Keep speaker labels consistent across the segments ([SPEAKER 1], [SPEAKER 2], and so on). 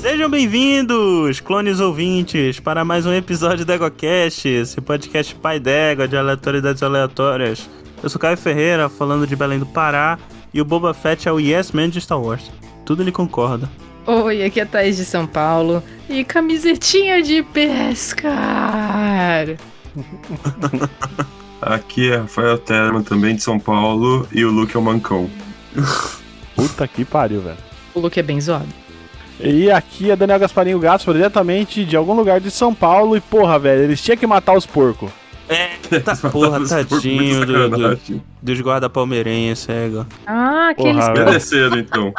[SPEAKER 1] Sejam bem-vindos, clones ouvintes, para mais um episódio do EgoCast, esse podcast pai d'égua de aleatoriedades aleatórias. Eu sou Caio Ferreira, falando de Belém do Pará, e o Boba Fett é o Yes Man de Star Wars. Tudo ele concorda.
[SPEAKER 2] Oi, aqui é a Thaís de São Paulo e camisetinha de pescar.
[SPEAKER 3] Aqui é Rafael Terma, também de São Paulo, e o Luke é o Mancão.
[SPEAKER 4] Puta que pariu, velho.
[SPEAKER 2] O look é bem zoado.
[SPEAKER 4] E aqui é Daniel Gasparinho Gaspar, diretamente de algum lugar de São Paulo. E porra, velho, eles tinham que matar os porcos.
[SPEAKER 1] Eita Tá,
[SPEAKER 4] um
[SPEAKER 3] Tá
[SPEAKER 1] porra, tadinho do, do, dos guarda palmeirense, cego.
[SPEAKER 2] Ah, aqueles.
[SPEAKER 4] Porra, velho.
[SPEAKER 3] Mereceram, então.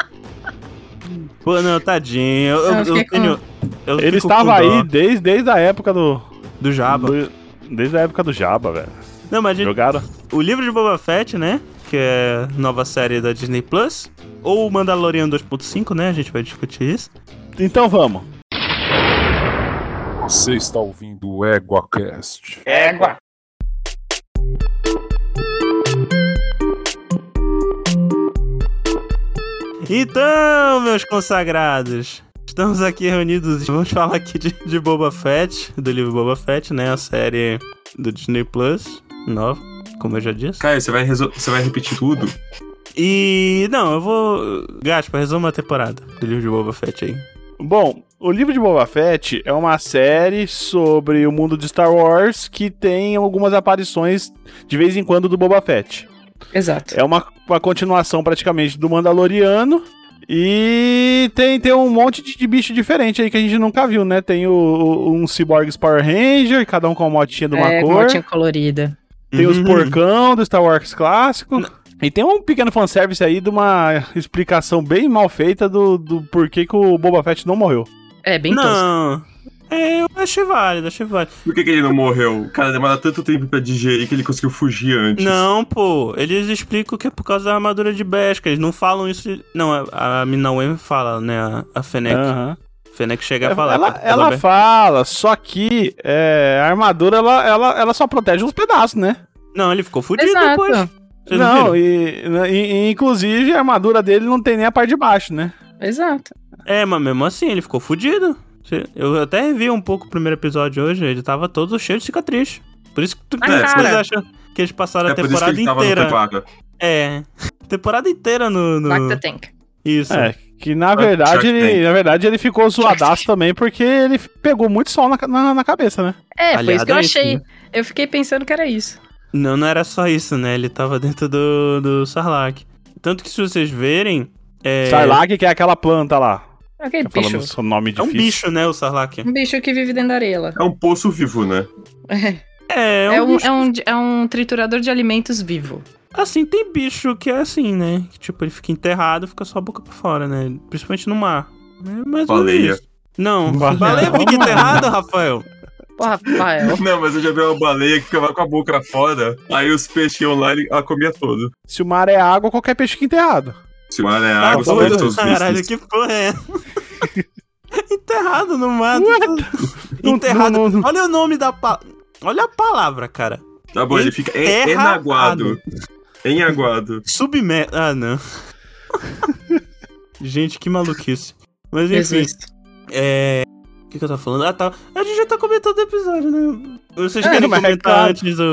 [SPEAKER 1] Pô, não, tadinho. Eu,
[SPEAKER 2] Não,
[SPEAKER 1] eu,
[SPEAKER 2] fiquei
[SPEAKER 1] eu tenho. eu
[SPEAKER 4] Ele
[SPEAKER 1] fico com dó
[SPEAKER 4] estava aí desde, desde a época do,
[SPEAKER 1] Do Jabba.
[SPEAKER 4] do- Desde a época do Jabba, velho.
[SPEAKER 1] Não, mas a gente
[SPEAKER 4] Jogaram.
[SPEAKER 1] o livro de Boba Fett, né? Que é nova série da Disney Plus. Ou Mandalorian 2.5, né? A gente vai discutir isso.
[SPEAKER 4] Então vamos.
[SPEAKER 5] Você está ouvindo o EguaCast.
[SPEAKER 1] Então, meus consagrados, estamos aqui reunidos. Vamos falar aqui de, de Boba Fett, do livro Boba Fett, né? A série do Disney Plus, nova, como eu já disse.
[SPEAKER 3] Caio, você vai, resol- você vai repetir tudo?
[SPEAKER 1] E não, eu vou. Gaspa, resuma a temporada do livro de Boba Fett aí.
[SPEAKER 4] Bom, o livro de Boba Fett é uma série sobre o mundo de Star Wars que tem algumas aparições de vez em quando do Boba Fett.
[SPEAKER 2] Exato.
[SPEAKER 4] É uma, uma continuação praticamente do Mandaloriano. E tem, tem um monte de, de bicho diferente aí que a gente nunca viu, né? Tem o, o- um Cyborgs Power Ranger, cada um com a motinha de uma
[SPEAKER 2] é, com
[SPEAKER 4] cor.
[SPEAKER 2] motinha colorida.
[SPEAKER 4] Tem os
[SPEAKER 1] Uhum.
[SPEAKER 4] porcão do Star Wars clássico. E tem um pequeno fanservice aí de uma explicação bem mal feita do, do porquê que o Boba Fett não morreu.
[SPEAKER 2] É, bem tosco.
[SPEAKER 1] Não. É, eu achei válido, achei válido.
[SPEAKER 3] Por que, que ele não morreu? O cara demora tanto tempo pra digerir que ele conseguiu fugir antes.
[SPEAKER 1] Não, pô, eles explicam que é por causa da armadura de Beskar, eles não falam isso. Não, a, a Mina Wen fala, né? A, a Fennec.
[SPEAKER 4] Aham.
[SPEAKER 1] Fennec chega a falar.
[SPEAKER 4] Ah. Ela,
[SPEAKER 1] tá tudo
[SPEAKER 4] ela
[SPEAKER 1] bem.
[SPEAKER 4] fala, só que é, a armadura ela, ela, ela só protege uns pedaços, né?
[SPEAKER 1] Não, ele ficou fudido
[SPEAKER 2] Exato.
[SPEAKER 1] depois. Vocês não,
[SPEAKER 4] não,
[SPEAKER 1] viram?
[SPEAKER 4] e, e- e, inclusive a armadura dele não tem nem a parte de baixo, né?
[SPEAKER 2] Exato.
[SPEAKER 1] É, mas mesmo assim, ele ficou fudido. Cê- Eu até revi um pouco o primeiro episódio hoje, ele tava todo cheio de cicatriz. Por isso que tu,
[SPEAKER 2] Na
[SPEAKER 1] por isso que
[SPEAKER 2] cara.
[SPEAKER 1] eles acham que eles passaram
[SPEAKER 3] é
[SPEAKER 1] a
[SPEAKER 3] por isso que
[SPEAKER 1] temporada
[SPEAKER 3] ele tava
[SPEAKER 1] inteira.
[SPEAKER 3] no Tepaga.
[SPEAKER 1] é. Temporada inteira no. no-
[SPEAKER 2] Lacta Tank.
[SPEAKER 1] Isso.
[SPEAKER 4] É, que na
[SPEAKER 3] Shark
[SPEAKER 4] verdade, ele,
[SPEAKER 3] Tank.
[SPEAKER 4] na verdade ele ficou zoadaço também porque ele pegou muito sol na, ca- na, na cabeça, né?
[SPEAKER 2] É, foi
[SPEAKER 1] Aliado
[SPEAKER 2] isso que eu
[SPEAKER 1] a isso,
[SPEAKER 2] achei. Eu fiquei pensando que era isso.
[SPEAKER 1] Não, não era só isso, né? Ele tava dentro do, do Sarlacc. Tanto que se vocês verem. É,
[SPEAKER 4] Sarlacc, que é aquela planta lá.
[SPEAKER 2] Aquele
[SPEAKER 4] Tá falando
[SPEAKER 2] bicho.
[SPEAKER 4] o seu nome
[SPEAKER 1] é um
[SPEAKER 4] difícil.
[SPEAKER 1] bicho, né, o Sarlacc?
[SPEAKER 2] Um bicho que vive dentro da areia.
[SPEAKER 3] É um poço vivo, né?
[SPEAKER 1] É, é um,
[SPEAKER 2] É um,
[SPEAKER 1] bicho.
[SPEAKER 2] é, um, é um triturador de alimentos vivo.
[SPEAKER 1] Assim, tem bicho que é assim, né? Que, tipo, ele fica enterrado, fica só a boca pra fora, né? Principalmente no mar. É mais ou menos
[SPEAKER 3] Baleia.
[SPEAKER 1] isso. Não,
[SPEAKER 4] Baleia.
[SPEAKER 1] baleia fica enterrado, Rafael.
[SPEAKER 2] Porra,
[SPEAKER 1] É.
[SPEAKER 2] Rafael.
[SPEAKER 3] Não, mas eu já vi uma baleia que ficava com a boca fora, aí os peixes iam lá e ela comia todo.
[SPEAKER 4] Se o mar é água, qualquer peixe fica enterrado.
[SPEAKER 3] Se o mar é
[SPEAKER 1] Tá
[SPEAKER 3] água, você
[SPEAKER 1] doido?
[SPEAKER 3] perde todos os
[SPEAKER 1] Caralho,
[SPEAKER 3] bichos.
[SPEAKER 1] que porra é essa? Enterrado no mato.
[SPEAKER 4] Não-
[SPEAKER 1] Enterrado.
[SPEAKER 4] não- não-
[SPEAKER 1] Olha o nome da pa... Olha a palavra, cara.
[SPEAKER 3] Tá bom, ele fica
[SPEAKER 1] Enterrado.
[SPEAKER 3] en- enaguado. Enaguado.
[SPEAKER 1] Submer... Ah, não. Gente, que maluquice. Mas enfim,
[SPEAKER 2] Existe.
[SPEAKER 1] o que, que eu tava falando? Ah, tá. A gente já tá comentando o episódio, né? Vocês
[SPEAKER 4] É,
[SPEAKER 1] querem
[SPEAKER 4] mas é
[SPEAKER 1] comentar
[SPEAKER 4] claro.
[SPEAKER 1] antes o,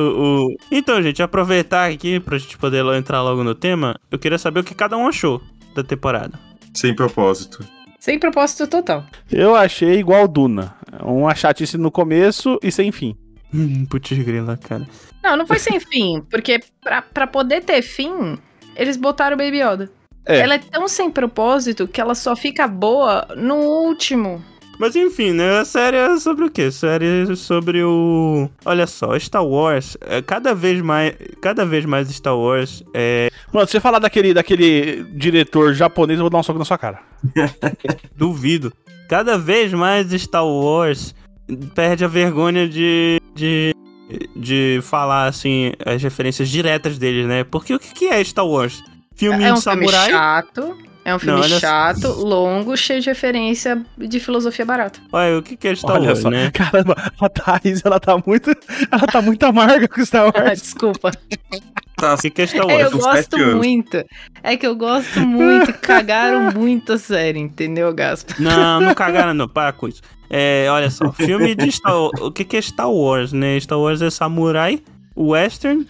[SPEAKER 1] o- Então, gente, aproveitar aqui pra gente poder lo- entrar logo no tema, eu queria saber o que cada um achou da temporada.
[SPEAKER 3] Sem propósito.
[SPEAKER 2] Sem propósito total.
[SPEAKER 4] Eu achei igual Duna. Uma chatice no começo e sem fim.
[SPEAKER 1] Hum, putz grila, cara.
[SPEAKER 2] Não, não foi sem fim, porque pra, pra poder ter fim, eles botaram o Baby Yoda.
[SPEAKER 4] É.
[SPEAKER 2] Ela é tão sem propósito que ela só fica boa no último.
[SPEAKER 1] Mas enfim, né? A série é sobre o quê? A série é sobre o. Olha só, Star Wars. é, Cada vez mais. Cada vez mais Star Wars
[SPEAKER 4] Mano, se você falar daquele, daquele diretor japonês, eu vou dar um soco na sua cara.
[SPEAKER 1] Duvido. Cada vez mais Star Wars perde a vergonha de. de. de falar assim as referências diretas deles, né? Porque o que que é Star Wars? Filminho
[SPEAKER 2] é um
[SPEAKER 1] de
[SPEAKER 2] filme
[SPEAKER 1] samurai?
[SPEAKER 2] chato. É um filme
[SPEAKER 1] Não, olha-
[SPEAKER 2] chato, longo, cheio de referência de filosofia barata.
[SPEAKER 1] Olha, o que que é Star
[SPEAKER 4] Olha
[SPEAKER 1] Wars,
[SPEAKER 4] só,
[SPEAKER 1] né?
[SPEAKER 4] caramba, a Thaís, ela tá muito, ela tá muito amarga com Star
[SPEAKER 1] Ah,
[SPEAKER 4] Wars.
[SPEAKER 2] Desculpa.
[SPEAKER 3] Tá,
[SPEAKER 1] O que que é Star
[SPEAKER 2] É,
[SPEAKER 1] Wars?
[SPEAKER 2] eu
[SPEAKER 3] são
[SPEAKER 2] gosto
[SPEAKER 3] sete anos.
[SPEAKER 2] muito. É que eu gosto muito. e Cagaram muito a série, entendeu, Gaspa?
[SPEAKER 1] Não, não cagaram não, para com isso. É, olha só, filme de Star O que que é Star Wars, né? Star Wars é samurai, western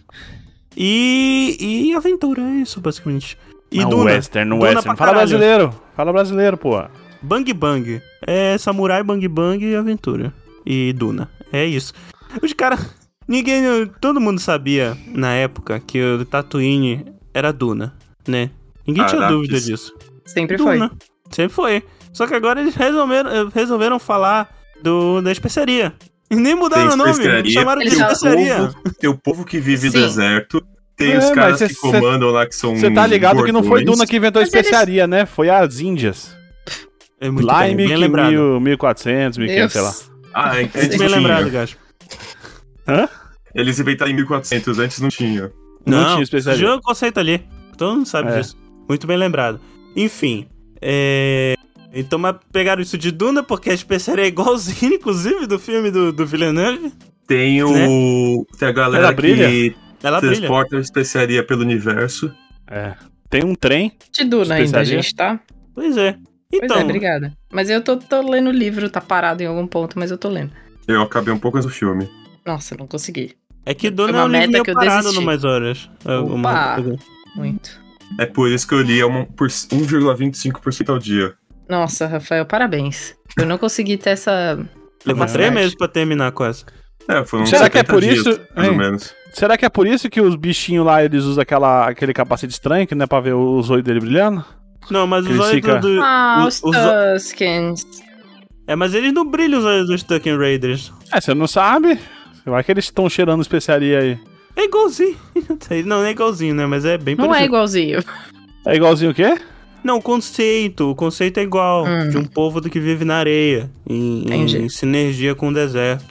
[SPEAKER 1] e, e aventura, é isso basicamente. E
[SPEAKER 4] Não,
[SPEAKER 1] Duna,
[SPEAKER 4] Western, não
[SPEAKER 1] Duna
[SPEAKER 4] Western.
[SPEAKER 1] pra
[SPEAKER 4] Fala
[SPEAKER 1] caralho.
[SPEAKER 4] brasileiro. Fala brasileiro, pô.
[SPEAKER 1] Bang Bang. É samurai, Bang Bang e aventura. E Duna. É isso. Os caras... Ninguém... Todo mundo sabia, na época, que o Tatooine era Duna, né? Ninguém tinha
[SPEAKER 3] Caraca,
[SPEAKER 1] dúvida
[SPEAKER 3] isso-
[SPEAKER 1] disso.
[SPEAKER 2] Sempre foi.
[SPEAKER 1] Duna. Sempre foi. Só que agora eles resolveram, eh, resolveram falar do, da especiaria. E nem mudaram
[SPEAKER 3] Tem
[SPEAKER 1] o nome.
[SPEAKER 3] especiaria,
[SPEAKER 1] Chamaram de
[SPEAKER 2] eles falam-
[SPEAKER 1] especiaria.
[SPEAKER 3] tem o povo que vive
[SPEAKER 2] Sim.
[SPEAKER 3] deserto, tem
[SPEAKER 4] É,
[SPEAKER 3] os
[SPEAKER 4] mas
[SPEAKER 3] caras
[SPEAKER 4] cê-
[SPEAKER 3] que
[SPEAKER 4] cê-
[SPEAKER 3] comandam lá que são.
[SPEAKER 4] Você tá ligado que não foi
[SPEAKER 3] gordões.
[SPEAKER 4] Duna que inventou a
[SPEAKER 2] Mas eles-
[SPEAKER 4] especiaria, né? Foi as Índias.
[SPEAKER 1] É muito
[SPEAKER 4] Lá
[SPEAKER 1] bem,
[SPEAKER 4] em
[SPEAKER 1] bem
[SPEAKER 4] 1500,
[SPEAKER 1] lembrado.
[SPEAKER 4] 1400, 1500, sei lá.
[SPEAKER 3] Ah, é que antes
[SPEAKER 1] Bem
[SPEAKER 3] não
[SPEAKER 1] lembrado,
[SPEAKER 3] tinha.
[SPEAKER 1] Gacho.
[SPEAKER 3] Eles inventaram em 1400, antes não tinha.
[SPEAKER 4] Não
[SPEAKER 1] Não,
[SPEAKER 4] tinha especiaria.
[SPEAKER 1] Já é um conceito ali. Todo mundo sabe
[SPEAKER 4] É.
[SPEAKER 1] disso. Muito bem lembrado. Enfim, é... Então, mas pegaram isso de Duna porque a especiaria é igualzinha, inclusive, do filme do, do Villeneuve.
[SPEAKER 3] Tem o. Tem a
[SPEAKER 4] Ela
[SPEAKER 3] galera
[SPEAKER 4] Né? brilha?
[SPEAKER 3] que
[SPEAKER 1] Ela brilha.
[SPEAKER 3] transporta a especiaria pelo universo.
[SPEAKER 4] É. Tem um trem.
[SPEAKER 2] De Duna ainda,
[SPEAKER 4] Especiaria?
[SPEAKER 2] gente, tá?
[SPEAKER 1] Pois é.
[SPEAKER 2] Pois
[SPEAKER 1] Então,
[SPEAKER 2] é, obrigada. Mas eu tô, tô lendo o livro, tá parado em algum ponto, mas eu tô lendo.
[SPEAKER 3] Eu acabei um pouco antes do filme.
[SPEAKER 2] Nossa, não consegui.
[SPEAKER 1] é que Duna
[SPEAKER 2] Foi
[SPEAKER 1] é
[SPEAKER 2] uma
[SPEAKER 1] um
[SPEAKER 2] meta
[SPEAKER 1] livrinho
[SPEAKER 2] que eu
[SPEAKER 1] parado
[SPEAKER 2] desisti.
[SPEAKER 1] numas horas.
[SPEAKER 2] Opa!
[SPEAKER 1] Alguma-
[SPEAKER 2] Muito.
[SPEAKER 3] É por isso que eu li é um por 1,25% ao dia.
[SPEAKER 2] Nossa, Rafael, parabéns. Eu não consegui ter essa.
[SPEAKER 1] Levou
[SPEAKER 4] É
[SPEAKER 1] três
[SPEAKER 2] Mas verdade.
[SPEAKER 1] meses pra terminar quase.
[SPEAKER 3] É, foram uns
[SPEAKER 4] Será que é
[SPEAKER 3] 70
[SPEAKER 4] por
[SPEAKER 3] dias,
[SPEAKER 4] isso-
[SPEAKER 3] Mais ou
[SPEAKER 4] Hein?
[SPEAKER 3] menos.
[SPEAKER 4] Será que é por isso que os bichinhos lá, eles usam aquela, aquele capacete estranho, que não é pra ver os olhos dele brilhando?
[SPEAKER 1] Não, mas os
[SPEAKER 4] Ele
[SPEAKER 1] olhos
[SPEAKER 4] fica-
[SPEAKER 1] do.
[SPEAKER 2] Ah,
[SPEAKER 1] o-
[SPEAKER 2] os
[SPEAKER 1] os-
[SPEAKER 2] Tuskens.
[SPEAKER 1] É, mas eles não brilham os olhos dos Tucking Raiders.
[SPEAKER 4] É, você não sabe. Vai que eles estão cheirando especiaria aí.
[SPEAKER 1] É igualzinho. Não, não é igualzinho, né? Mas é bem
[SPEAKER 2] Não é
[SPEAKER 1] parecido.
[SPEAKER 2] igualzinho.
[SPEAKER 4] É igualzinho o quê?
[SPEAKER 1] Não, o conceito. O conceito é igual.
[SPEAKER 2] Hum.
[SPEAKER 1] De um povo do que vive na areia. Em, em
[SPEAKER 2] Entendi.
[SPEAKER 1] sinergia com o deserto.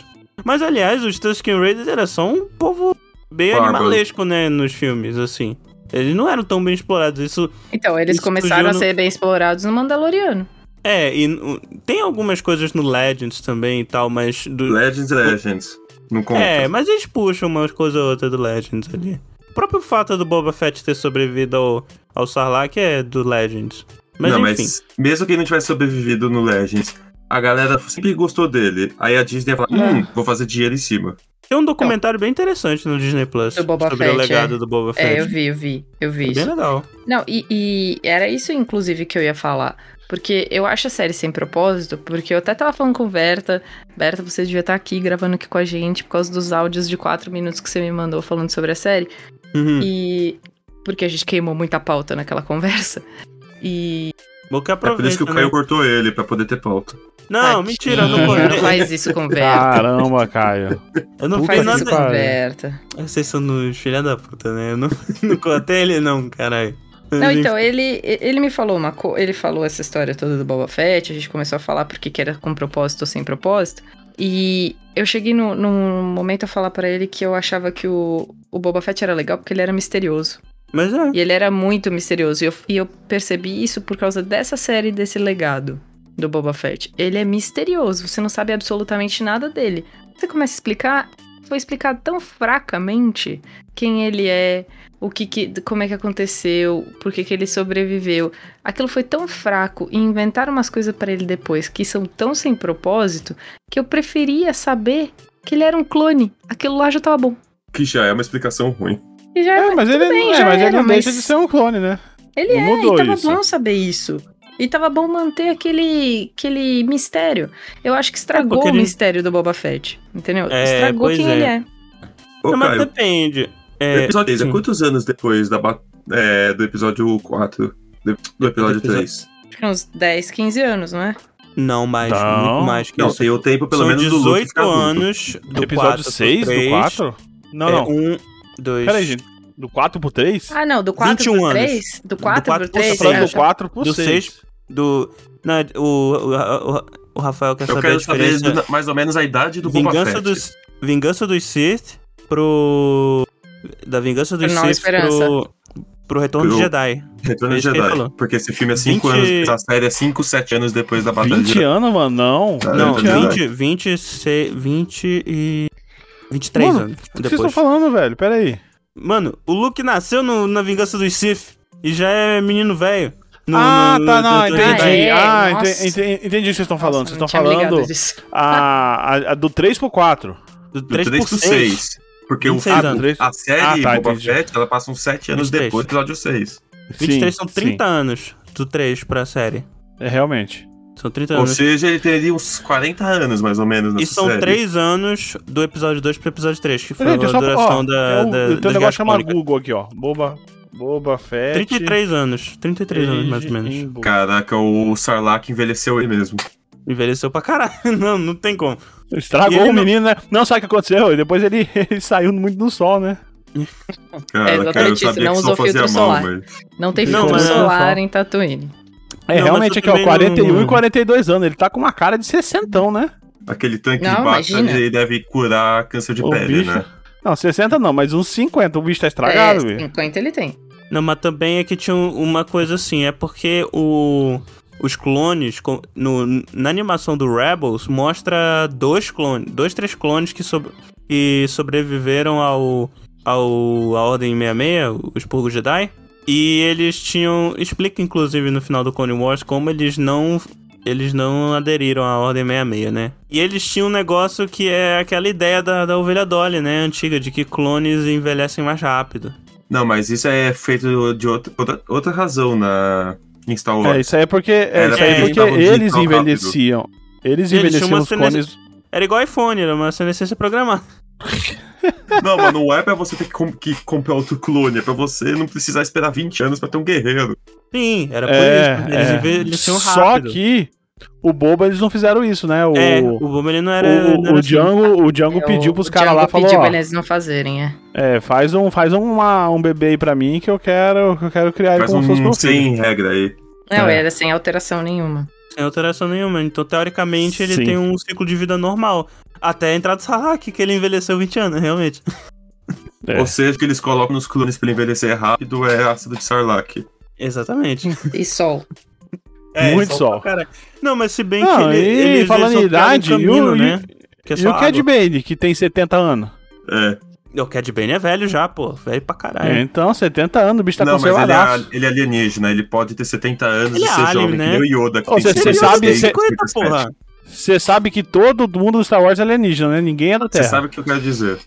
[SPEAKER 1] Mas, aliás, os Tusken Raiders era só um povo bem
[SPEAKER 3] Bárbaro.
[SPEAKER 1] animalesco, né? Nos filmes, assim. Eles não eram tão bem explorados. Isso
[SPEAKER 2] Então, eles
[SPEAKER 1] Isso
[SPEAKER 2] começaram
[SPEAKER 1] surgiu
[SPEAKER 2] a
[SPEAKER 1] no-
[SPEAKER 2] ser bem explorados no Mandaloriano.
[SPEAKER 1] é, e uh, tem algumas coisas no Legends também e tal, mas
[SPEAKER 4] Hum.
[SPEAKER 1] do,
[SPEAKER 3] Legends e Legends. Não conta.
[SPEAKER 1] É, mas eles puxam uma coisa ou outra do Legends ali. O próprio fato do Boba Fett ter sobrevivido ao, ao Sarlacc é do Legends. Mas
[SPEAKER 3] não,
[SPEAKER 1] enfim.
[SPEAKER 3] mas mesmo que ele não tivesse sobrevivido no Legends, a galera sempre gostou dele. Aí a Disney ia falar, hum, vou fazer dinheiro em cima.
[SPEAKER 1] Tem um documentário bem interessante no Disney Plus
[SPEAKER 2] Do Boba
[SPEAKER 1] sobre o
[SPEAKER 2] Fett,
[SPEAKER 1] legado do Boba Fett.
[SPEAKER 2] É, eu vi, eu vi. Eu vi
[SPEAKER 1] É bem
[SPEAKER 2] isso.
[SPEAKER 1] legal.
[SPEAKER 2] Não, e, e era isso, inclusive, que eu ia falar. Porque eu acho a série sem propósito, porque eu até tava falando com o Berta. Berta, você devia estar aqui gravando aqui com a gente por causa dos áudios de quatro minutos que você me mandou falando sobre a série.
[SPEAKER 1] Uhum.
[SPEAKER 2] E. Porque a gente queimou muita pauta naquela conversa. E.
[SPEAKER 1] Bom que
[SPEAKER 3] É por
[SPEAKER 1] aproveita,
[SPEAKER 3] isso que o
[SPEAKER 1] né?
[SPEAKER 3] Caio cortou ele, pra poder ter pauta.
[SPEAKER 1] Não,
[SPEAKER 2] Tadinho,
[SPEAKER 1] mentira, eu
[SPEAKER 3] Uhum.
[SPEAKER 1] não
[SPEAKER 2] Não
[SPEAKER 1] cortei.
[SPEAKER 2] faz isso
[SPEAKER 4] É.
[SPEAKER 2] com o Berta.
[SPEAKER 4] Caramba, Caio.
[SPEAKER 1] Eu não
[SPEAKER 2] Não
[SPEAKER 1] fiz
[SPEAKER 2] faz
[SPEAKER 4] puta
[SPEAKER 2] isso
[SPEAKER 4] que
[SPEAKER 2] com
[SPEAKER 1] nada.
[SPEAKER 2] o
[SPEAKER 4] pariu.
[SPEAKER 2] Berta.
[SPEAKER 1] Vocês são nos filha da puta, né? Eu não, não cortei ele não, caralho.
[SPEAKER 2] Não, então, ele, ele me falou uma coisa. Ele falou essa história toda do Boba Fett, a gente começou a falar porque que era com propósito ou sem propósito. E eu cheguei no, num momento a falar pra ele que eu achava que o, o Boba Fett era legal porque ele era misterioso.
[SPEAKER 1] Mas é.
[SPEAKER 2] E ele era muito misterioso. E eu, e eu percebi isso por causa dessa série, desse legado do Boba Fett. Ele é misterioso, você não sabe absolutamente nada dele. Você começa a explicar, foi explicado tão fracamente quem ele é, o que, que como é que aconteceu, por que, que ele sobreviveu. Aquilo foi tão fraco e inventaram umas coisas pra ele depois que são tão sem propósito que eu preferia saber que ele era um clone. Aquilo lá já tava bom.
[SPEAKER 3] Que já é uma explicação ruim.
[SPEAKER 2] E já
[SPEAKER 4] É, mas ele,
[SPEAKER 2] bem,
[SPEAKER 4] não- é,
[SPEAKER 2] já
[SPEAKER 4] mas ele
[SPEAKER 2] era,
[SPEAKER 4] não
[SPEAKER 2] mas-
[SPEAKER 4] deixa de ser um clone, né?
[SPEAKER 2] Ele
[SPEAKER 4] Não
[SPEAKER 2] é,
[SPEAKER 4] mudou
[SPEAKER 2] e tava
[SPEAKER 4] isso.
[SPEAKER 2] bom saber isso. E tava bom manter aquele, aquele mistério. Eu acho que estragou
[SPEAKER 1] porque
[SPEAKER 2] o
[SPEAKER 1] ele-
[SPEAKER 2] mistério do Boba Fett, entendeu?
[SPEAKER 1] É,
[SPEAKER 2] estragou
[SPEAKER 1] pois
[SPEAKER 2] quem
[SPEAKER 1] é.
[SPEAKER 2] ele é.
[SPEAKER 3] Ô,
[SPEAKER 1] não, mas
[SPEAKER 3] Caio,
[SPEAKER 1] depende.
[SPEAKER 3] o
[SPEAKER 1] É,
[SPEAKER 3] episódio 3 é
[SPEAKER 1] sim.
[SPEAKER 3] quantos anos depois da ba- é, do episódio 4? Do, do episódio
[SPEAKER 1] episódio-
[SPEAKER 3] 3?
[SPEAKER 2] Acho que uns 10, 15 anos, não é?
[SPEAKER 1] Não, mais,
[SPEAKER 4] Não.
[SPEAKER 1] muito mais que
[SPEAKER 3] Não,
[SPEAKER 1] isso.
[SPEAKER 3] tem o tempo pelo
[SPEAKER 1] São
[SPEAKER 3] menos do Luke
[SPEAKER 1] 18
[SPEAKER 3] ficar adulto.
[SPEAKER 1] anos do
[SPEAKER 4] episódio 6, do É, 4?
[SPEAKER 1] É
[SPEAKER 4] Não, não.
[SPEAKER 1] 1, 2.
[SPEAKER 4] Peraí, gente. Do 4 pro 3?
[SPEAKER 2] Ah, não, do 4
[SPEAKER 1] 21
[SPEAKER 2] pro
[SPEAKER 1] anos.
[SPEAKER 2] 3? Do 4
[SPEAKER 1] quatro pro
[SPEAKER 2] pro é,
[SPEAKER 4] Você
[SPEAKER 2] 3?
[SPEAKER 4] tá falando
[SPEAKER 1] seis,
[SPEAKER 4] do 4 pro
[SPEAKER 1] Do
[SPEAKER 4] 6.
[SPEAKER 1] Do. Não, é- o, o, o, o Rafael quer
[SPEAKER 3] Eu
[SPEAKER 1] saber a
[SPEAKER 3] quero saber
[SPEAKER 1] diferença.
[SPEAKER 3] do- mais ou menos a idade do Boba
[SPEAKER 1] vingança,
[SPEAKER 3] Fett.
[SPEAKER 1] dos, vingança dos Sith pro. Da vingança dos
[SPEAKER 2] Pro É Nova
[SPEAKER 1] Sith
[SPEAKER 2] Esperança.
[SPEAKER 1] pro. pro Retorno
[SPEAKER 3] Pro-
[SPEAKER 1] de Jedi. É
[SPEAKER 3] Retorno de
[SPEAKER 1] isso que ele
[SPEAKER 3] Jedi.
[SPEAKER 1] falou.
[SPEAKER 3] Porque esse filme é 5
[SPEAKER 1] 20
[SPEAKER 3] anos, essa série é 5, 7 anos depois da Batalha de
[SPEAKER 4] 20
[SPEAKER 1] né?
[SPEAKER 3] Jedi.
[SPEAKER 4] anos, mano? Não.
[SPEAKER 3] Ah,
[SPEAKER 1] Não,
[SPEAKER 3] é verdade.
[SPEAKER 1] 20, 20, se- 20 e. 23
[SPEAKER 4] Mano,
[SPEAKER 1] anos
[SPEAKER 4] O que vocês estão
[SPEAKER 1] depois.
[SPEAKER 4] falando, velho? Pera aí.
[SPEAKER 1] Mano, o Luke nasceu no- na Vingança dos Sith e já é menino velho. No-
[SPEAKER 4] ah,
[SPEAKER 1] no-
[SPEAKER 4] tá,
[SPEAKER 1] no-
[SPEAKER 4] não,
[SPEAKER 1] no-
[SPEAKER 4] entendi.
[SPEAKER 2] é,
[SPEAKER 4] Ah, ente-
[SPEAKER 2] nossa.
[SPEAKER 4] ente- entendi o que vocês estão falando. Vocês
[SPEAKER 2] não tinha
[SPEAKER 4] estão
[SPEAKER 2] me ligado
[SPEAKER 4] falando
[SPEAKER 2] disso.
[SPEAKER 4] a, a- a do 3 pro 4.
[SPEAKER 1] Do
[SPEAKER 3] Do 3 pro
[SPEAKER 1] 6.
[SPEAKER 3] 6. Porque o
[SPEAKER 1] 26
[SPEAKER 3] filme,
[SPEAKER 4] anos.
[SPEAKER 3] a série
[SPEAKER 4] Ah, tá,
[SPEAKER 3] Boba
[SPEAKER 4] entendi.
[SPEAKER 3] Fett, ela passa uns 7 anos
[SPEAKER 1] 23.
[SPEAKER 3] depois do episódio 6.
[SPEAKER 1] 23 são
[SPEAKER 4] sim.
[SPEAKER 1] 30 anos do 3 pra série.
[SPEAKER 4] É, realmente.
[SPEAKER 1] São
[SPEAKER 4] Então,
[SPEAKER 1] 30
[SPEAKER 3] Ou
[SPEAKER 4] né?
[SPEAKER 1] anos.
[SPEAKER 3] seja, ele teria uns 40 anos, mais ou menos, nessa
[SPEAKER 1] E são
[SPEAKER 3] série.
[SPEAKER 1] 3 anos do episódio 2 pro episódio 3, que foi
[SPEAKER 4] Gente,
[SPEAKER 1] a
[SPEAKER 4] eu só,
[SPEAKER 1] duração
[SPEAKER 4] ó,
[SPEAKER 1] da.
[SPEAKER 4] eu,
[SPEAKER 1] da
[SPEAKER 4] eu tenho
[SPEAKER 1] das
[SPEAKER 4] um negócio chamado
[SPEAKER 1] Gascônicas.
[SPEAKER 4] Google aqui, ó. Boba, Boba Fett.
[SPEAKER 1] 33 anos. 33 anos, mais ou menos.
[SPEAKER 4] Em Boba-
[SPEAKER 3] Caraca, o Sarlacc envelheceu ele mesmo.
[SPEAKER 1] Envelheceu pra caralho. Não, não tem como. E
[SPEAKER 4] Estragou
[SPEAKER 1] ele
[SPEAKER 4] o menino, né? Não sabe o que aconteceu. E depois ele, ele saiu muito no sol, né?
[SPEAKER 3] Cara,
[SPEAKER 2] É, exatamente
[SPEAKER 3] cara, eu
[SPEAKER 2] isso,
[SPEAKER 3] sabia
[SPEAKER 2] não
[SPEAKER 3] que
[SPEAKER 2] usou
[SPEAKER 3] só fazia
[SPEAKER 2] filtro
[SPEAKER 3] mal,
[SPEAKER 2] solar.
[SPEAKER 3] velho.
[SPEAKER 2] Não tem
[SPEAKER 1] Não,
[SPEAKER 2] filtro
[SPEAKER 1] mas-
[SPEAKER 2] solar em Tatooine.
[SPEAKER 4] É,
[SPEAKER 1] Não, mas
[SPEAKER 4] realmente
[SPEAKER 1] eu
[SPEAKER 4] aqui, ó,
[SPEAKER 1] também
[SPEAKER 4] 41
[SPEAKER 1] não-
[SPEAKER 4] e 42 anos. Ele tá com uma cara de 60, né?
[SPEAKER 3] Aquele tanque
[SPEAKER 2] Não,
[SPEAKER 3] de bata,
[SPEAKER 2] imagina.
[SPEAKER 3] ele deve curar câncer de
[SPEAKER 4] O
[SPEAKER 3] pele,
[SPEAKER 4] bicho-
[SPEAKER 3] né?
[SPEAKER 4] Não, 60 não, mas uns 50. O bicho tá
[SPEAKER 2] É,
[SPEAKER 4] estragado, velho.
[SPEAKER 2] 50 ele tem.
[SPEAKER 1] Não, mas também é que tinha um- uma coisa assim, é porque o, os clones, co- no, na animação do Rebels, mostra dois clones, dois, três clones que, sobre, que sobreviveram ao, ao à Ordem 66, os Purgos Jedi, e eles tinham, explica inclusive no final do Clone Wars como eles não eles não aderiram à Ordem 66, né? E eles tinham um negócio que é aquela ideia da, da ovelha Dolly, né? Antiga, de que clones envelhecem mais rápido.
[SPEAKER 3] Não, mas isso é feito de outra, outra, outra razão na em Star Wars.
[SPEAKER 4] É, isso aí é porque, é,
[SPEAKER 3] Era
[SPEAKER 4] isso
[SPEAKER 3] pra
[SPEAKER 4] aí é
[SPEAKER 3] eles
[SPEAKER 4] porque
[SPEAKER 3] estavam de
[SPEAKER 4] eles
[SPEAKER 3] tão rápido.
[SPEAKER 4] envelheciam.
[SPEAKER 1] Eles
[SPEAKER 4] Eles envelheciam
[SPEAKER 1] tinham
[SPEAKER 4] os
[SPEAKER 1] uma cena-
[SPEAKER 4] cones.
[SPEAKER 1] Era igual iPhone, era uma senescência programada.
[SPEAKER 3] Não, mas não é pra você ter que, com- que comprar outro clone, é pra você não precisar esperar 20 anos pra ter um guerreiro.
[SPEAKER 1] Sim, era por
[SPEAKER 4] É,
[SPEAKER 1] isso. Eles
[SPEAKER 4] é.
[SPEAKER 1] envelheciam
[SPEAKER 4] Só
[SPEAKER 1] rápido.
[SPEAKER 4] que o Boba eles não fizeram isso, né? O,
[SPEAKER 1] É, o
[SPEAKER 4] o,
[SPEAKER 1] Boomer ele não era. não
[SPEAKER 4] o,
[SPEAKER 1] era assim.
[SPEAKER 4] o Django, o Django
[SPEAKER 2] É,
[SPEAKER 4] pediu
[SPEAKER 2] o-
[SPEAKER 4] pros
[SPEAKER 2] o
[SPEAKER 4] caras lá
[SPEAKER 2] Django
[SPEAKER 4] falou,
[SPEAKER 2] pediu
[SPEAKER 4] ó,
[SPEAKER 2] pra eles não fazerem, é.
[SPEAKER 4] é, faz um, faz uma, um bebê aí pra mim que eu quero, que eu quero criar ele
[SPEAKER 3] Faz
[SPEAKER 4] É como se fosse
[SPEAKER 3] um
[SPEAKER 4] meu
[SPEAKER 3] sem
[SPEAKER 4] filho.
[SPEAKER 3] regra aí.
[SPEAKER 2] Não,
[SPEAKER 4] É.
[SPEAKER 2] era sem alteração nenhuma.
[SPEAKER 1] assim, Sem alteração nenhuma. Então, teoricamente, ele
[SPEAKER 4] Sim.
[SPEAKER 1] tem um ciclo de vida normal. Até a entrada do Sarlacc, que ele envelheceu 20 anos, realmente.
[SPEAKER 4] É.
[SPEAKER 3] Ou seja, o que eles colocam nos clones pra ele envelhecer rápido é ácido de Sarlacc.
[SPEAKER 1] Exatamente. É,
[SPEAKER 2] E sol.
[SPEAKER 4] Muito
[SPEAKER 1] só
[SPEAKER 4] sol.
[SPEAKER 1] pra caralho. Não, mas se bem
[SPEAKER 4] Não,
[SPEAKER 1] que ele,
[SPEAKER 4] e
[SPEAKER 1] eles,
[SPEAKER 4] falando
[SPEAKER 1] eles
[SPEAKER 4] em
[SPEAKER 1] optaram
[SPEAKER 4] idade,
[SPEAKER 1] caminho,
[SPEAKER 4] e o-
[SPEAKER 1] né? Que é
[SPEAKER 4] E
[SPEAKER 1] só
[SPEAKER 4] o Cad
[SPEAKER 1] água.
[SPEAKER 4] Bane, que tem 70 anos?
[SPEAKER 3] É.
[SPEAKER 1] O Cad Bane é velho já, pô. Velho pra caralho.
[SPEAKER 4] Então, 70 anos, o bicho tá
[SPEAKER 3] não, mas ele
[SPEAKER 4] conservadaço.
[SPEAKER 3] é, ele é alienígena, ele pode ter 70 anos
[SPEAKER 1] Ele
[SPEAKER 3] e
[SPEAKER 1] é
[SPEAKER 3] ser
[SPEAKER 1] alien,
[SPEAKER 3] jovem,
[SPEAKER 1] né?
[SPEAKER 3] que nem o Yoda. Que
[SPEAKER 4] Ô, cê- cê
[SPEAKER 3] você
[SPEAKER 4] sabe- cê-
[SPEAKER 1] 50, porra.
[SPEAKER 4] Você sabe que todo mundo do Star Wars é alienígena, né? Ninguém é da
[SPEAKER 3] Você
[SPEAKER 4] Terra.
[SPEAKER 3] sabe o que eu quero dizer.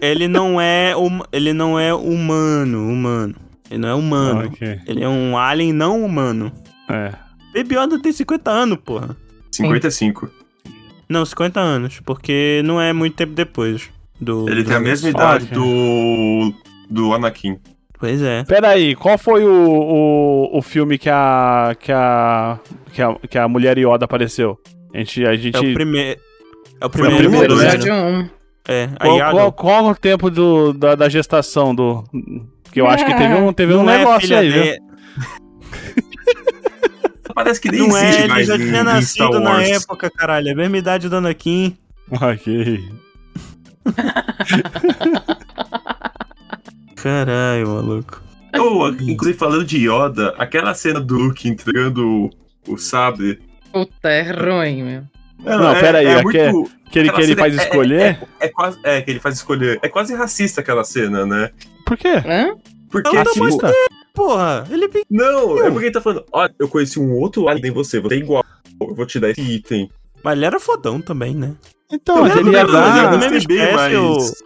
[SPEAKER 1] Ele não é. hum- Ele não é humano, humano. Ele não é humano.
[SPEAKER 4] Ah, ok.
[SPEAKER 1] Ele é um alien não humano.
[SPEAKER 4] É.
[SPEAKER 1] Baby Yoda tem 50 anos, porra.
[SPEAKER 3] 55.
[SPEAKER 1] Não, 50 anos, porque não é muito tempo depois do.
[SPEAKER 3] Ele
[SPEAKER 1] do-
[SPEAKER 3] tem a mesma
[SPEAKER 1] Ó,
[SPEAKER 3] idade
[SPEAKER 4] cara.
[SPEAKER 3] do. do Anakin.
[SPEAKER 1] Pois é.
[SPEAKER 4] Pera aí, qual foi o, o, o filme que a, que a. que a. que a mulher Yoda apareceu? A gente. A gente
[SPEAKER 1] É o primeiro. É o
[SPEAKER 3] o
[SPEAKER 1] primeiro.
[SPEAKER 3] primeiro,
[SPEAKER 4] né?
[SPEAKER 1] episódio.
[SPEAKER 2] Episódio 1.
[SPEAKER 1] É, a
[SPEAKER 4] qual,
[SPEAKER 1] Yaga.
[SPEAKER 4] qual, qual o tempo do, da, da gestação do. Que eu acho que teve um, teve um
[SPEAKER 1] não é
[SPEAKER 4] negócio
[SPEAKER 1] filha
[SPEAKER 4] aí, viu?
[SPEAKER 1] dele.
[SPEAKER 3] Parece que nem
[SPEAKER 1] Não
[SPEAKER 3] existe
[SPEAKER 1] é, ele
[SPEAKER 3] mais
[SPEAKER 1] já
[SPEAKER 3] em-
[SPEAKER 1] tinha
[SPEAKER 3] em né? Star
[SPEAKER 1] nascido na
[SPEAKER 3] Wars.
[SPEAKER 1] época, caralho. É a mesma idade do Anakin.
[SPEAKER 4] Ok.
[SPEAKER 1] Caralho, maluco.
[SPEAKER 3] Ou, inclusive, falando de Yoda, aquela cena do Luke entregando o, o sabre.
[SPEAKER 2] Puta, é ruim, meu.
[SPEAKER 4] Não, pera aí, é que- Que ele,
[SPEAKER 3] aquela
[SPEAKER 4] que ele
[SPEAKER 3] cena
[SPEAKER 4] faz
[SPEAKER 3] é- é-
[SPEAKER 4] escolher?
[SPEAKER 3] É, quase, é, que ele faz escolher. É quase racista aquela cena, né?
[SPEAKER 4] Por quê? Ah,
[SPEAKER 2] Hã?
[SPEAKER 3] Porque,
[SPEAKER 1] Ela tá
[SPEAKER 3] tipo,
[SPEAKER 4] Racista?
[SPEAKER 1] Porra, ele é bem.
[SPEAKER 3] não, é porque ele tá falando, olha, eu conheci um outro alien em você, você é igual, eu vou te dar esse item.
[SPEAKER 1] Mas ele era fodão também, né?
[SPEAKER 4] Então,
[SPEAKER 1] Não,
[SPEAKER 4] mas ele ia
[SPEAKER 1] não, mas
[SPEAKER 4] dar.
[SPEAKER 1] eu não- mesma espécie,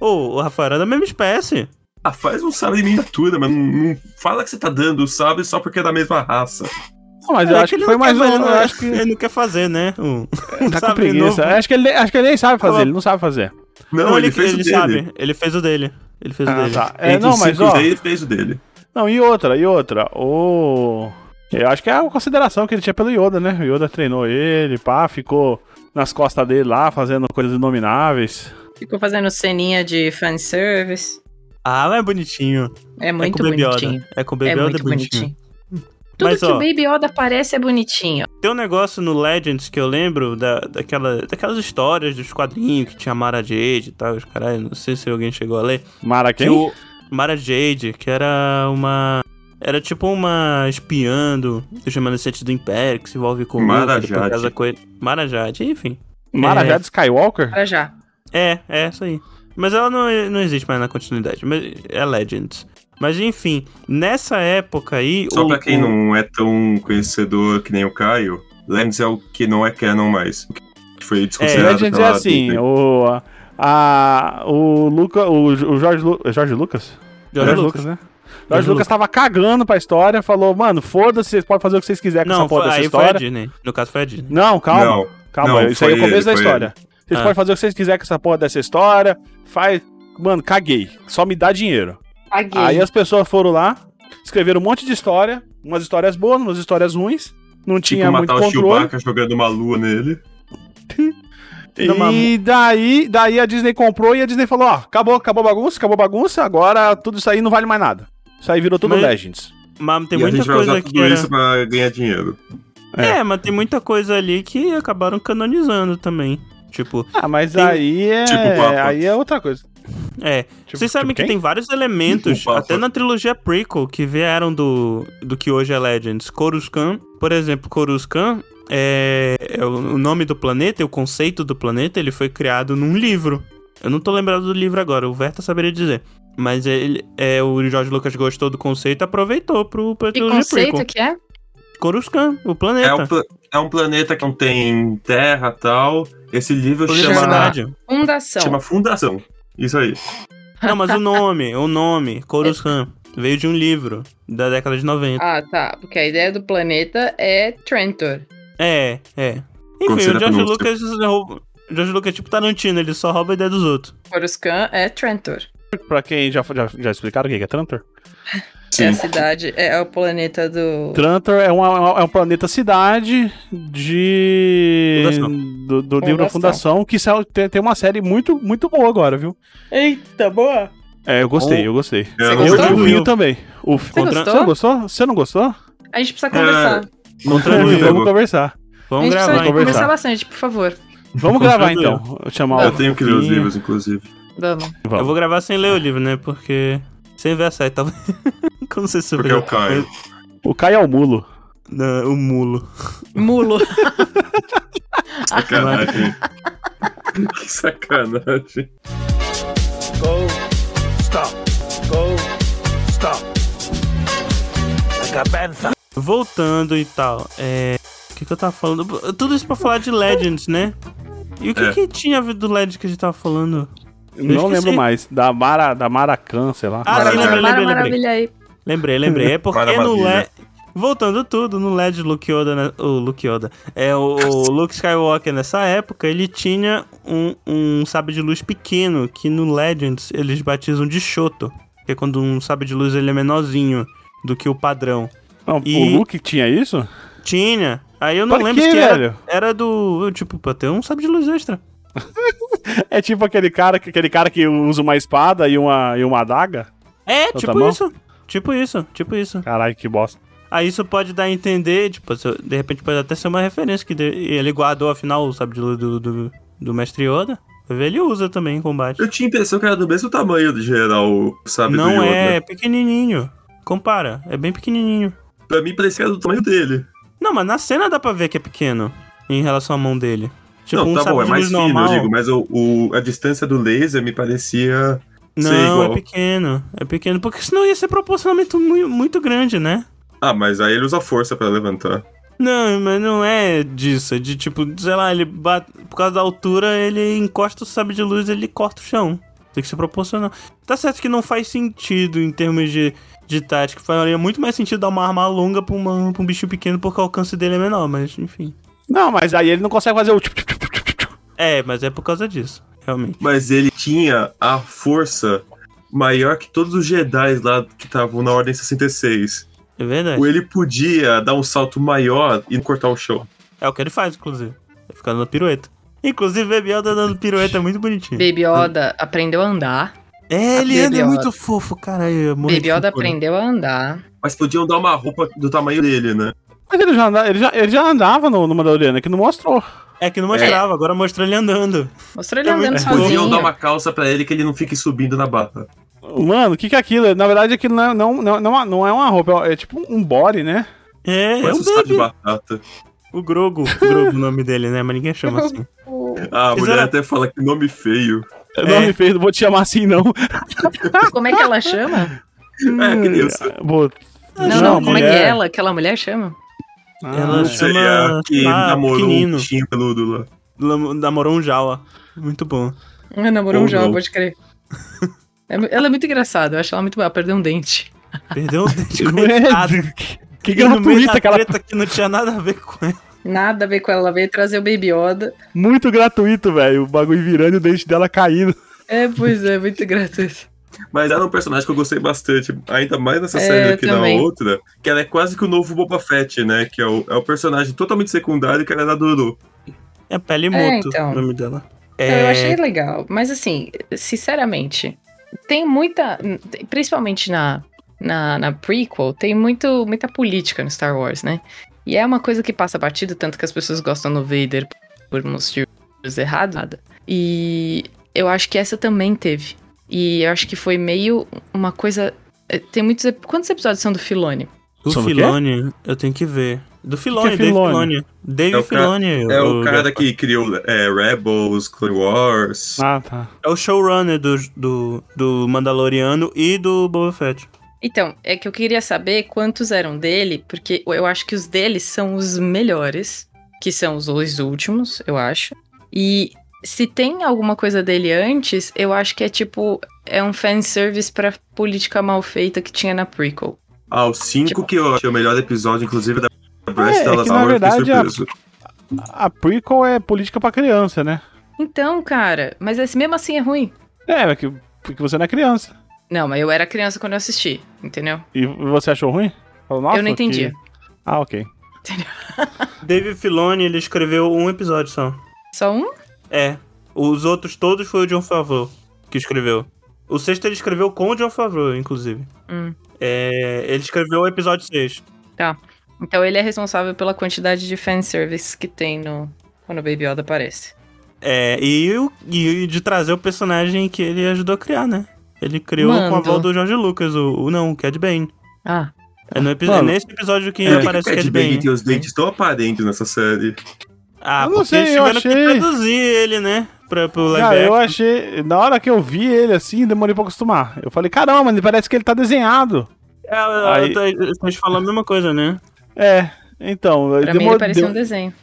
[SPEAKER 1] Ô, o Rafael era da mesma espécie.
[SPEAKER 3] Ah, faz um sabre em miniatura, mas não, não fala que você tá dando o sabre só porque é da mesma raça.
[SPEAKER 4] Não, Mas eu
[SPEAKER 1] É
[SPEAKER 4] acho
[SPEAKER 1] ele
[SPEAKER 4] que
[SPEAKER 1] não
[SPEAKER 4] foi
[SPEAKER 1] quer
[SPEAKER 4] mais um.
[SPEAKER 1] fazer,
[SPEAKER 4] Eu
[SPEAKER 1] né?
[SPEAKER 4] acho que.
[SPEAKER 1] Ele não quer fazer, né? Um-
[SPEAKER 4] Tá com
[SPEAKER 1] sabe,
[SPEAKER 4] preguiça.
[SPEAKER 1] novo. né?
[SPEAKER 4] Acho que, ele, acho que ele nem sabe fazer,
[SPEAKER 1] Fala-
[SPEAKER 4] ele não sabe fazer.
[SPEAKER 3] Não, ele, fez o dele.
[SPEAKER 1] sabe. Ele fez o dele. Ele fez o
[SPEAKER 4] Ah,
[SPEAKER 1] dele.
[SPEAKER 4] tá. É,
[SPEAKER 3] Entre
[SPEAKER 4] não,
[SPEAKER 3] os
[SPEAKER 4] mas
[SPEAKER 3] cinco
[SPEAKER 4] ó.
[SPEAKER 3] dele, ele fez o dele.
[SPEAKER 4] Não, e outra, e outra. O. Eu acho que é uma consideração que ele tinha pelo Yoda, né? O Yoda treinou ele, pá, ficou nas costas dele lá, fazendo coisas inomináveis.
[SPEAKER 2] Ficou fazendo ceninha de fanservice.
[SPEAKER 1] Ah, mas é bonitinho.
[SPEAKER 2] É muito
[SPEAKER 1] é com o Baby
[SPEAKER 2] bonitinho.
[SPEAKER 1] Yoda. É com o Baby
[SPEAKER 2] É
[SPEAKER 1] Yoda
[SPEAKER 2] muito
[SPEAKER 1] é bonitinho. Hum.
[SPEAKER 2] bonitinho. Tudo
[SPEAKER 1] Mas,
[SPEAKER 2] que
[SPEAKER 1] ó,
[SPEAKER 2] o Baby Yoda parece é bonitinho.
[SPEAKER 1] Tem um negócio no Legends que eu lembro da, daquela, daquelas histórias dos quadrinhos que tinha Mara Jade e tal, os caralho, não sei se alguém chegou a ler.
[SPEAKER 4] Mara quem?
[SPEAKER 1] Que o Mara Jade, que era uma. Era tipo uma espiando do remanescente do Império, que se envolve com o Luke,
[SPEAKER 3] Mara
[SPEAKER 1] depois
[SPEAKER 3] Jade.
[SPEAKER 1] casa com ele. Mara Jade, enfim.
[SPEAKER 4] Marajá de Skywalker?
[SPEAKER 2] Para já.
[SPEAKER 1] É, é isso aí. Mas ela não, não existe mais na continuidade. Mas é Legends. Mas enfim, nessa época aí.
[SPEAKER 3] Só
[SPEAKER 1] o-
[SPEAKER 3] pra quem não é tão conhecedor que nem o Caio, Legends é o que não é canon mais. o Que foi desconsiderado
[SPEAKER 4] Legends é
[SPEAKER 3] pela
[SPEAKER 4] assim,
[SPEAKER 3] Disney.
[SPEAKER 4] o. a- A, o Luca, o, J- o Jorge, Lu, é Jorge Lucas?
[SPEAKER 1] George Lucas.
[SPEAKER 4] né? Jorge,
[SPEAKER 1] Jorge
[SPEAKER 4] Lucas tava cagando pra história, falou, mano, foda-se, vocês podem fazer o que vocês quiserem com
[SPEAKER 1] Não,
[SPEAKER 4] essa porra
[SPEAKER 1] foi,
[SPEAKER 4] dessa
[SPEAKER 1] aí foi a
[SPEAKER 4] história.
[SPEAKER 1] Disney. No caso foi a Disney.
[SPEAKER 3] Uhum.
[SPEAKER 4] Não, calma.
[SPEAKER 3] Não,
[SPEAKER 4] Calma,
[SPEAKER 3] Não,
[SPEAKER 4] isso aí é o
[SPEAKER 3] foi
[SPEAKER 4] começo
[SPEAKER 3] ele,
[SPEAKER 4] da
[SPEAKER 3] foi
[SPEAKER 4] história. Vocês
[SPEAKER 1] Ah.
[SPEAKER 4] podem fazer o que vocês quiserem com essa porra dessa história. Faz. Mano, caguei. Só me dá dinheiro.
[SPEAKER 2] Paguei.
[SPEAKER 4] Aí as pessoas foram lá, escreveram um monte de história. Umas histórias boas, umas histórias ruins. Não tinha
[SPEAKER 3] tipo
[SPEAKER 4] muito
[SPEAKER 3] matar o
[SPEAKER 4] controle.
[SPEAKER 3] Chewbacca jogando uma lua nele.
[SPEAKER 1] Numa-
[SPEAKER 4] E daí, daí a Disney comprou e a Disney falou: ó, acabou, acabou a bagunça, acabou a bagunça, agora tudo isso aí não vale mais nada. Isso aí virou tudo
[SPEAKER 1] Mas-
[SPEAKER 4] Legends.
[SPEAKER 1] Mas tem
[SPEAKER 3] e a
[SPEAKER 1] muita
[SPEAKER 3] gente vai usar
[SPEAKER 1] coisa que
[SPEAKER 3] tudo
[SPEAKER 1] era...
[SPEAKER 3] isso pra ganhar dinheiro.
[SPEAKER 1] é. mas tem muita coisa ali que acabaram canonizando também. Tipo,
[SPEAKER 4] Ah, mas
[SPEAKER 1] Tem-
[SPEAKER 4] aí é.
[SPEAKER 3] Tipo Papa.
[SPEAKER 4] aí é outra coisa.
[SPEAKER 1] é.
[SPEAKER 4] Tipo-
[SPEAKER 1] Vocês sabem
[SPEAKER 4] tipo
[SPEAKER 1] que
[SPEAKER 4] quem?
[SPEAKER 1] tem vários elementos,
[SPEAKER 3] O Papa.
[SPEAKER 1] até na trilogia prequel, que vieram do, do que hoje é Legends. Coruscant, por exemplo, Coruscant é, é o o nome do planeta, e o conceito do planeta, ele foi criado num livro. Eu não tô lembrado do livro agora, o Verta saberia dizer. Mas ele, é, o Jorge Lucas gostou do conceito e aproveitou pro, pra
[SPEAKER 2] Que
[SPEAKER 1] trilogia
[SPEAKER 2] conceito
[SPEAKER 1] prequel.
[SPEAKER 2] que é?
[SPEAKER 1] Coruscant, o
[SPEAKER 3] É
[SPEAKER 1] planeta.
[SPEAKER 3] um, pla- é um planeta que não tem terra e tal. Esse livro chama,
[SPEAKER 1] Universidade.
[SPEAKER 2] Fundação.
[SPEAKER 3] chama Fundação. Isso aí.
[SPEAKER 1] Não, mas o nome, o nome, Coruscant, veio de um livro da década de 90.
[SPEAKER 2] Ah, tá. Porque a ideia do planeta é Trentor.
[SPEAKER 1] É, é.
[SPEAKER 3] Quando
[SPEAKER 1] Enfim,
[SPEAKER 3] você
[SPEAKER 1] o
[SPEAKER 3] dá
[SPEAKER 1] George
[SPEAKER 3] pronúncia.
[SPEAKER 1] Lucas rouba. o George Lucas é tipo Tarantino, ele só rouba a ideia dos outros.
[SPEAKER 2] Coruscant é Trentor.
[SPEAKER 4] Pra quem já, já, já explicaram o que que é Trantor?
[SPEAKER 2] É a
[SPEAKER 3] Sim.
[SPEAKER 2] cidade, é o planeta do.
[SPEAKER 4] Trantor é, uma, é um planeta cidade de.
[SPEAKER 1] Fundação.
[SPEAKER 4] Do, do livro
[SPEAKER 2] Fundação.
[SPEAKER 4] Fundação, que saiu- tem, tem uma série muito, muito boa agora, viu?
[SPEAKER 2] Eita, boa!
[SPEAKER 4] É, eu gostei, eu gostei.
[SPEAKER 3] Eu
[SPEAKER 2] Você
[SPEAKER 4] Eu
[SPEAKER 2] gostou?
[SPEAKER 4] e o
[SPEAKER 3] não
[SPEAKER 4] Will
[SPEAKER 3] vi.
[SPEAKER 4] também. O,
[SPEAKER 2] Você
[SPEAKER 1] Contra-
[SPEAKER 2] gostou?
[SPEAKER 4] Você gostou? Você não gostou?
[SPEAKER 2] A gente precisa conversar.
[SPEAKER 1] Contra
[SPEAKER 3] Tranquilo.
[SPEAKER 1] Will.
[SPEAKER 4] Vamos conversar.
[SPEAKER 2] a
[SPEAKER 1] Vamos É,
[SPEAKER 2] gente precisa
[SPEAKER 1] gravar,
[SPEAKER 4] vamos
[SPEAKER 1] então.
[SPEAKER 4] conversar.
[SPEAKER 2] conversar bastante, por favor.
[SPEAKER 4] Vamos gravar então. Chamar
[SPEAKER 3] Eu tenho que ler os
[SPEAKER 4] Fofinho.
[SPEAKER 3] livros, inclusive.
[SPEAKER 2] Vamos.
[SPEAKER 4] Vamos.
[SPEAKER 1] Eu vou gravar sem ler o livro, né? Porque. Sem ver a série, talvez. Como você
[SPEAKER 3] Porque
[SPEAKER 1] sobrou.
[SPEAKER 3] eu caio.
[SPEAKER 4] O Caio é o mulo.
[SPEAKER 1] Não, o mulo.
[SPEAKER 2] Mulo.
[SPEAKER 1] Ah,
[SPEAKER 3] Sacanagem. que sacanagem.
[SPEAKER 6] Go, stop, go, stop. Like a panther.
[SPEAKER 1] Voltando e tal. É. O que, que eu tava falando? Tudo isso pra falar de Legends, né? E o que,
[SPEAKER 3] É.
[SPEAKER 1] que tinha a ver do Legends que a gente tava falando?
[SPEAKER 4] Não
[SPEAKER 1] esqueci.
[SPEAKER 4] lembro mais. Da, Mara, da Maracan, sei lá.
[SPEAKER 1] Ah, sim,
[SPEAKER 3] Maravilha.
[SPEAKER 1] lembrei,
[SPEAKER 2] Para
[SPEAKER 1] lembrei, lembrei.
[SPEAKER 2] maravilha aí.
[SPEAKER 1] Lembrei, lembrei. É porque
[SPEAKER 3] Maravilha.
[SPEAKER 1] no LED. Voltando tudo, no LED Luke Yoda. né? O Luke Yoda. É, o, o Luke Skywalker nessa época, ele tinha um, um sabre de luz pequeno, que no Legends eles batizam de Shoto. Que é quando um sabre de luz ele é menorzinho do que o padrão.
[SPEAKER 4] Não,
[SPEAKER 1] E-
[SPEAKER 4] O Luke tinha isso?
[SPEAKER 1] Tinha. Aí eu não
[SPEAKER 4] Pra
[SPEAKER 1] lembro
[SPEAKER 4] quê,
[SPEAKER 1] se era,
[SPEAKER 4] velho?
[SPEAKER 1] era do. Tipo, pra ter um sabre de luz extra.
[SPEAKER 4] É tipo aquele cara, que- aquele cara que usa uma espada e uma, e uma adaga.
[SPEAKER 1] É,
[SPEAKER 4] tá
[SPEAKER 1] tipo
[SPEAKER 4] bom.
[SPEAKER 1] isso. Tipo isso, tipo isso.
[SPEAKER 4] Caralho, que bosta.
[SPEAKER 1] Aí isso pode dar a entender, tipo, se- de repente pode até ser uma referência, que de- ele guardou afinal o sabre de luz do, do, do Mestre Yoda. Vai ver, Ele usa também em combate.
[SPEAKER 3] Eu tinha a impressão que era do mesmo tamanho do geral, sabe? do
[SPEAKER 1] Não
[SPEAKER 3] Yoda.
[SPEAKER 1] é, é pequenininho. Compara, é bem pequenininho.
[SPEAKER 3] Pra mim parecia do tamanho dele.
[SPEAKER 1] Não, mas na cena dá pra ver que é pequeno em relação à mão dele. Tipo,
[SPEAKER 3] não,
[SPEAKER 1] um
[SPEAKER 3] tá
[SPEAKER 1] sabre
[SPEAKER 3] bom, é
[SPEAKER 1] de
[SPEAKER 3] mais
[SPEAKER 1] luz
[SPEAKER 3] fino,
[SPEAKER 1] normal.
[SPEAKER 3] eu digo, mas o, o- a distância do laser me parecia. sei,
[SPEAKER 1] não,
[SPEAKER 3] igual.
[SPEAKER 1] é pequeno. É pequeno, porque senão ia ser proporcionamento mu- muito grande, né?
[SPEAKER 3] Ah, mas aí ele usa força pra levantar.
[SPEAKER 1] Não, mas não é disso. É de tipo, sei lá, ele bate. Por causa da altura, ele encosta o sabre de luz ele corta o chão. Tem que ser proporcional. Tá certo que não faz sentido em termos de, de tática. Faria muito mais sentido dar uma arma longa pra, uma, pra um bicho pequeno porque o alcance dele é menor, mas enfim.
[SPEAKER 4] Não, mas aí ele não consegue fazer o. tchup, tchup, tchup, tchup, tchup.
[SPEAKER 1] É, mas é por causa disso, realmente.
[SPEAKER 3] Mas ele tinha a força maior que todos os Jedi lá que estavam na Ordem 66.
[SPEAKER 1] É verdade.
[SPEAKER 3] Ou ele podia dar um salto maior e cortar o chão.
[SPEAKER 1] É o que ele faz, inclusive. É ficar dando pirueta. Inclusive, Baby Yoda dando pirueta é muito bonitinho.
[SPEAKER 2] Baby Yoda aprendeu a andar.
[SPEAKER 1] É, ele anda
[SPEAKER 2] Baby
[SPEAKER 1] é
[SPEAKER 2] Yoda.
[SPEAKER 1] muito fofo, cara. Eu morro de
[SPEAKER 2] Baby Yoda
[SPEAKER 1] fofura.
[SPEAKER 2] aprendeu a andar.
[SPEAKER 3] Mas podiam dar uma roupa do tamanho dele, né?
[SPEAKER 4] Mas ele já, anda- ele já, ele já andava no, no Mandaloriano, que não mostrou.
[SPEAKER 1] É que não mostrava, agora mostrou ele andando.
[SPEAKER 2] Mostrou ele
[SPEAKER 1] É
[SPEAKER 2] andando
[SPEAKER 1] muito
[SPEAKER 2] sozinho.
[SPEAKER 3] Podiam dar uma calça pra ele que ele não fique subindo na barra.
[SPEAKER 4] Mano, o que, que é aquilo? Na verdade, aquilo não é, não, não, não, não é uma roupa, é é tipo um body, né?
[SPEAKER 1] É, é
[SPEAKER 3] Parece
[SPEAKER 1] um
[SPEAKER 3] um saco de
[SPEAKER 1] baby.
[SPEAKER 3] batata.
[SPEAKER 1] O Grogo, o Grogo o nome dele, né? Mas ninguém chama assim.
[SPEAKER 3] Ah, a
[SPEAKER 1] Fizeram-
[SPEAKER 3] mulher até fala que nome feio.
[SPEAKER 4] É. Não me fez, não vou te chamar assim, não.
[SPEAKER 2] Como é que ela chama?
[SPEAKER 1] Hum,
[SPEAKER 3] É, criança.
[SPEAKER 4] Vou-
[SPEAKER 2] Não, não, como é que ela? Aquela mulher chama?
[SPEAKER 4] Ah,
[SPEAKER 1] Ela-
[SPEAKER 3] Não sei,
[SPEAKER 1] chama-
[SPEAKER 3] é a que
[SPEAKER 1] ah,
[SPEAKER 3] namorou um
[SPEAKER 1] pequenino.
[SPEAKER 3] bichinho peludo lá.
[SPEAKER 1] Lam- Namorou um Jawa. Muito bom.
[SPEAKER 2] Ela namorou
[SPEAKER 3] Ou
[SPEAKER 2] um jovem,
[SPEAKER 3] não.
[SPEAKER 2] pode crer. É mu- Ela é muito engraçada, eu acho ela muito boa. Ela perdeu um dente.
[SPEAKER 1] Perdeu o dente, coitado.
[SPEAKER 4] Ué, que- Que
[SPEAKER 1] E no meio
[SPEAKER 4] gratuita
[SPEAKER 1] da
[SPEAKER 4] aquela.
[SPEAKER 1] treta que não tinha nada a ver com ele.
[SPEAKER 2] Nada a ver com ela, ela veio trazer o Baby Yoda.
[SPEAKER 4] Muito gratuito, velho. O bagulho virando e o dente dela caindo.
[SPEAKER 2] É, pois é, muito gratuito.
[SPEAKER 3] Mas ela é um personagem que eu gostei bastante, ainda mais nessa
[SPEAKER 2] É, eu
[SPEAKER 3] série do que na
[SPEAKER 2] também.
[SPEAKER 3] outra, que ela é quase que o novo Boba Fett, né? Que é o, é o personagem totalmente secundário que ela adorou.
[SPEAKER 1] É Pele Moto,
[SPEAKER 2] então.
[SPEAKER 1] o nome dela.
[SPEAKER 2] Então, Eu
[SPEAKER 1] É,
[SPEAKER 2] achei legal, mas assim, sinceramente, tem muita. Principalmente na, na, na prequel, tem muito, muita política no Star Wars, né? E é uma coisa que passa batido, tanto que as pessoas gostam do Vader por motivos errados. nada. E eu acho que essa também teve. E eu acho que foi meio uma coisa. eh, Tem muitos. ep- Quantos episódios são do Filone?
[SPEAKER 1] Do
[SPEAKER 4] Sobre o quê?
[SPEAKER 1] Filone, eu tenho que ver. Do Filone,
[SPEAKER 4] que é
[SPEAKER 1] Dave
[SPEAKER 4] Filoni?
[SPEAKER 1] Filone. Dave
[SPEAKER 3] É o cara-
[SPEAKER 1] Filone.
[SPEAKER 3] É o cara que criou é, Rebels, Clone Wars.
[SPEAKER 4] Ah, tá.
[SPEAKER 1] É o showrunner do, do, do Mandaloriano e do Boba Fett.
[SPEAKER 2] Então, é que eu queria saber quantos eram dele, porque eu acho que os deles são os melhores, que são os dois últimos, eu acho. E se tem alguma coisa dele antes, eu acho que é tipo é um fanservice pra política mal feita que tinha na prequel.
[SPEAKER 3] Ah, o 5 que eu achei o melhor episódio, inclusive, da
[SPEAKER 4] É, é
[SPEAKER 3] Breast
[SPEAKER 4] que,
[SPEAKER 3] Dallas
[SPEAKER 4] na
[SPEAKER 3] Hour, eu fiquei
[SPEAKER 4] verdade, a-
[SPEAKER 3] surpreso.
[SPEAKER 4] A prequel é política pra criança, né?
[SPEAKER 2] Então, cara, mas esse mesmo assim é ruim.
[SPEAKER 4] É, é que- porque você não é criança.
[SPEAKER 2] Não, mas eu era criança quando eu assisti, entendeu?
[SPEAKER 4] E você achou ruim? Falou, "Nossa,
[SPEAKER 2] eu não
[SPEAKER 4] que-"
[SPEAKER 2] entendi.
[SPEAKER 4] Ah, ok.
[SPEAKER 1] Dave Filone, ele escreveu um episódio só.
[SPEAKER 2] Só um?
[SPEAKER 1] É. Os outros todos foi o John Favreau que escreveu. O sexto ele escreveu com o John Favreau, inclusive.
[SPEAKER 2] Hum.
[SPEAKER 1] É, ele escreveu o episódio 6.
[SPEAKER 2] Então ele é responsável pela quantidade de fanservice que tem no quando o Baby Yoda aparece.
[SPEAKER 1] É, e, o- e de trazer o personagem que ele ajudou a criar, né? Ele criou com a
[SPEAKER 2] Mando.
[SPEAKER 1] volta do George Lucas, o, o não, o Cad Bane.
[SPEAKER 2] Ah,
[SPEAKER 1] É, no epi-
[SPEAKER 4] Mano.
[SPEAKER 1] é nesse episódio que
[SPEAKER 3] Por
[SPEAKER 1] aparece o
[SPEAKER 3] que o
[SPEAKER 4] é
[SPEAKER 1] Cad
[SPEAKER 3] Cat
[SPEAKER 1] Bane.
[SPEAKER 3] Bane É, tem os dentes
[SPEAKER 4] né?
[SPEAKER 3] tão aparentes nessa série?
[SPEAKER 1] Ah,
[SPEAKER 4] Eu não
[SPEAKER 1] porque
[SPEAKER 4] sei,
[SPEAKER 1] eles
[SPEAKER 4] eu
[SPEAKER 1] tiveram que
[SPEAKER 4] achei.
[SPEAKER 1] traduzir ele, né? Pra, pro live
[SPEAKER 4] Cara, eu
[SPEAKER 1] action.
[SPEAKER 4] achei. Na hora que eu vi ele assim, demorei pra acostumar. Eu falei, caramba, ele parece que ele tá desenhado.
[SPEAKER 1] É, eu-
[SPEAKER 4] Aí-
[SPEAKER 1] eu- Vocês falam a mesma coisa, né?
[SPEAKER 4] É, então.
[SPEAKER 2] pra mim ele
[SPEAKER 4] demor-
[SPEAKER 2] parecia
[SPEAKER 4] dem-
[SPEAKER 2] um desenho.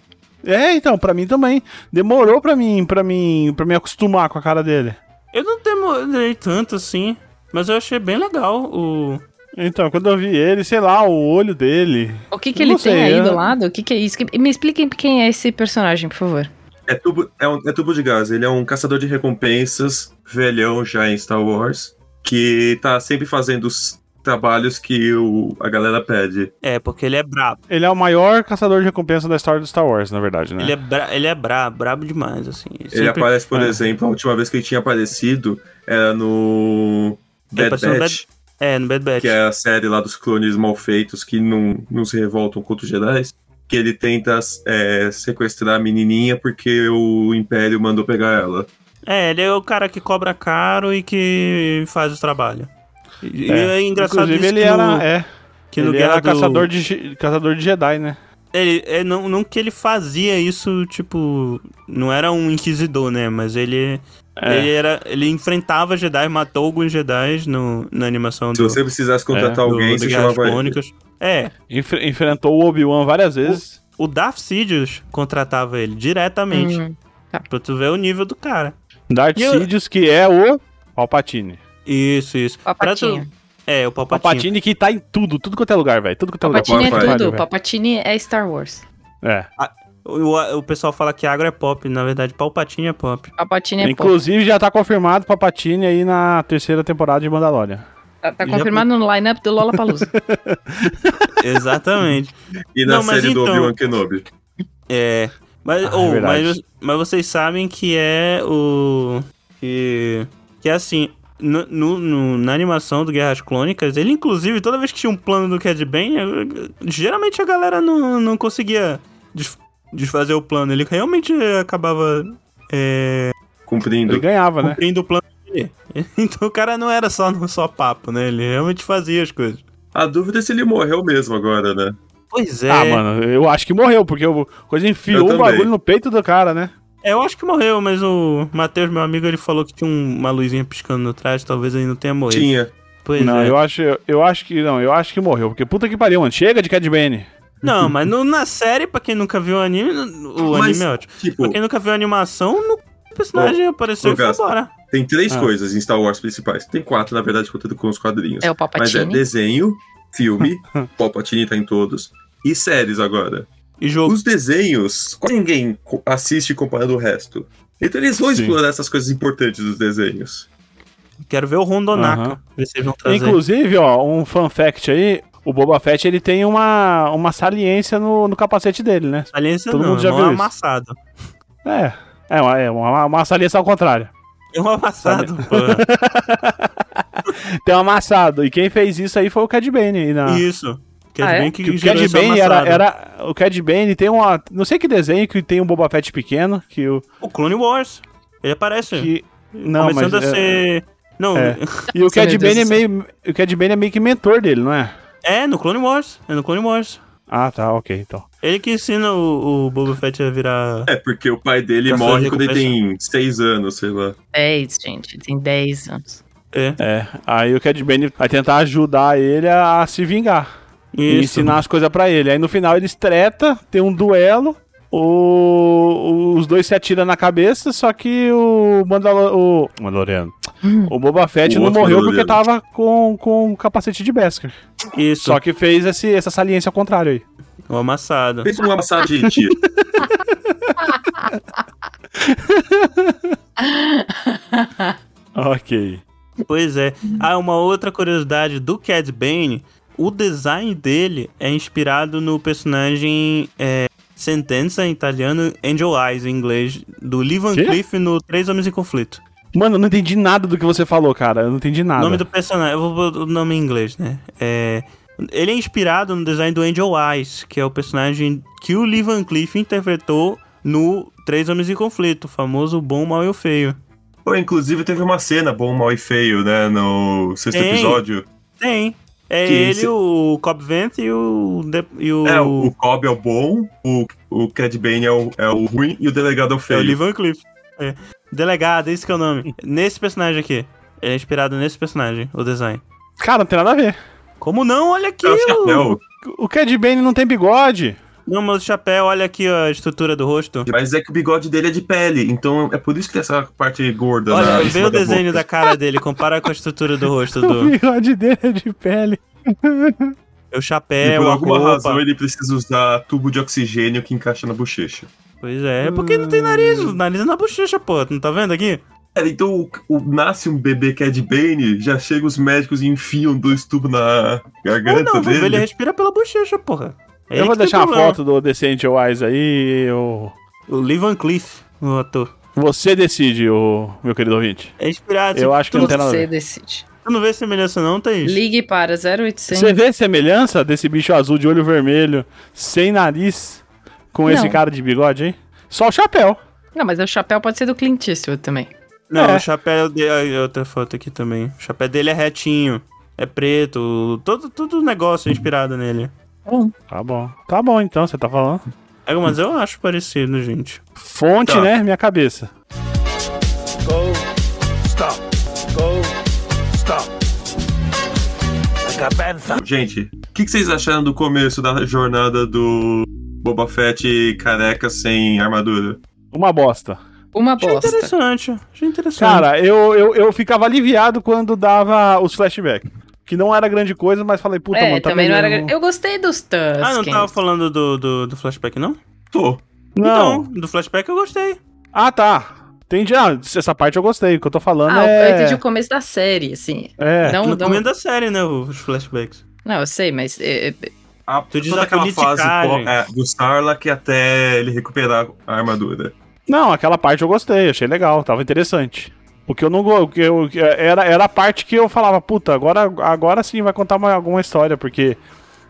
[SPEAKER 4] É, então, pra mim também. Demorou pra mim, pra mim, pra me acostumar com a cara dele.
[SPEAKER 1] Eu não demorei tanto assim, mas eu achei bem legal o.
[SPEAKER 4] Então, quando eu vi ele, sei lá, o olho dele.
[SPEAKER 2] O que, que
[SPEAKER 4] Eu
[SPEAKER 2] ele
[SPEAKER 4] não sei,
[SPEAKER 2] tem aí
[SPEAKER 4] eu-
[SPEAKER 2] do lado? O que, que é isso? Que- Me expliquem quem é esse personagem, por favor.
[SPEAKER 3] É tubo, é, um- é tubo de gás, ele é um caçador de recompensas, velhão já em Star Wars, que tá sempre fazendo os trabalhos que o- a galera pede.
[SPEAKER 1] É, porque ele é brabo.
[SPEAKER 4] Ele é o maior caçador de recompensa da história do Star Wars, na verdade, né?
[SPEAKER 1] Ele é, bra... ele é brabo, brabo demais, assim.
[SPEAKER 3] Ele
[SPEAKER 1] Sempre-
[SPEAKER 3] aparece, por
[SPEAKER 4] é.
[SPEAKER 3] exemplo, a última vez que ele tinha aparecido era no
[SPEAKER 1] Ele
[SPEAKER 3] Bad
[SPEAKER 1] apareceu no
[SPEAKER 3] Batch,
[SPEAKER 1] É, no Bad Batch.
[SPEAKER 3] que é a série lá dos clones mal feitos que não, não se revoltam contra os Jedi, que ele tenta é, sequestrar a menininha porque o Império mandou pegar ela.
[SPEAKER 1] É, ele é o cara que cobra caro e que faz o trabalho. E e
[SPEAKER 4] É.
[SPEAKER 1] é, engraçado
[SPEAKER 4] Inclusive,
[SPEAKER 1] isso
[SPEAKER 4] ele
[SPEAKER 1] que
[SPEAKER 4] era,
[SPEAKER 1] no,
[SPEAKER 4] é,
[SPEAKER 1] que no
[SPEAKER 4] ele
[SPEAKER 1] Guerra
[SPEAKER 4] era
[SPEAKER 1] do-
[SPEAKER 4] caçador, de, Je- caçador de Jedi, né?
[SPEAKER 1] Ele, é, não, não que ele fazia isso, tipo... Não era um inquisidor, né? Mas ele...
[SPEAKER 4] É.
[SPEAKER 1] Ele, era, ele enfrentava Jedi, matou alguns Jedi no, na animação
[SPEAKER 3] Se
[SPEAKER 1] do,
[SPEAKER 3] você precisasse contratar
[SPEAKER 1] do,
[SPEAKER 3] alguém,
[SPEAKER 1] do
[SPEAKER 3] você
[SPEAKER 1] Guerras
[SPEAKER 3] chamava ele.
[SPEAKER 1] Clônicas. É,
[SPEAKER 4] Enf- enfrentou o Obi-Wan várias vezes.
[SPEAKER 1] o Darth Sidious contratava ele diretamente.
[SPEAKER 2] Hum,
[SPEAKER 1] Pra tu ver o nível do cara.
[SPEAKER 4] Darth
[SPEAKER 1] E eu-
[SPEAKER 4] Sidious, que é o Palpatine.
[SPEAKER 1] Isso, isso. Pra tu-
[SPEAKER 2] Papatini.
[SPEAKER 1] É, o Palpatine.
[SPEAKER 4] Palpatine que tá em tudo, tudo quanto é lugar, velho. Tudo quanto é lugar.
[SPEAKER 2] Papatini é
[SPEAKER 3] Papai,
[SPEAKER 4] Palpatine,
[SPEAKER 2] tudo.
[SPEAKER 4] velho.
[SPEAKER 2] Papatini é Star Wars.
[SPEAKER 4] É.
[SPEAKER 1] O, o pessoal fala que agro é pop, na verdade, Palpatine é pop.
[SPEAKER 2] Papatini é pop.
[SPEAKER 4] Inclusive, já tá confirmado Papatine aí na terceira temporada de Mandalorian.
[SPEAKER 2] Tá, tá
[SPEAKER 1] Já-
[SPEAKER 2] confirmado no lineup do Lollapalooza. É
[SPEAKER 1] Exatamente.
[SPEAKER 3] E na
[SPEAKER 1] Não, mas
[SPEAKER 3] série do
[SPEAKER 1] então-
[SPEAKER 3] Obi-Wan Kenobi.
[SPEAKER 1] É. Mas,
[SPEAKER 4] Ah, é
[SPEAKER 1] ou,
[SPEAKER 4] verdade.
[SPEAKER 1] mas, mas vocês sabem que é o. Que. Que é assim. No, no- no- na animação do Guerras Clônicas, ele inclusive, toda vez que tinha um plano do Cad Bane, eu- eu- geralmente a galera não, não conseguia des- desfazer o plano. Ele realmente acabava é,
[SPEAKER 4] Ele
[SPEAKER 3] Cumprindo.
[SPEAKER 4] ganhava, né?
[SPEAKER 1] cumprindo o plano dele. Então o cara não era só no só papo, né? Ele realmente fazia as coisas.
[SPEAKER 3] A dúvida é se ele morreu mesmo agora, né?
[SPEAKER 1] Pois é.
[SPEAKER 4] Ah, mano, eu acho que morreu, porque o coisa
[SPEAKER 3] Eu
[SPEAKER 4] enfiou o
[SPEAKER 3] também.
[SPEAKER 4] bagulho no peito do cara, né?
[SPEAKER 1] É, eu acho que morreu, mas o Matheus, meu amigo, ele falou que tinha um- uma luzinha piscando atrás, talvez ele não tenha morrido.
[SPEAKER 3] Tinha.
[SPEAKER 1] Pois
[SPEAKER 4] não,
[SPEAKER 1] é.
[SPEAKER 4] eu acho, eu acho que não, eu acho que morreu, porque puta que pariu, mano. Chega de Cad Bane.
[SPEAKER 1] Não, mas no- na série, pra quem nunca viu o anime, o
[SPEAKER 3] Mas,
[SPEAKER 1] anime é ótimo.
[SPEAKER 3] Tipo,
[SPEAKER 1] Pra quem nunca viu a animação, o personagem apareceu
[SPEAKER 3] ô,
[SPEAKER 1] e foi
[SPEAKER 3] Gas.
[SPEAKER 1] embora.
[SPEAKER 3] tem três
[SPEAKER 4] Ah.
[SPEAKER 3] coisas em Star Wars principais. Tem quatro, na verdade, contando com os quadrinhos.
[SPEAKER 2] É o
[SPEAKER 3] Mas é
[SPEAKER 2] Palpatine.
[SPEAKER 3] desenho, filme, Palpatine tá em todos, e séries agora.
[SPEAKER 1] E jogo.
[SPEAKER 3] Os desenhos, quase ninguém co- assiste comparando o resto. Então eles vão
[SPEAKER 4] Sim.
[SPEAKER 3] explorar essas coisas importantes dos desenhos.
[SPEAKER 1] Quero ver o Rondonaka.
[SPEAKER 4] Aham.
[SPEAKER 1] Ver se eles vão trazer.
[SPEAKER 4] Inclusive, ó, um fun fact aí, o Boba Fett, ele tem uma, uma saliência no, no capacete dele, né?
[SPEAKER 1] Aliança
[SPEAKER 4] todo
[SPEAKER 1] não,
[SPEAKER 4] mundo já
[SPEAKER 1] mão
[SPEAKER 4] viu isso.
[SPEAKER 1] amassado.
[SPEAKER 4] É, é uma, é uma, uma saliência ao contrário.
[SPEAKER 1] É um amassado, pô.
[SPEAKER 4] Tem um amassado, e quem fez isso aí foi o Cad Bane aí na...
[SPEAKER 1] Isso. Quer
[SPEAKER 2] Ah, é?
[SPEAKER 1] bem que,
[SPEAKER 4] Que o
[SPEAKER 1] gerou
[SPEAKER 4] Cad
[SPEAKER 1] esse
[SPEAKER 4] Bane era,
[SPEAKER 1] amassado.
[SPEAKER 4] era. O Cad Bane tem uma. Não sei que desenho que tem um Boba Fett pequeno. Que o.
[SPEAKER 1] O Clone Wars. Ele aparece.
[SPEAKER 4] Que, não,
[SPEAKER 1] começando
[SPEAKER 4] mas.
[SPEAKER 1] a
[SPEAKER 4] é-
[SPEAKER 1] ser. Não,
[SPEAKER 4] é.
[SPEAKER 1] é.
[SPEAKER 4] E o
[SPEAKER 2] Nossa,
[SPEAKER 4] Cad
[SPEAKER 2] meu Deus
[SPEAKER 4] Bane é
[SPEAKER 2] do
[SPEAKER 4] meio. O Cad Bane é meio que mentor dele, não é?
[SPEAKER 1] no Clone Wars. É no Clone Wars.
[SPEAKER 4] Ah, tá, ok, então.
[SPEAKER 1] Ele que ensina o, o Boba Fett a virar.
[SPEAKER 3] É, porque o pai dele
[SPEAKER 1] Caçador de
[SPEAKER 3] morre quando ele
[SPEAKER 1] recompensa.
[SPEAKER 3] tem seis anos, sei lá.
[SPEAKER 2] 10, gente. Tem 10 anos.
[SPEAKER 1] É.
[SPEAKER 4] É. Aí o Cad Bane vai tentar ajudar ele a, a se vingar. E
[SPEAKER 1] Isso.
[SPEAKER 4] ensinar as coisas pra ele. Aí no final eles treta, tem um duelo. o- os dois se atiram na cabeça, só que o Mandalor, o Mandaloriano. O Boba Fett
[SPEAKER 3] O
[SPEAKER 4] não
[SPEAKER 3] outro
[SPEAKER 4] morreu porque
[SPEAKER 3] Mandaloriano.
[SPEAKER 4] tava com, com o capacete de Beskar.
[SPEAKER 1] Isso.
[SPEAKER 4] Só que fez esse, essa saliência ao contrário aí.
[SPEAKER 1] O amassado.
[SPEAKER 3] Pensa numa massagem de tiro.
[SPEAKER 4] Ok.
[SPEAKER 1] Pois é. Ah, uma outra curiosidade do Cad Bane, o design dele é inspirado no personagem é, Sentença em italiano, Angel Eyes em inglês, do Lee Van
[SPEAKER 4] Quê?
[SPEAKER 1] Cleef no Três Homens em Conflito.
[SPEAKER 4] Mano, eu não entendi nada do que você falou, cara. Eu não entendi
[SPEAKER 1] O
[SPEAKER 4] nada.
[SPEAKER 1] nome do personagem, eu vou botar o nome em inglês, né? É, ele é inspirado no design do Angel Eyes, que é o personagem que o Lee Van Cleef interpretou no Três Homens em Conflito, o famoso Bom, Mal e o Feio.
[SPEAKER 3] Pô, inclusive teve uma cena, bom, mal e feio, né, no sexto
[SPEAKER 1] Tem.
[SPEAKER 3] episódio.
[SPEAKER 1] Tem. É
[SPEAKER 3] Que
[SPEAKER 1] ele,
[SPEAKER 3] esse-
[SPEAKER 1] o Cobb Vanth e o... de- E o...
[SPEAKER 3] É, o, o Cobb é o bom, o, o Cad Bane é o, é o ruim e o delegado é o
[SPEAKER 1] É o Lee
[SPEAKER 3] feio.
[SPEAKER 1] Van Cleef. É. Delegado, esse que é o nome. Nesse personagem aqui. Ele é inspirado nesse personagem, o design.
[SPEAKER 4] Cara, não tem nada a ver.
[SPEAKER 1] Como não? Olha aqui!
[SPEAKER 3] É o
[SPEAKER 1] o...
[SPEAKER 3] chapéu,
[SPEAKER 4] O Cad Bane não tem bigode.
[SPEAKER 1] Não, mas o chapéu, olha aqui a estrutura do rosto.
[SPEAKER 3] mas é que o bigode dele é de pele, então é por isso que tem essa parte gorda na
[SPEAKER 1] Olha,
[SPEAKER 3] em
[SPEAKER 1] vê
[SPEAKER 3] cima
[SPEAKER 1] o desenho
[SPEAKER 3] boca.
[SPEAKER 1] da cara dele, compara com a estrutura do rosto
[SPEAKER 4] O
[SPEAKER 1] do.
[SPEAKER 4] bigode dele é de pele.
[SPEAKER 1] É O
[SPEAKER 3] e
[SPEAKER 1] chapéu,
[SPEAKER 3] por
[SPEAKER 1] a
[SPEAKER 3] alguma
[SPEAKER 1] roupa.
[SPEAKER 3] razão ele precisa usar tubo de oxigênio que encaixa na bochecha.
[SPEAKER 1] Pois é, é porque não tem nariz. O nariz é na bochecha, pô. Não tá vendo aqui?
[SPEAKER 3] Cara, então o, o- nasce um bebê Cad Bane, já chega os médicos e enfiam dois tubos na
[SPEAKER 1] Ou
[SPEAKER 3] garganta
[SPEAKER 1] não, vamos ver, ele é
[SPEAKER 3] dele.
[SPEAKER 1] respira pela bochecha, porra. É ele
[SPEAKER 4] eu vou
[SPEAKER 1] que tem
[SPEAKER 4] deixar a
[SPEAKER 1] problema.
[SPEAKER 4] foto do Decent Wise aí. Eu...
[SPEAKER 1] O Lee Van Cleef, o ator.
[SPEAKER 4] Você decide, o... meu querido ouvinte.
[SPEAKER 1] É inspirado.
[SPEAKER 4] Eu
[SPEAKER 1] se
[SPEAKER 4] acho que não tem nada a
[SPEAKER 2] Você
[SPEAKER 4] ver.
[SPEAKER 2] decide.
[SPEAKER 1] Tu não vê semelhança, não, Thaís?
[SPEAKER 2] Ligue para
[SPEAKER 4] Você
[SPEAKER 2] 0800.
[SPEAKER 4] vê semelhança desse bicho azul de olho vermelho, sem nariz, com esse
[SPEAKER 2] Não.
[SPEAKER 4] cara de bigode, hein? Só o chapéu.
[SPEAKER 2] Não, mas o chapéu pode ser do Clint Eastwood também.
[SPEAKER 1] Não,
[SPEAKER 4] É.
[SPEAKER 1] o chapéu dele. Outra foto aqui também. O chapéu dele é retinho. É preto. Todo, todo negócio é inspirado nele.
[SPEAKER 4] Tá bom. Tá bom, então, você tá falando.
[SPEAKER 1] É, mas eu acho parecido, gente.
[SPEAKER 4] Fonte,
[SPEAKER 3] Tá.
[SPEAKER 4] né? Minha cabeça.
[SPEAKER 6] Go, stop. Go, stop. Like a panther.
[SPEAKER 3] Gente, o que, que vocês acharam do começo da jornada do Boba Fett careca sem armadura?
[SPEAKER 4] Uma bosta.
[SPEAKER 2] Uma
[SPEAKER 1] Achei
[SPEAKER 2] bosta.
[SPEAKER 1] interessante. Achei interessante.
[SPEAKER 4] Cara, eu, eu, eu ficava aliviado quando dava os flashbacks. Que não era grande coisa, mas falei, puta,
[SPEAKER 2] é,
[SPEAKER 4] mano, tá
[SPEAKER 2] também não era.
[SPEAKER 4] melhorando.
[SPEAKER 2] Eu gostei dos Tuskens.
[SPEAKER 1] ah, não tava falando do, do, do flashback, não?
[SPEAKER 3] Tô.
[SPEAKER 4] Não.
[SPEAKER 1] Então, do flashback eu gostei.
[SPEAKER 4] Ah, tá. Entendi. Ah, essa parte eu gostei. O que eu tô falando
[SPEAKER 2] Ah,
[SPEAKER 4] é...
[SPEAKER 2] eu entendi o começo da série, assim.
[SPEAKER 4] É.
[SPEAKER 2] Não,
[SPEAKER 1] no
[SPEAKER 2] não,
[SPEAKER 1] começo da série, né? Os flashbacks.
[SPEAKER 2] não, eu sei, mas é, é,
[SPEAKER 3] A,
[SPEAKER 1] Tu diz
[SPEAKER 3] toda
[SPEAKER 1] a
[SPEAKER 3] aquela fase
[SPEAKER 1] politicagem.
[SPEAKER 3] pó- é, do Sarlacc até ele recuperar a armadura.
[SPEAKER 4] Não, aquela parte eu gostei. Achei legal. Tava interessante. O que eu não... go- O que eu... era, era a parte que eu falava, puta, agora, agora sim vai contar uma- alguma história, porque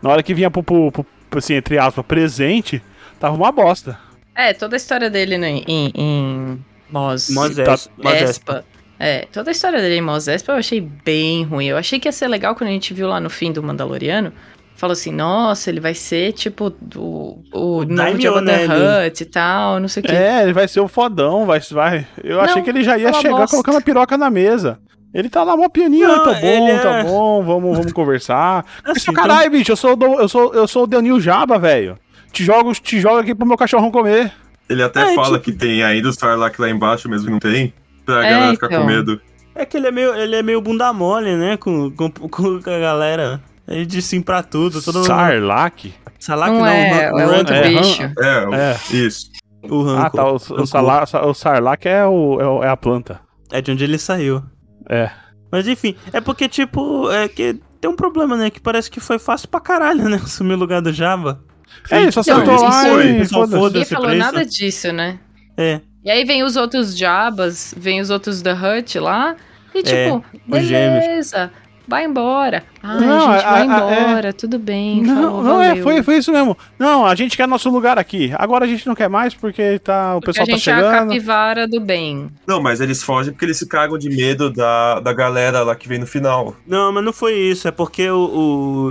[SPEAKER 4] na hora que vinha pro, pro- pro- assim, entre aspas, presente, tava uma bosta.
[SPEAKER 2] é, toda a história dele no, né, em, em Mos,
[SPEAKER 1] Mos
[SPEAKER 4] tá-
[SPEAKER 1] Espa.
[SPEAKER 2] Espa. É, toda a história dele em Mos Espa eu achei bem ruim. Eu achei que ia ser legal quando a gente viu lá no fim do Mandaloriano. Falou assim, nossa, ele vai ser tipo do, o, o novo
[SPEAKER 1] Daimyo,
[SPEAKER 2] Jabba
[SPEAKER 1] né,
[SPEAKER 2] the Hutt e tal, não sei o quê.
[SPEAKER 4] É, ele vai ser o fodão, vai. vai. Eu
[SPEAKER 2] Não,
[SPEAKER 4] achei que ele já ia
[SPEAKER 2] tá uma
[SPEAKER 4] chegar
[SPEAKER 2] bosta.
[SPEAKER 4] colocando a piroca na mesa. Ele tá lá mó pianinho,
[SPEAKER 1] Não,
[SPEAKER 4] tá bom,
[SPEAKER 1] ele
[SPEAKER 4] tá
[SPEAKER 1] é-
[SPEAKER 4] bom, vamos, vamos conversar. Mas,
[SPEAKER 1] Assim,
[SPEAKER 4] caralho, bicho, eu sou, o do- eu sou, eu sou o Denil Jaba, velho. Te jogo, te jogo aqui pro meu cachorrão comer.
[SPEAKER 3] Ele até
[SPEAKER 2] Ah,
[SPEAKER 1] É,
[SPEAKER 3] fala que tem ainda o Sarlacc lá embaixo, mesmo que não tem. Pra
[SPEAKER 2] tipo É,
[SPEAKER 3] galera ficar
[SPEAKER 2] então.
[SPEAKER 3] com medo.
[SPEAKER 1] É que ele é meio, ele é meio bunda mole, né? Com, com, com a galera. Ele diz sim pra tudo. Todo mundo.
[SPEAKER 4] Sarlac?
[SPEAKER 1] Sarlac
[SPEAKER 2] Não,
[SPEAKER 1] não,
[SPEAKER 2] é,
[SPEAKER 1] o
[SPEAKER 2] é
[SPEAKER 1] um Ran-
[SPEAKER 2] outro
[SPEAKER 4] é,
[SPEAKER 2] bicho.
[SPEAKER 3] É, o-
[SPEAKER 4] É.
[SPEAKER 3] isso.
[SPEAKER 1] o Ranco.
[SPEAKER 4] Ah, tá. O, o, Sarla- o Sarlac é, o, é, o- é a planta.
[SPEAKER 1] É de onde ele saiu.
[SPEAKER 4] É.
[SPEAKER 1] Mas enfim, é porque, tipo, é que tem um problema, né? Que parece que foi fácil pra caralho, né? Assumir o lugar do Java.
[SPEAKER 4] É, ele só
[SPEAKER 2] Então,
[SPEAKER 4] sentou
[SPEAKER 2] isso
[SPEAKER 4] lá
[SPEAKER 1] foi,
[SPEAKER 4] e
[SPEAKER 1] pessoal, foda-se.
[SPEAKER 2] Ninguém
[SPEAKER 4] foda-se.
[SPEAKER 1] Foda-se
[SPEAKER 2] falou
[SPEAKER 1] pra isso.
[SPEAKER 2] nada disso, né?
[SPEAKER 1] É.
[SPEAKER 2] E aí vem os outros Jabas, vem os outros The Hut lá,
[SPEAKER 4] É,
[SPEAKER 2] e tipo,
[SPEAKER 1] os gêmeos.
[SPEAKER 2] beleza, vai embora. Ai,
[SPEAKER 4] Não,
[SPEAKER 2] gente,
[SPEAKER 4] a-
[SPEAKER 2] vai
[SPEAKER 4] a- é-
[SPEAKER 2] embora, tudo bem,
[SPEAKER 4] Não,
[SPEAKER 2] falou,
[SPEAKER 4] não é,
[SPEAKER 2] valeu.
[SPEAKER 4] foi, foi isso mesmo. Não, a gente quer nosso lugar aqui. Agora a gente não quer mais porque tá, o
[SPEAKER 2] Porque
[SPEAKER 4] pessoal
[SPEAKER 2] a
[SPEAKER 4] tá
[SPEAKER 2] gente é a
[SPEAKER 4] chegando.
[SPEAKER 2] capivara do bem.
[SPEAKER 3] Não, mas eles fogem porque eles se cagam de medo da, da galera lá que vem no final.
[SPEAKER 1] Não, mas não foi isso. É porque o,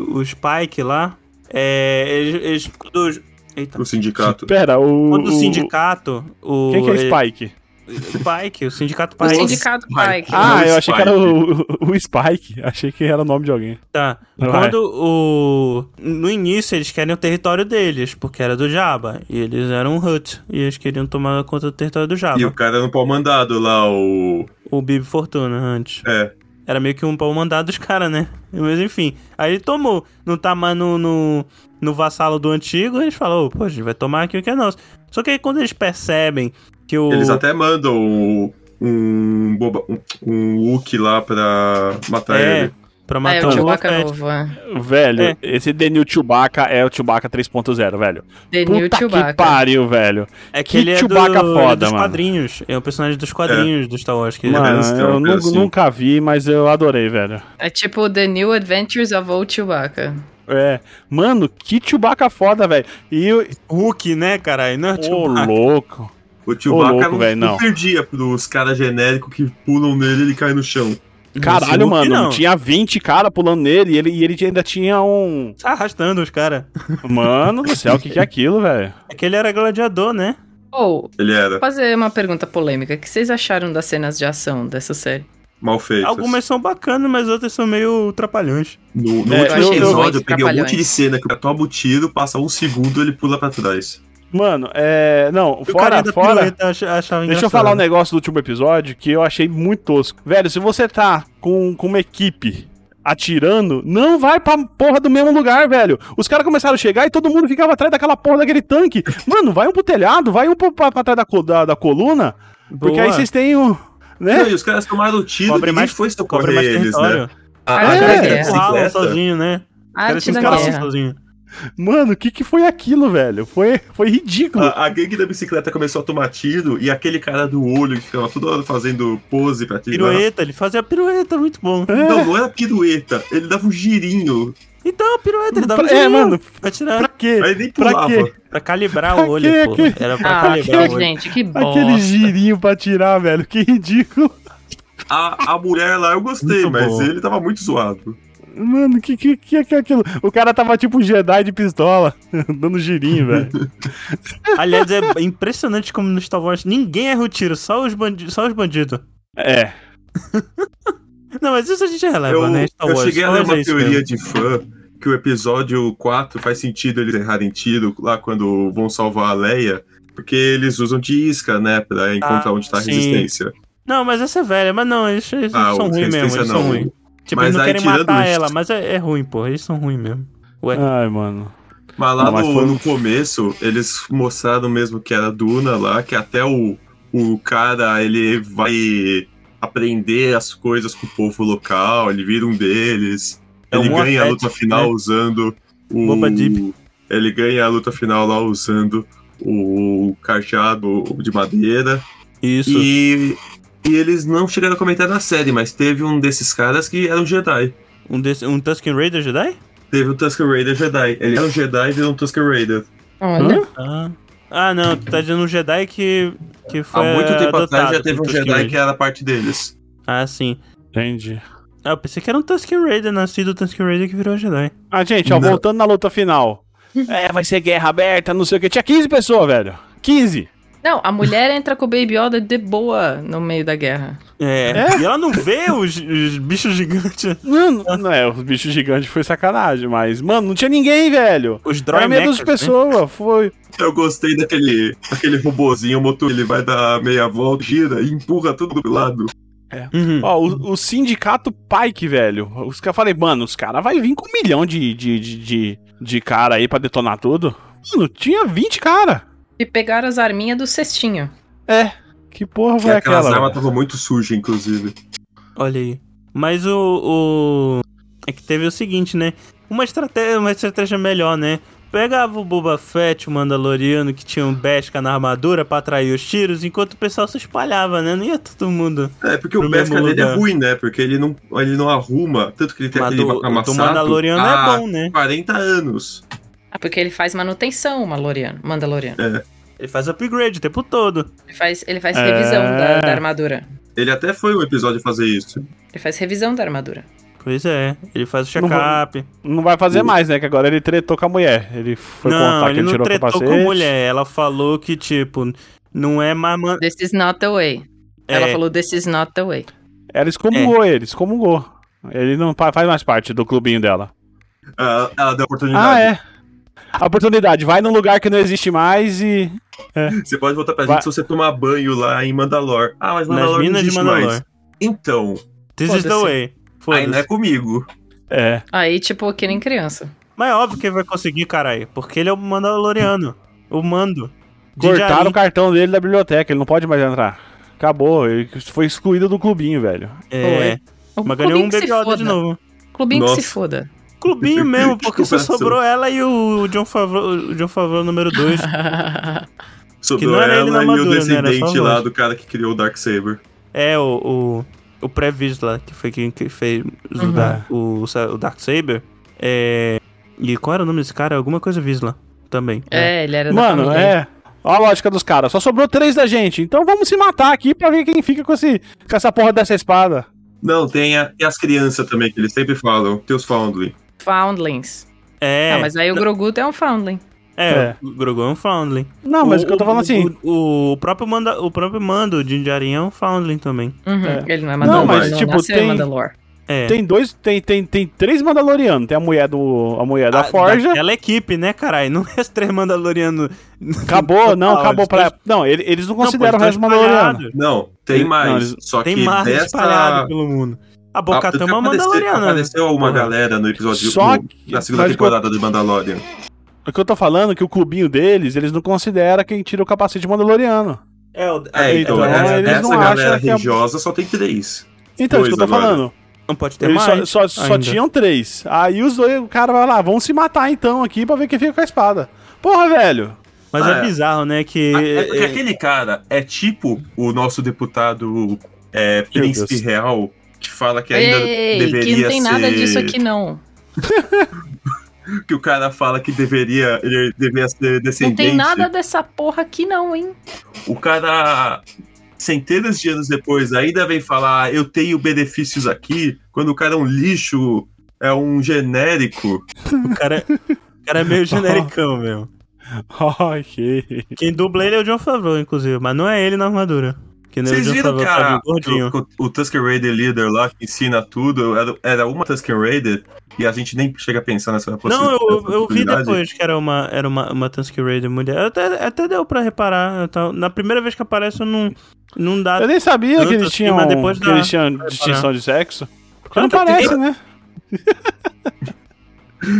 [SPEAKER 1] o, o Spike lá. É. Eles. eles quando, eita.
[SPEAKER 3] O sindicato.
[SPEAKER 4] Pera, o.
[SPEAKER 1] Quando o
[SPEAKER 4] o-
[SPEAKER 1] sindicato. O,
[SPEAKER 4] Quem que é
[SPEAKER 1] ele-
[SPEAKER 4] Spike?
[SPEAKER 1] Spike, o sindicato
[SPEAKER 2] O
[SPEAKER 1] Pike.
[SPEAKER 2] sindicato
[SPEAKER 3] Vai.
[SPEAKER 2] Pike.
[SPEAKER 4] Ah,
[SPEAKER 3] o
[SPEAKER 4] eu achei
[SPEAKER 3] Spike.
[SPEAKER 4] que era o, o Spike. Achei que era o nome de alguém.
[SPEAKER 1] Tá.
[SPEAKER 4] Vai.
[SPEAKER 1] Quando o. No início eles querem o território deles, porque era do Jabba. E eles eram um Hut. E eles queriam tomar conta do território do Jabba.
[SPEAKER 3] E o cara no pau mandado lá, o.
[SPEAKER 1] O Bibi Fortuna antes.
[SPEAKER 3] É.
[SPEAKER 1] Era meio que um pau mandado dos caras, né? Mas enfim. Aí ele tomou. Não tá mais no, no, no vassalo do antigo. Eles falaram, "Ô, pô, a gente vai tomar aqui o que é nosso. Só que aí quando eles percebem que o.
[SPEAKER 3] Eles até mandam o- um. Boba, um, um Wookie lá pra matar
[SPEAKER 1] É,
[SPEAKER 3] ele.
[SPEAKER 1] pra
[SPEAKER 2] Ah, é
[SPEAKER 1] matar
[SPEAKER 2] o
[SPEAKER 1] o
[SPEAKER 2] Chewbacca
[SPEAKER 1] Boba Fett.
[SPEAKER 2] novo, é.
[SPEAKER 4] Velho,
[SPEAKER 1] É.
[SPEAKER 4] esse Denil Chewbacca é o Chewbacca 3.0, velho.
[SPEAKER 2] The New
[SPEAKER 4] Puta que
[SPEAKER 2] Chewbacca.
[SPEAKER 4] pariu, velho.
[SPEAKER 1] É que,
[SPEAKER 4] Que
[SPEAKER 1] ele é, do,
[SPEAKER 4] Chewbacca
[SPEAKER 1] ele é
[SPEAKER 4] foda,
[SPEAKER 1] dos
[SPEAKER 4] mano.
[SPEAKER 1] quadrinhos. É o personagem dos quadrinhos do Star Wars. Que ele é
[SPEAKER 4] Mano,
[SPEAKER 3] parece ter
[SPEAKER 4] eu
[SPEAKER 3] uma
[SPEAKER 4] nu-
[SPEAKER 3] coisa assim.
[SPEAKER 4] nunca vi, mas eu adorei, velho.
[SPEAKER 2] É tipo The New Adventures of Old Chewbacca.
[SPEAKER 4] É. Mano, que Chewbacca foda, velho. E o.
[SPEAKER 1] Hulk, né, caralho? Não é o
[SPEAKER 4] Ô,
[SPEAKER 1] Chewbacca.
[SPEAKER 4] louco.
[SPEAKER 3] O Chewbacca
[SPEAKER 4] louco,
[SPEAKER 3] não,
[SPEAKER 4] velho, não.
[SPEAKER 3] não perdia pros caras genéricos que pulam nele e ele cai no chão.
[SPEAKER 4] Caralho,
[SPEAKER 1] Hulk
[SPEAKER 4] mano.
[SPEAKER 1] não.
[SPEAKER 4] Tinha 20 caras pulando nele e ele, e ele ainda tinha um.
[SPEAKER 1] Tá arrastando os caras.
[SPEAKER 4] Mano do céu, o que, que é aquilo, velho?
[SPEAKER 1] É que ele era gladiador, né?
[SPEAKER 2] Ou,
[SPEAKER 3] Ele era
[SPEAKER 2] vou fazer uma pergunta polêmica. O que vocês acharam das cenas de ação dessa série?
[SPEAKER 3] mal feito.
[SPEAKER 1] Algumas são bacanas, mas outras são meio trapalhões.
[SPEAKER 3] No, no
[SPEAKER 4] É, eu
[SPEAKER 3] último
[SPEAKER 4] achei
[SPEAKER 2] muito
[SPEAKER 3] episódio, eu peguei um
[SPEAKER 2] trapalhões.
[SPEAKER 3] monte de cena que o cara toma o tiro, passa um segundo ele pula pra trás.
[SPEAKER 4] Mano, é. Não,
[SPEAKER 1] o cara
[SPEAKER 4] fora,
[SPEAKER 1] da
[SPEAKER 4] fora.
[SPEAKER 1] pirueta ach- achava
[SPEAKER 4] Deixa eu
[SPEAKER 1] engraçado.
[SPEAKER 4] falar um negócio do último episódio que eu achei muito tosco. Velho, se você tá com, com uma equipe atirando, não vai pra porra do mesmo lugar, velho. Os caras começaram a chegar e todo mundo ficava atrás daquela porra daquele tanque. Mano, vai um pro telhado, vai um pra, pra, pra trás da, co- da, da coluna, porque
[SPEAKER 1] Boa.
[SPEAKER 4] aí vocês têm o...
[SPEAKER 3] Não,
[SPEAKER 4] Né?
[SPEAKER 3] e os caras tomaram o tiro
[SPEAKER 1] É? Cobre
[SPEAKER 3] e nem
[SPEAKER 1] mais-
[SPEAKER 3] foi
[SPEAKER 1] Cobre
[SPEAKER 3] socorrer
[SPEAKER 1] mais
[SPEAKER 3] eles, né?
[SPEAKER 1] território.
[SPEAKER 3] A,
[SPEAKER 2] Ah, é.
[SPEAKER 3] galera
[SPEAKER 2] É.
[SPEAKER 3] de
[SPEAKER 1] Rala
[SPEAKER 3] bicicleta-
[SPEAKER 1] sozinho, né?
[SPEAKER 2] A
[SPEAKER 1] Parece
[SPEAKER 2] arte
[SPEAKER 1] que
[SPEAKER 2] da
[SPEAKER 1] os caras
[SPEAKER 2] guerra.
[SPEAKER 1] são sozinhos.
[SPEAKER 4] Mano, o que que foi aquilo, velho? Foi, foi ridículo.
[SPEAKER 3] A, a gangue da bicicleta começou a tomar tiro e aquele cara do olho que ficava toda hora fazendo pose pra tirar.
[SPEAKER 1] Pirueta, ele fazia pirueta, muito bom.
[SPEAKER 4] É.
[SPEAKER 3] Não, não era pirueta, ele dava um girinho.
[SPEAKER 1] Então, pirueta, ele dava um
[SPEAKER 4] Pra- é,
[SPEAKER 1] girinho Ah,
[SPEAKER 4] mano,
[SPEAKER 1] Pra
[SPEAKER 4] pra
[SPEAKER 1] tirar,
[SPEAKER 4] quê?
[SPEAKER 3] Aí nem
[SPEAKER 4] Pra
[SPEAKER 3] pulava.
[SPEAKER 4] quê?
[SPEAKER 1] pra calibrar
[SPEAKER 4] pra
[SPEAKER 1] o olho,
[SPEAKER 4] quê?
[SPEAKER 1] pô.
[SPEAKER 4] Que-
[SPEAKER 1] Era pra
[SPEAKER 2] Ah,
[SPEAKER 1] calibrar o olho.
[SPEAKER 2] gente, que
[SPEAKER 4] Tá Aquele
[SPEAKER 2] bosta.
[SPEAKER 4] girinho pra tirar, velho. Que ridículo.
[SPEAKER 3] A, a mulher lá eu gostei,
[SPEAKER 1] Muito
[SPEAKER 3] mas
[SPEAKER 1] bom.
[SPEAKER 3] ele tava muito zoado.
[SPEAKER 4] Mano, que que, que que é aquilo? O cara tava tipo um Jedi de pistola, dando girinho, velho.
[SPEAKER 1] Aliás, é impressionante como no Star Wars ninguém erra o tiro, só os bandidos. Só os bandidos.
[SPEAKER 4] É.
[SPEAKER 1] Não, mas isso a gente releva,
[SPEAKER 3] eu,
[SPEAKER 1] né? Star
[SPEAKER 3] eu
[SPEAKER 1] Wars.
[SPEAKER 3] cheguei a
[SPEAKER 1] Star
[SPEAKER 3] ler
[SPEAKER 1] Wars é
[SPEAKER 3] uma
[SPEAKER 1] isso
[SPEAKER 3] teoria
[SPEAKER 1] mesmo.
[SPEAKER 3] de fã que o episódio 4 faz sentido eles errarem tiro lá quando vão salvar a Leia, porque eles usam de isca, né, pra encontrar onde tá a
[SPEAKER 1] Ah, sim.
[SPEAKER 3] resistência.
[SPEAKER 1] Não, mas essa é velha, mas não, eles, eles
[SPEAKER 3] Ah,
[SPEAKER 1] são
[SPEAKER 3] o
[SPEAKER 1] ruins mesmo,
[SPEAKER 3] Resistência
[SPEAKER 1] eles são
[SPEAKER 3] não.
[SPEAKER 1] ruins. Tipo,
[SPEAKER 3] Mas
[SPEAKER 1] eles não
[SPEAKER 3] aí,
[SPEAKER 1] querem
[SPEAKER 3] tirando
[SPEAKER 1] matar
[SPEAKER 3] isso-
[SPEAKER 1] ela, mas é, é ruim, porra, eles são ruins mesmo. Ué.
[SPEAKER 4] Ai, mano.
[SPEAKER 3] Mas lá
[SPEAKER 4] Não, mas
[SPEAKER 3] no,
[SPEAKER 4] foi-
[SPEAKER 1] um
[SPEAKER 3] no começo, eles mostraram mesmo que era Duna lá, que até o, o cara, ele vai aprender as coisas com o povo local, ele vira um deles.
[SPEAKER 1] É
[SPEAKER 3] ele
[SPEAKER 1] um
[SPEAKER 3] ganha a
[SPEAKER 1] Moffat,
[SPEAKER 3] luta final
[SPEAKER 1] né?
[SPEAKER 3] usando o...
[SPEAKER 1] Boba Deep.
[SPEAKER 3] Ele ganha a luta final lá usando o cajado de madeira.
[SPEAKER 1] Isso.
[SPEAKER 3] E, e eles não chegaram a comentar na série, mas teve um desses caras que era um Jedi.
[SPEAKER 1] Um, desse, um Tusken Raider Jedi?
[SPEAKER 3] Teve o Tusker Raider Jedi. Ele era um Jedi e virou um Tusker Raider.
[SPEAKER 2] Olha,
[SPEAKER 1] Ah, ah não, tu tá dizendo um Jedi que, que foi
[SPEAKER 3] Há muito tempo
[SPEAKER 1] adotado
[SPEAKER 3] atrás já teve um
[SPEAKER 1] pelo Tusken
[SPEAKER 3] Jedi é-
[SPEAKER 1] Raider.
[SPEAKER 3] que era parte deles.
[SPEAKER 1] Ah, sim.
[SPEAKER 4] Entendi.
[SPEAKER 1] Ah, eu pensei que era um Tusken Raider, nascido Tusken Raider que virou Jedi.
[SPEAKER 4] Ah, gente, ó,
[SPEAKER 3] Não.
[SPEAKER 4] voltando na luta final. É, vai ser guerra aberta, não sei o que. Tinha 15 pessoas, velho. 15!
[SPEAKER 2] Não, a mulher entra com o Baby Yoda de boa no meio da guerra.
[SPEAKER 1] É. E ela não vê os, os bichos gigantes,
[SPEAKER 4] Não, não não é, os bichos gigantes foi sacanagem, mas, mano, não tinha ninguém, velho.
[SPEAKER 1] os
[SPEAKER 4] Era menos
[SPEAKER 1] Droidmechas, né?
[SPEAKER 4] pessoas, foi.
[SPEAKER 3] Eu gostei daquele aquele robozinho, o motor, ele vai dar meia volta, gira e empurra tudo do lado.
[SPEAKER 1] Uhum.
[SPEAKER 4] Ó, o, o sindicato Pike, velho. Os caras falei, mano, os caras vai vir com um milhão de, de, de, de, de cara aí pra detonar tudo. Mano, tinha 20 cara.
[SPEAKER 2] E pegaram as arminhas do cestinho.
[SPEAKER 4] É. Que porra
[SPEAKER 3] Que
[SPEAKER 4] foi
[SPEAKER 3] aquelas
[SPEAKER 4] aquela?
[SPEAKER 3] armas
[SPEAKER 4] velho?
[SPEAKER 3] estavam muito sujas, inclusive.
[SPEAKER 1] Olha aí. Mas o, o- É que teve o seguinte, né? Uma estratégia, uma estratégia melhor, né? Pegava o Boba Fett, o Mandaloriano, que tinha um Besca na armadura pra atrair os tiros, enquanto o pessoal se espalhava, né? Não ia todo mundo.
[SPEAKER 3] É, porque o
[SPEAKER 1] Pro
[SPEAKER 3] pesca
[SPEAKER 1] mesmo
[SPEAKER 3] dele é
[SPEAKER 1] lugar.
[SPEAKER 3] ruim, né? Porque ele não, ele não arruma, tanto que ele tem
[SPEAKER 1] Mas
[SPEAKER 3] aquele
[SPEAKER 1] do, do
[SPEAKER 3] amassato
[SPEAKER 1] Mandaloriano
[SPEAKER 3] há
[SPEAKER 1] é bom, né?
[SPEAKER 3] 40 anos.
[SPEAKER 2] Ah, porque ele faz manutenção, Mandaloriano. Mandaloriano.
[SPEAKER 1] Ele faz upgrade o tempo todo.
[SPEAKER 2] Ele faz, ele faz
[SPEAKER 4] É.
[SPEAKER 2] revisão da, da armadura.
[SPEAKER 3] Ele até foi um episódio fazer isso.
[SPEAKER 2] Ele faz revisão da armadura.
[SPEAKER 1] Pois é, ele faz o
[SPEAKER 4] Não vou-
[SPEAKER 1] check-up.
[SPEAKER 4] Não vai fazer mais, né? Que agora ele tretou com a mulher. Ele foi
[SPEAKER 1] Hum. Não,
[SPEAKER 4] contar que
[SPEAKER 1] ele
[SPEAKER 4] ele
[SPEAKER 1] não
[SPEAKER 4] tirou o
[SPEAKER 1] tretou
[SPEAKER 4] capacete.
[SPEAKER 1] com a mulher. Ela falou que, tipo, não é mais. man-
[SPEAKER 2] This is not the way. Ela
[SPEAKER 1] é,
[SPEAKER 2] falou, this is not the way.
[SPEAKER 4] Ela excomungou ele, excomungou. Ele não pa- faz mais parte do clubinho dela.
[SPEAKER 3] Ah, ela deu a
[SPEAKER 4] Ah,
[SPEAKER 3] oportunidade.
[SPEAKER 4] é. A oportunidade, vai num lugar que não existe mais e.
[SPEAKER 3] Você pode voltar pra
[SPEAKER 4] Vai-
[SPEAKER 3] gente se você tomar banho lá em Mandalor. Ah, mas
[SPEAKER 1] Nas
[SPEAKER 3] Mandalor não
[SPEAKER 1] minas de
[SPEAKER 3] existe mais.
[SPEAKER 1] Mandalor.
[SPEAKER 3] Então,
[SPEAKER 1] This is the
[SPEAKER 2] Foda-se.
[SPEAKER 1] way.
[SPEAKER 3] aí não é
[SPEAKER 1] Foda-se.
[SPEAKER 3] comigo.
[SPEAKER 4] É.
[SPEAKER 2] Aí, tipo, que nem criança.
[SPEAKER 1] Mas é óbvio que ele vai conseguir, caralho. Porque ele é o Mandaloriano. o mando. De
[SPEAKER 4] Cortaram o
[SPEAKER 1] Jarin.
[SPEAKER 4] cartão dele da biblioteca, ele não pode mais entrar. Acabou, ele foi excluído do clubinho, velho.
[SPEAKER 1] É,
[SPEAKER 2] O
[SPEAKER 1] mas ganhou um
[SPEAKER 2] que se
[SPEAKER 1] Baby Yoda
[SPEAKER 2] foda.
[SPEAKER 1] de novo.
[SPEAKER 2] Clubinho que se
[SPEAKER 3] Nossa.
[SPEAKER 2] foda.
[SPEAKER 1] Clubinho mesmo, porque só
[SPEAKER 3] Desculpa,
[SPEAKER 1] sobrou ela e o John Favreau, o John Favreau número
[SPEAKER 2] É,
[SPEAKER 1] 2.
[SPEAKER 3] Sobrou
[SPEAKER 1] não era ele
[SPEAKER 3] ela
[SPEAKER 1] na
[SPEAKER 3] e o
[SPEAKER 1] armadura, né? Era só
[SPEAKER 3] descendente
[SPEAKER 1] nós.
[SPEAKER 3] lá do cara que criou o Darksaber.
[SPEAKER 1] É, o, o, o Previs lá, que foi quem que fez o,
[SPEAKER 2] Uhum.
[SPEAKER 1] Dar-
[SPEAKER 4] É.
[SPEAKER 1] o, Sa- o Darksaber. É, e qual era o nome desse cara? Alguma coisa Visla também.
[SPEAKER 2] é, ele era da
[SPEAKER 4] Mano,
[SPEAKER 2] família.
[SPEAKER 4] é. Olha a lógica dos caras. Só sobrou três da gente. Então vamos se matar aqui pra ver quem fica com, esse, com essa porra dessa espada.
[SPEAKER 3] Não, tem, a- tem as crianças também, que eles sempre falam. Tem os Foundling.
[SPEAKER 2] Foundlings.
[SPEAKER 1] É,
[SPEAKER 2] Ah, mas aí o Grogu é um foundling.
[SPEAKER 1] é,
[SPEAKER 4] É.
[SPEAKER 1] o Grogu é um Foundling.
[SPEAKER 4] Não, mas o, que eu tô falando assim.
[SPEAKER 1] O, o próprio, manda, o próprio mando de Indiarin é um Foundling também.
[SPEAKER 2] Uhum,
[SPEAKER 4] É.
[SPEAKER 2] Ele não é
[SPEAKER 4] Não,
[SPEAKER 2] Mandalor.
[SPEAKER 3] mas,
[SPEAKER 2] ele não
[SPEAKER 4] tipo,
[SPEAKER 2] nasceu em
[SPEAKER 4] tem-
[SPEAKER 2] Mandalor.
[SPEAKER 1] É.
[SPEAKER 4] Tem dois, tem, tem, tem três Mandalorianos. Tem a mulher do. A mulher da
[SPEAKER 1] A-
[SPEAKER 4] Forja.
[SPEAKER 1] Ah, Daquela equipe, né, caralho? Não é os três Mandalorianos.
[SPEAKER 4] Acabou, não,
[SPEAKER 1] Total,
[SPEAKER 4] acabou
[SPEAKER 1] eles
[SPEAKER 4] pra.
[SPEAKER 1] tão-
[SPEAKER 4] Não, ele- eles não
[SPEAKER 1] Não, pô,
[SPEAKER 4] consideram o
[SPEAKER 1] eles
[SPEAKER 4] resto
[SPEAKER 1] tão
[SPEAKER 4] Mandaloriano.
[SPEAKER 1] espalhados.
[SPEAKER 3] Não, tem
[SPEAKER 4] Ele- não,
[SPEAKER 3] mais.
[SPEAKER 4] eles-
[SPEAKER 3] Só
[SPEAKER 1] Tem
[SPEAKER 3] que
[SPEAKER 1] mais
[SPEAKER 3] dessa...
[SPEAKER 1] espalhado pelo mundo. A
[SPEAKER 3] Ah,
[SPEAKER 1] Bocatã é uma
[SPEAKER 3] apareceu-
[SPEAKER 1] Mandaloriana. né?
[SPEAKER 3] Apareceu uma
[SPEAKER 1] Porra.
[SPEAKER 3] galera no episódio
[SPEAKER 4] Só
[SPEAKER 3] no-
[SPEAKER 4] que-
[SPEAKER 3] na segunda
[SPEAKER 4] mas o que eu-
[SPEAKER 3] temporada de Mandalorian.
[SPEAKER 4] O que eu tô falando é que o clubinho deles, eles não consideram quem tira o capacete Mandaloriano.
[SPEAKER 1] É, o-
[SPEAKER 3] É, então,
[SPEAKER 4] então,
[SPEAKER 3] essa,
[SPEAKER 4] eles
[SPEAKER 3] essa
[SPEAKER 4] não acham
[SPEAKER 3] galera
[SPEAKER 4] que é-
[SPEAKER 3] religiosa só tem três.
[SPEAKER 4] Então, isso que eu tô
[SPEAKER 3] Dois agora.
[SPEAKER 4] falando.
[SPEAKER 1] Não pode ter
[SPEAKER 4] Eles só,
[SPEAKER 1] mais.
[SPEAKER 4] só, só
[SPEAKER 1] ainda.
[SPEAKER 4] tinham três. Aí os dois, o cara vai lá, vamos se matar então aqui pra ver quem fica com a espada. Porra, velho.
[SPEAKER 1] Mas
[SPEAKER 3] Ah,
[SPEAKER 1] é
[SPEAKER 3] é.
[SPEAKER 1] bizarro, né? Que.
[SPEAKER 3] É porque
[SPEAKER 1] é-
[SPEAKER 3] aquele cara é tipo o nosso deputado é, príncipe
[SPEAKER 4] Deus.
[SPEAKER 3] real que fala que ainda
[SPEAKER 2] Ei,
[SPEAKER 3] deveria
[SPEAKER 2] que não tem
[SPEAKER 3] ser.
[SPEAKER 2] nada disso aqui, não.
[SPEAKER 3] Que o cara fala que deveria, ele deveria ser
[SPEAKER 2] Não
[SPEAKER 3] descendente.
[SPEAKER 2] tem nada dessa porra aqui, não, hein?
[SPEAKER 3] O cara, centenas de anos depois, ainda vem falar: "Ah, eu tenho benefícios aqui, quando o cara é um lixo, é um genérico.
[SPEAKER 1] O cara, o cara é meio genericão, meu.
[SPEAKER 4] ok.
[SPEAKER 1] Quem dubla ele é o John Favreau, inclusive. Mas não é ele na armadura. Que nem
[SPEAKER 3] Vocês
[SPEAKER 1] o John
[SPEAKER 3] viram que,
[SPEAKER 1] Favreau
[SPEAKER 3] a,
[SPEAKER 1] tá gordinho.
[SPEAKER 3] que o, o Tusker Raider líder lá, que ensina tudo, era, era uma Tusker Raider, e a gente nem chega a pensar nessa
[SPEAKER 1] Não,
[SPEAKER 3] possi-
[SPEAKER 1] eu,
[SPEAKER 3] nessa
[SPEAKER 1] eu vi
[SPEAKER 3] possibilidade.
[SPEAKER 1] depois que era uma, era uma, uma Tusk Raider mulher. Até, até deu pra reparar. eu tava- na primeira vez que aparece, eu não, não dá.
[SPEAKER 4] Eu nem sabia
[SPEAKER 1] Tanto
[SPEAKER 4] que eles
[SPEAKER 1] assim,
[SPEAKER 4] tinham,
[SPEAKER 1] mas depois
[SPEAKER 4] que
[SPEAKER 1] dá.
[SPEAKER 4] eles tinham distinção de sexo. Porque não
[SPEAKER 1] Tanto que-
[SPEAKER 4] parece, né?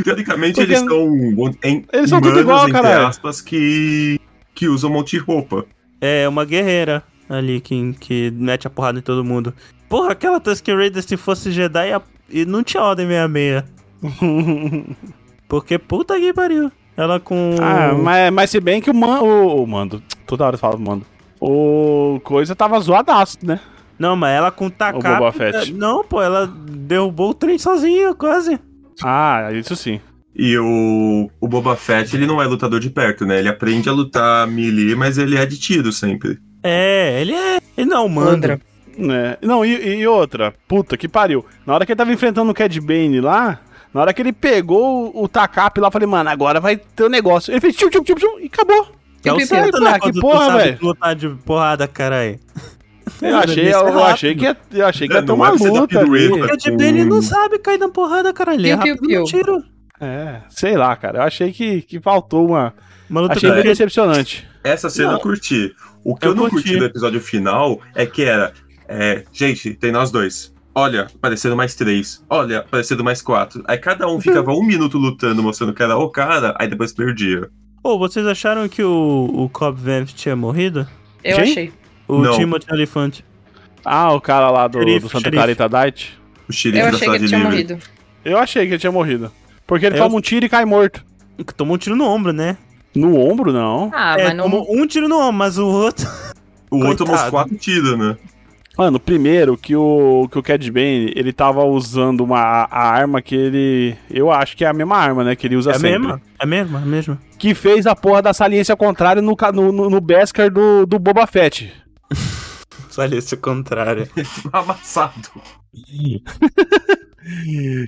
[SPEAKER 3] Teoricamente,
[SPEAKER 4] Porque-
[SPEAKER 3] eles são um em,
[SPEAKER 4] Eles são tudo
[SPEAKER 3] humanos,
[SPEAKER 4] igual,
[SPEAKER 3] entre
[SPEAKER 4] caralho.
[SPEAKER 3] aspas, que, que usam um monte de roupa.
[SPEAKER 1] É, uma guerreira ali que, que mete a porrada em todo mundo. Porra, aquela Tusk Raider, se fosse Jedi, ia- e não tinha ordem 66. Porque puta que pariu. Ela com.
[SPEAKER 4] ah, mas, mas se bem que o, man, o, o Mando. Toda hora eu falo Mando. O coisa tava zoadaço, né?
[SPEAKER 1] Não, mas ela com
[SPEAKER 4] O
[SPEAKER 1] tacar.
[SPEAKER 4] Boba Fett.
[SPEAKER 1] Não, pô, ela derrubou o trem sozinha, quase.
[SPEAKER 4] Ah, isso sim.
[SPEAKER 3] E o, o Boba Fett, ele não é lutador de perto, né? Ele aprende a lutar melee, mas ele é de tiro sempre.
[SPEAKER 1] É, ele é. Ele não é humano.
[SPEAKER 2] Mandra.
[SPEAKER 4] né? Não, e, e outra, puta que pariu. Na hora que ele tava enfrentando o Cad Bane lá, na hora que ele pegou o, o Takap lá, eu falei, mano, agora vai ter o negócio. Ele fez tchum, tchum, tchum, tchum, e acabou.
[SPEAKER 1] É o
[SPEAKER 2] Pipi,
[SPEAKER 1] certo,
[SPEAKER 4] pô,
[SPEAKER 1] né?
[SPEAKER 4] que
[SPEAKER 1] Quando
[SPEAKER 4] porra,
[SPEAKER 1] tu sabe
[SPEAKER 4] velho.
[SPEAKER 1] lutar tá de porrada, caralho. É,
[SPEAKER 4] Eu achei, eu, eu achei que ia, eu achei que ia
[SPEAKER 3] É,
[SPEAKER 4] ter
[SPEAKER 3] não
[SPEAKER 4] uma
[SPEAKER 3] é pra você dar
[SPEAKER 4] luta
[SPEAKER 3] pirueta.
[SPEAKER 4] ali.
[SPEAKER 1] Porque o de Bane não sabe cair na porrada, caralho. É
[SPEAKER 2] Piu, piu,
[SPEAKER 1] rápido no
[SPEAKER 2] piu.
[SPEAKER 1] tiro.
[SPEAKER 4] É, sei lá, cara. Eu achei que, que faltou uma.
[SPEAKER 1] Uma luta
[SPEAKER 4] Achei
[SPEAKER 1] de
[SPEAKER 4] meio
[SPEAKER 3] bem.
[SPEAKER 4] decepcionante.
[SPEAKER 3] Essa cena
[SPEAKER 1] Não.
[SPEAKER 3] eu curti. O que
[SPEAKER 1] Eu
[SPEAKER 3] eu, não curti.
[SPEAKER 1] curti
[SPEAKER 3] do episódio final é que era. é, gente, tem nós dois. Olha, aparecendo mais três. Olha, aparecendo mais quatro. Aí cada um ficava um minuto lutando, mostrando que era o cara, aí depois perdia.
[SPEAKER 1] Ô, vocês acharam que o, o Cobb Vanth tinha morrido?
[SPEAKER 2] Eu
[SPEAKER 4] Quem?
[SPEAKER 2] achei.
[SPEAKER 1] O
[SPEAKER 3] Não.
[SPEAKER 1] Timothy Elefante.
[SPEAKER 4] Ah, o cara lá do,
[SPEAKER 1] Xerife,
[SPEAKER 4] do Santa
[SPEAKER 1] xerife.
[SPEAKER 4] Carita Diet.
[SPEAKER 3] O xerife
[SPEAKER 2] Eu
[SPEAKER 3] da
[SPEAKER 2] achei que
[SPEAKER 3] cidade
[SPEAKER 2] ele tinha
[SPEAKER 3] livre.
[SPEAKER 2] morrido.
[SPEAKER 4] Eu achei que ele tinha morrido. Porque ele
[SPEAKER 1] Eu-
[SPEAKER 4] toma um tiro e cai morto.
[SPEAKER 1] Tomou um tiro no ombro, né?
[SPEAKER 4] No ombro, não.
[SPEAKER 2] Ah,
[SPEAKER 1] é,
[SPEAKER 2] mas não.
[SPEAKER 1] tomou um tiro no ombro, mas o outro...
[SPEAKER 3] O outro tomou uns
[SPEAKER 1] Coitado.
[SPEAKER 3] quatro tiros, né?
[SPEAKER 4] Mano, primeiro que o que o Cad Bane, ele tava usando uma a arma que ele, eu acho que é a mesma arma, né, que ele usa
[SPEAKER 1] é a
[SPEAKER 4] sempre.
[SPEAKER 1] mesma? É a mesma, é a mesma.
[SPEAKER 4] Que fez a porra da saliência ao contrário no ca- no, no, no Beskar do, do Boba Fett.
[SPEAKER 1] Saliência contrária.
[SPEAKER 3] Amassado.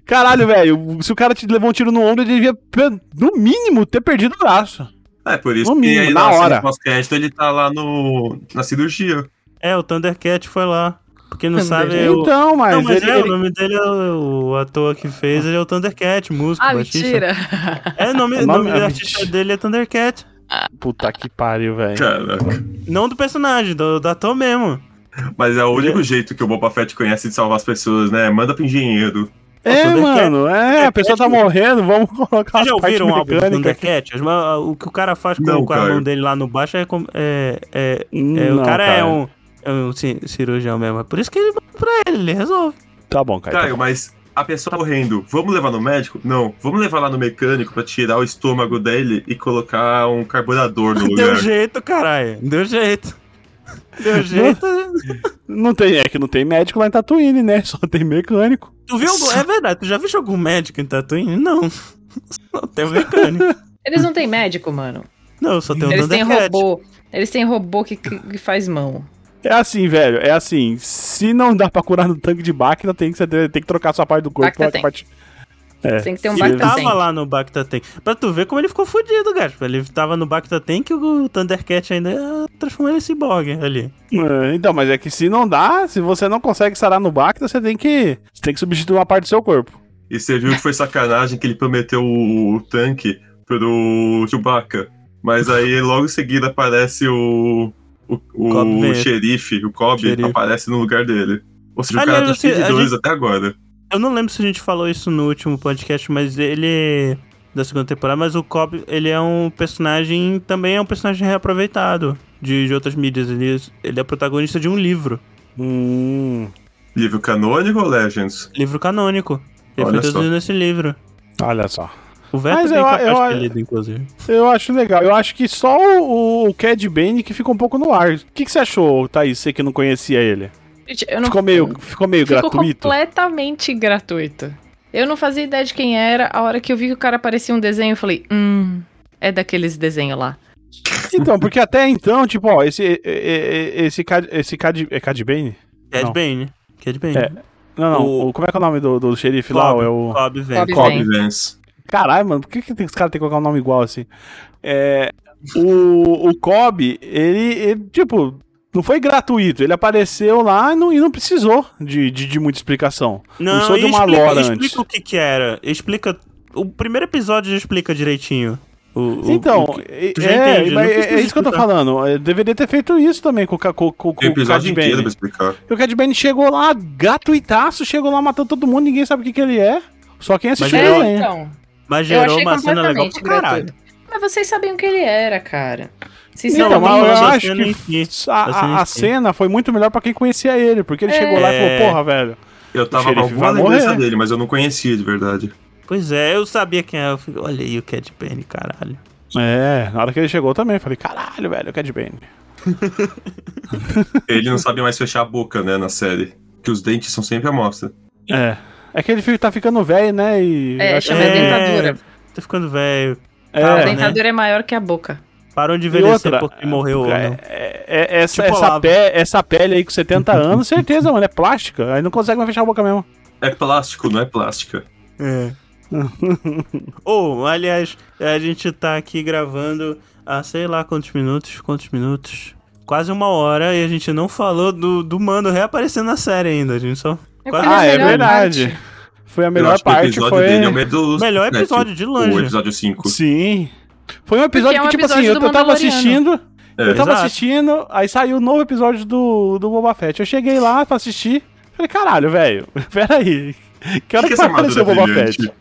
[SPEAKER 4] Caralho, velho, se o cara te levou um tiro no ombro, ele devia pe- no mínimo ter perdido o braço.
[SPEAKER 3] É, por isso
[SPEAKER 4] No
[SPEAKER 3] que
[SPEAKER 4] mínimo,
[SPEAKER 3] aí
[SPEAKER 4] na
[SPEAKER 3] na
[SPEAKER 4] hora.
[SPEAKER 3] hora. pós-crédito ele tá lá no, na cirurgia.
[SPEAKER 1] É, o Thundercat foi lá. Porque não sabe... é
[SPEAKER 2] Thundercat.
[SPEAKER 1] o-
[SPEAKER 4] Então, mas,
[SPEAKER 1] não, mas
[SPEAKER 4] ele,
[SPEAKER 1] é, o
[SPEAKER 4] ele-
[SPEAKER 1] nome dele é o, o ator que fez, ele é o Thundercat, músico,
[SPEAKER 2] Ah,
[SPEAKER 1] baixista.
[SPEAKER 2] mentira.
[SPEAKER 1] É, o nome,
[SPEAKER 4] O
[SPEAKER 1] o
[SPEAKER 4] nome-
[SPEAKER 1] nome,
[SPEAKER 4] é
[SPEAKER 1] do artista
[SPEAKER 4] mentira.
[SPEAKER 1] dele é Thundercat.
[SPEAKER 4] puta que pariu, velho.
[SPEAKER 3] Caraca.
[SPEAKER 1] Não do personagem, do, do ator mesmo.
[SPEAKER 3] Mas é o único jeito que o Boba Fett conhece de salvar as pessoas, né? Manda pro engenheiro.
[SPEAKER 4] É,
[SPEAKER 1] Thundercat-
[SPEAKER 4] mano, é, a pessoa tá morrendo, vamos colocar
[SPEAKER 1] Vocês já
[SPEAKER 4] as partes
[SPEAKER 1] ouviram o álbum do
[SPEAKER 4] mecânicas.
[SPEAKER 1] Thundercat? As ma- O que o cara faz com,
[SPEAKER 3] Não,
[SPEAKER 1] com a
[SPEAKER 3] cara.
[SPEAKER 1] mão dele lá no baixo é. com- é- é- é-
[SPEAKER 4] Hum, Não,
[SPEAKER 1] o cara, é um, é um ci- cirurgião mesmo. É por isso que ele manda pra ele, ele resolve.
[SPEAKER 4] Tá bom, cara.
[SPEAKER 3] Caio, mas a pessoa tá morrendo. Vamos levar no médico? Não. Vamos levar lá no mecânico pra tirar o estômago dele e colocar um carburador no
[SPEAKER 1] Deu
[SPEAKER 3] lugar.
[SPEAKER 1] jeito, caralho. Deu jeito. Deu jeito.
[SPEAKER 4] Não tem, é que não tem médico lá em Tatooine, né? Só tem mecânico.
[SPEAKER 1] tu viu algum. É verdade, tu já viu algum médico em Tatooine? Não. Só tem um mecânico.
[SPEAKER 2] Eles não têm médico, mano.
[SPEAKER 1] Não, só tem um
[SPEAKER 2] Eles têm
[SPEAKER 1] Thundercat.
[SPEAKER 2] robô. Eles têm robô que, que que faz mão.
[SPEAKER 4] É assim, velho, é assim. Se não dá pra curar no tanque de máquina, tem que, você ter- tem que trocar sua parte do corpo.
[SPEAKER 2] Bacta
[SPEAKER 4] pela
[SPEAKER 2] tem.
[SPEAKER 4] parte... É.
[SPEAKER 2] Tem que ter um
[SPEAKER 4] se
[SPEAKER 1] ele
[SPEAKER 4] ele-
[SPEAKER 2] Bacta
[SPEAKER 1] tava
[SPEAKER 2] Tank.
[SPEAKER 1] lá no Bacta Tank. Pra tu ver como ele ficou fudido, Gaspa. Ele tava no Bacta Tank e o Thundercat ainda ah, transformou ele em cyborg ali.
[SPEAKER 4] É, Então, mas é que se não dá, se você não consegue sarar no Bacta, você tem que. Você tem que substituir uma parte do seu corpo.
[SPEAKER 3] E você viu que foi sacanagem que ele prometeu o, o tanque pro Chewbacca. Mas aí logo em seguida aparece o. O,
[SPEAKER 1] Cobb
[SPEAKER 3] o,
[SPEAKER 1] vem.
[SPEAKER 3] xerife, o Cobb,
[SPEAKER 1] Xerife.
[SPEAKER 3] aparece no lugar dele. Ou seja, o
[SPEAKER 1] Aliás,
[SPEAKER 3] cara
[SPEAKER 1] você-
[SPEAKER 3] tá cheio de
[SPEAKER 1] a
[SPEAKER 3] dois
[SPEAKER 1] gente-
[SPEAKER 3] até agora.
[SPEAKER 1] Eu não lembro se a gente falou isso no último podcast, mas ele. Da segunda temporada, mas o Cobb, ele é um personagem. Também é um personagem reaproveitado de, de outras mídias. Ele, ele é protagonista de um livro.
[SPEAKER 4] Hum.
[SPEAKER 3] Livro canônico ou Legends?
[SPEAKER 1] Livro canônico. Ele
[SPEAKER 3] Olha
[SPEAKER 1] foi
[SPEAKER 3] só.
[SPEAKER 1] traduzido nesse livro.
[SPEAKER 4] Olha só.
[SPEAKER 1] O Veto
[SPEAKER 4] Mas
[SPEAKER 1] tem
[SPEAKER 4] eu-
[SPEAKER 1] capaz
[SPEAKER 4] eu-
[SPEAKER 1] de ter lido, inclusive.
[SPEAKER 4] Eu acho legal. Eu acho que só o, o Cad Bane que ficou um pouco no ar. O que, que você achou, Thaís? Você que não conhecia ele?
[SPEAKER 2] Gente, eu não
[SPEAKER 4] Ficou meio, ficou meio
[SPEAKER 2] Ficou
[SPEAKER 4] gratuito?
[SPEAKER 2] completamente gratuito. Eu não fazia ideia de quem era. A hora que eu vi que o cara parecia um desenho, eu falei, hum, é daqueles desenhos lá.
[SPEAKER 4] Então, porque até então, tipo, ó, esse. e- e- e- Esse Cad. Esse Cad, é Cad Bane?
[SPEAKER 1] Cad
[SPEAKER 4] Não.
[SPEAKER 1] Bane. Cad Bane.
[SPEAKER 4] É, Não, não.
[SPEAKER 1] O-
[SPEAKER 4] o- como é que é o nome do, do xerife lá? É o.
[SPEAKER 1] Cobb Vanth.
[SPEAKER 2] Cobb
[SPEAKER 3] Cobb
[SPEAKER 2] Vem.
[SPEAKER 3] Vance.
[SPEAKER 4] Caralho, mano, por que, que tem- os caras têm que colocar um nome igual assim? É, o, o Kobe, ele, ele, tipo, não foi gratuito. Ele apareceu lá e não, e não precisou de, de, de muita explicação.
[SPEAKER 1] Não,
[SPEAKER 4] sou de uma
[SPEAKER 1] explica,
[SPEAKER 4] lore
[SPEAKER 1] explica
[SPEAKER 4] antes.
[SPEAKER 1] o que que era. Explica. O primeiro episódio já explica direitinho. O- o-
[SPEAKER 4] então,
[SPEAKER 1] o que-
[SPEAKER 4] é,
[SPEAKER 1] tu já
[SPEAKER 4] é,
[SPEAKER 1] entende,
[SPEAKER 4] mas
[SPEAKER 1] não
[SPEAKER 4] é- é
[SPEAKER 1] precisa
[SPEAKER 4] isso que eu tô
[SPEAKER 1] explicar.
[SPEAKER 4] falando. Eu deveria ter feito isso também com, o Ca- com, com, com
[SPEAKER 3] Tem
[SPEAKER 4] o
[SPEAKER 3] episódio
[SPEAKER 4] Cad
[SPEAKER 3] inteiro pra
[SPEAKER 4] Bane.
[SPEAKER 3] explicar.
[SPEAKER 4] E O Cad Bane chegou lá gratuitaço, chegou lá matando todo mundo, ninguém sabe o que, que ele é. Só quem assistiu
[SPEAKER 1] Mas é gerou-
[SPEAKER 4] ele, né?
[SPEAKER 2] então.
[SPEAKER 1] mas
[SPEAKER 2] Eu
[SPEAKER 1] gerou
[SPEAKER 2] achei
[SPEAKER 1] uma cena legal
[SPEAKER 2] completamente
[SPEAKER 1] pra caralho.
[SPEAKER 2] gratuito. Mas vocês sabiam quem ele era, cara. Vocês
[SPEAKER 4] Então,
[SPEAKER 1] Não,
[SPEAKER 4] mas
[SPEAKER 1] mas
[SPEAKER 4] eu
[SPEAKER 1] a
[SPEAKER 4] acho
[SPEAKER 1] cena
[SPEAKER 4] que-
[SPEAKER 1] em si.
[SPEAKER 4] A,
[SPEAKER 1] Essa é nem
[SPEAKER 4] a- a
[SPEAKER 1] sei.
[SPEAKER 4] cena foi muito melhor pra quem conhecia ele, porque ele
[SPEAKER 2] É.
[SPEAKER 4] chegou lá e falou, porra, velho.
[SPEAKER 3] Eu tava
[SPEAKER 4] xerife
[SPEAKER 3] com alguma
[SPEAKER 4] vai
[SPEAKER 3] lembrança
[SPEAKER 4] morrer.
[SPEAKER 3] dele, mas eu não conhecia de verdade.
[SPEAKER 1] Pois é, eu sabia quem era. Eu falei, olha aí o Cad Bane, caralho.
[SPEAKER 4] É, na hora que ele chegou eu também, falei, caralho, velho, o Cad Bane.
[SPEAKER 3] Ele não sabe mais fechar a boca, né, na série. Que os dentes são sempre à mostra.
[SPEAKER 4] É. É que ele fica- tá ficando velho, né? E
[SPEAKER 2] É,
[SPEAKER 4] acho
[SPEAKER 2] chama
[SPEAKER 4] que-
[SPEAKER 1] é-
[SPEAKER 2] dentadura.
[SPEAKER 1] Tô ficando velho.
[SPEAKER 4] é,
[SPEAKER 1] tá,
[SPEAKER 2] a
[SPEAKER 1] né?
[SPEAKER 2] dentadura é maior que a boca.
[SPEAKER 1] Parou de
[SPEAKER 4] E
[SPEAKER 1] envelhecer
[SPEAKER 4] outra,
[SPEAKER 1] porque morreu ou
[SPEAKER 4] é-
[SPEAKER 1] não.
[SPEAKER 4] é- é- essa,
[SPEAKER 1] Tipo
[SPEAKER 4] essa,
[SPEAKER 1] Olavo.
[SPEAKER 4] pe- essa pele aí com 70 anos, certeza, mano, é plástica. Aí não consegue mais fechar a boca mesmo.
[SPEAKER 3] É plástico, não é plástica.
[SPEAKER 1] É. Ou, aliás, a gente tá aqui gravando há sei lá quantos minutos, quantos minutos. Quase uma hora e a gente não falou do, do mano reaparecendo na série ainda. A gente só. Quase-
[SPEAKER 2] porque
[SPEAKER 1] Ah,
[SPEAKER 2] na
[SPEAKER 1] é
[SPEAKER 2] melhor
[SPEAKER 4] verdade.
[SPEAKER 2] parte-
[SPEAKER 4] Foi a
[SPEAKER 3] Eu
[SPEAKER 4] melhor
[SPEAKER 3] acho que o
[SPEAKER 4] parte,
[SPEAKER 3] episódio
[SPEAKER 4] foi.
[SPEAKER 3] dele é o medo-
[SPEAKER 1] Melhor
[SPEAKER 3] né,
[SPEAKER 1] episódio de
[SPEAKER 3] tipo, O
[SPEAKER 1] longe.
[SPEAKER 3] episódio 5.
[SPEAKER 4] Sim. Foi um episódio
[SPEAKER 2] é um
[SPEAKER 4] que, tipo
[SPEAKER 2] episódio
[SPEAKER 4] assim, eu,
[SPEAKER 2] do
[SPEAKER 4] eu tava
[SPEAKER 2] Mandaloriano.
[SPEAKER 4] assistindo,
[SPEAKER 3] É,
[SPEAKER 4] eu tava
[SPEAKER 1] exato.
[SPEAKER 4] assistindo, aí saiu o novo episódio do, do Boba Fett. Eu cheguei lá pra assistir, falei, caralho, velho, peraí. Que hora
[SPEAKER 3] que
[SPEAKER 4] que,
[SPEAKER 3] essa
[SPEAKER 4] vai aparecer o
[SPEAKER 3] armadura
[SPEAKER 4] Boba
[SPEAKER 3] brilhante?
[SPEAKER 4] Fett?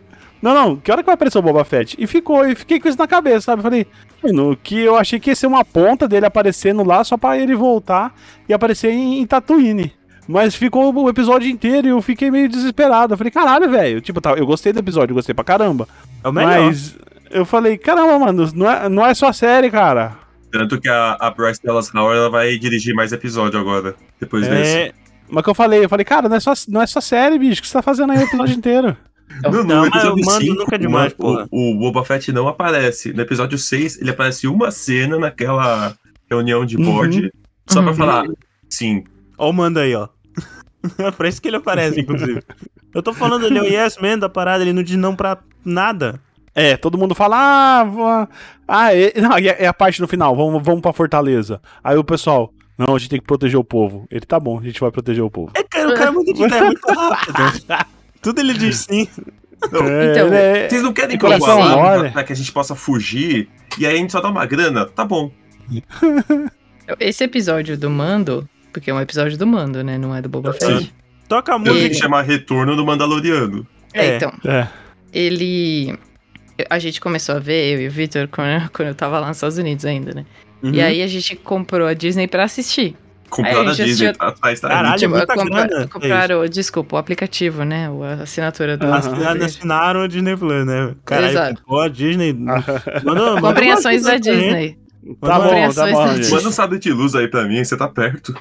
[SPEAKER 4] Não, não, que hora que vai aparecer o Boba Fett? E ficou, e fiquei com isso na cabeça, sabe? Falei, mano, que eu achei que ia ser uma ponta dele aparecendo lá só pra ele voltar e aparecer em, em Tatooine. Mas ficou o episódio inteiro e eu fiquei meio desesperado. Eu falei, caralho, velho. Tipo, tá, eu gostei do episódio, eu gostei pra caramba.
[SPEAKER 1] É o melhor.
[SPEAKER 4] Mas eu falei, caramba, mano, não é, não é só série, cara.
[SPEAKER 3] Tanto que a, a Bryce Dallas Howard ela vai dirigir mais episódio agora, depois desse.
[SPEAKER 1] É,
[SPEAKER 4] Mas que eu falei, eu falei, cara, não é só, não é só série, bicho, o que você tá fazendo aí o episódio inteiro?
[SPEAKER 1] Não,
[SPEAKER 3] no
[SPEAKER 1] mas
[SPEAKER 3] episódio
[SPEAKER 1] o um mando
[SPEAKER 3] cinco,
[SPEAKER 1] nunca é demais,
[SPEAKER 3] o-
[SPEAKER 1] porra.
[SPEAKER 3] O, o Boba Fett não aparece. No episódio 6, ele aparece uma cena naquela reunião de board, só pra
[SPEAKER 2] Uhum.
[SPEAKER 3] falar, sim,
[SPEAKER 1] ó, o mando aí, ó. é pra isso que ele aparece, inclusive. Eu tô falando ali, o Yes Man da parada, ele não diz não pra nada.
[SPEAKER 4] É, todo mundo fala, ah, vó- ah é, não, e é, é a parte no final, vamos, vamos pra Fortaleza. Aí o pessoal, não, a gente tem que proteger o povo. Ele, tá bom, a gente vai proteger o povo.
[SPEAKER 1] É, cara, o cara muda de ideia muito rápido. Tudo ele diz sim.
[SPEAKER 4] É,
[SPEAKER 2] Então-
[SPEAKER 4] ele é-
[SPEAKER 3] Vocês não querem
[SPEAKER 4] De coração
[SPEAKER 3] colaborar
[SPEAKER 4] mole.
[SPEAKER 3] pra que a gente possa fugir e aí a gente só dá uma grana? Tá bom.
[SPEAKER 2] Esse episódio do Mando, porque é um episódio do Mando, né? Não é do Boba
[SPEAKER 3] Sim.
[SPEAKER 2] Fett.
[SPEAKER 1] Toca a
[SPEAKER 3] Eu tenho
[SPEAKER 1] música.
[SPEAKER 3] que chamar Retorno do Mandaloriano.
[SPEAKER 2] É, então.
[SPEAKER 4] é.
[SPEAKER 2] ele. A gente começou a ver, eu e o Victor, quando, quando eu tava lá nos Estados Unidos ainda, né?
[SPEAKER 1] Uhum.
[SPEAKER 2] E aí a gente comprou a Disney pra assistir.
[SPEAKER 3] Comprar
[SPEAKER 2] É,
[SPEAKER 3] na
[SPEAKER 2] já
[SPEAKER 3] Disney,
[SPEAKER 2] assistiu-
[SPEAKER 3] tá, tá, está
[SPEAKER 1] Caralho,
[SPEAKER 3] nítido.
[SPEAKER 1] é muita
[SPEAKER 2] compra-
[SPEAKER 1] grana, é
[SPEAKER 2] compraram, desculpa, o aplicativo, né? O- A assinatura do.
[SPEAKER 4] Aham.
[SPEAKER 1] Assinaram, assinaram a Disney Plus, né? Caralho,
[SPEAKER 2] Exato.
[SPEAKER 1] comprou a Disney. Mandou,
[SPEAKER 2] Comprem
[SPEAKER 1] mandou
[SPEAKER 2] ações da
[SPEAKER 1] uma pra gente.
[SPEAKER 2] Disney.
[SPEAKER 4] Tá
[SPEAKER 1] Mandou-
[SPEAKER 4] bom, tá bom,
[SPEAKER 2] Compreensões da
[SPEAKER 4] gente.
[SPEAKER 3] Manda um sábio de luz aí pra mim, você tá perto.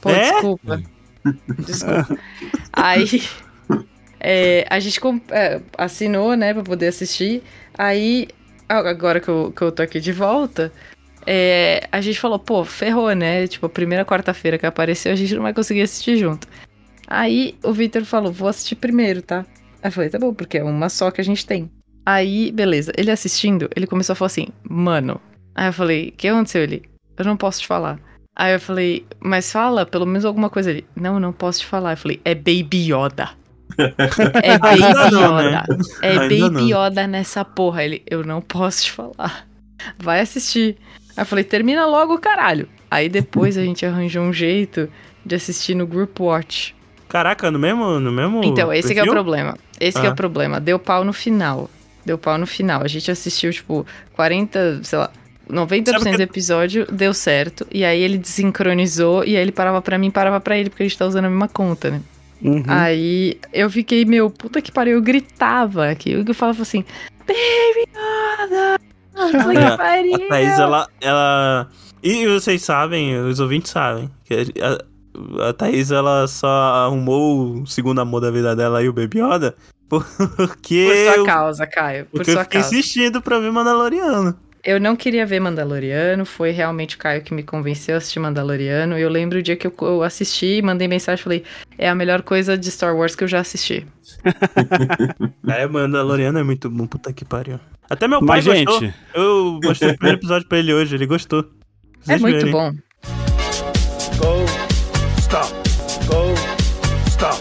[SPEAKER 2] Pô,
[SPEAKER 1] É?
[SPEAKER 2] desculpa. Desculpa. Aí. é, a gente comp- é, assinou, né, pra poder assistir. Aí, a- agora que eu, que eu tô aqui de volta, é, a gente falou, pô, ferrou, né? Tipo, a primeira quarta-feira que apareceu, a gente não vai conseguir assistir junto. Aí o Victor falou, vou assistir primeiro, tá? Aí eu falei, tá bom, porque é uma só que a gente tem. Aí, beleza. Ele assistindo, ele começou a falar assim, mano. Aí eu falei, o que aconteceu? Ele, eu não posso te falar. Aí eu falei, mas fala pelo menos alguma coisa ali. Não, não posso te falar. Eu falei, é Baby Yoda. É
[SPEAKER 1] Ainda
[SPEAKER 2] Baby
[SPEAKER 1] não, né?
[SPEAKER 2] Yoda. É
[SPEAKER 1] Ainda
[SPEAKER 2] Baby
[SPEAKER 1] não.
[SPEAKER 2] Yoda nessa porra. Ele, eu não posso te falar. Vai assistir. Aí eu falei, termina logo, caralho. Aí depois a gente arranjou um jeito de assistir no Group Watch.
[SPEAKER 1] Caraca, no mesmo. No mesmo
[SPEAKER 2] Então, esse que é o
[SPEAKER 1] perfil?
[SPEAKER 2] problema. Esse que é
[SPEAKER 1] Ah.
[SPEAKER 2] o problema. Deu pau no final. Deu pau no final. A gente assistiu, tipo, 40, sei lá, 90%
[SPEAKER 1] Sabe que-
[SPEAKER 2] do episódio deu certo. E aí ele desincronizou. E aí ele parava pra mim, parava pra ele, porque a gente tá usando a mesma conta, né?
[SPEAKER 4] Uhum.
[SPEAKER 2] Aí eu fiquei, meu, puta que pariu. Eu gritava aqui. Eu falava assim, Baby Yoda! Puta que
[SPEAKER 1] A
[SPEAKER 2] pariu!
[SPEAKER 1] Thaís, é ela, ela. E vocês sabem, os ouvintes sabem, que a, a Thaís, ela só arrumou o segundo amor da vida dela e o Baby Yoda porque.
[SPEAKER 2] Por sua
[SPEAKER 1] eu-
[SPEAKER 2] causa, Caio. Por
[SPEAKER 1] Porque eu
[SPEAKER 2] sua
[SPEAKER 1] fiquei
[SPEAKER 2] causa.
[SPEAKER 1] insistindo pra ver Mandaloriano.
[SPEAKER 2] Eu não queria ver Mandaloriano, foi realmente o Caio que me convenceu a assistir Mandaloriano. Eu lembro o dia que eu, eu assisti, mandei mensagem, falei, é a melhor coisa de Star Wars que eu já assisti.
[SPEAKER 1] É, Mandaloriano é muito bom, puta que pariu. Até meu pai
[SPEAKER 4] Mas,
[SPEAKER 1] gostou.
[SPEAKER 4] gente,
[SPEAKER 1] Eu mostrei o primeiro episódio pra ele hoje, ele gostou.
[SPEAKER 2] é
[SPEAKER 1] Vocês
[SPEAKER 2] muito
[SPEAKER 1] verem.
[SPEAKER 2] bom.
[SPEAKER 6] Go, stop. Go, stop.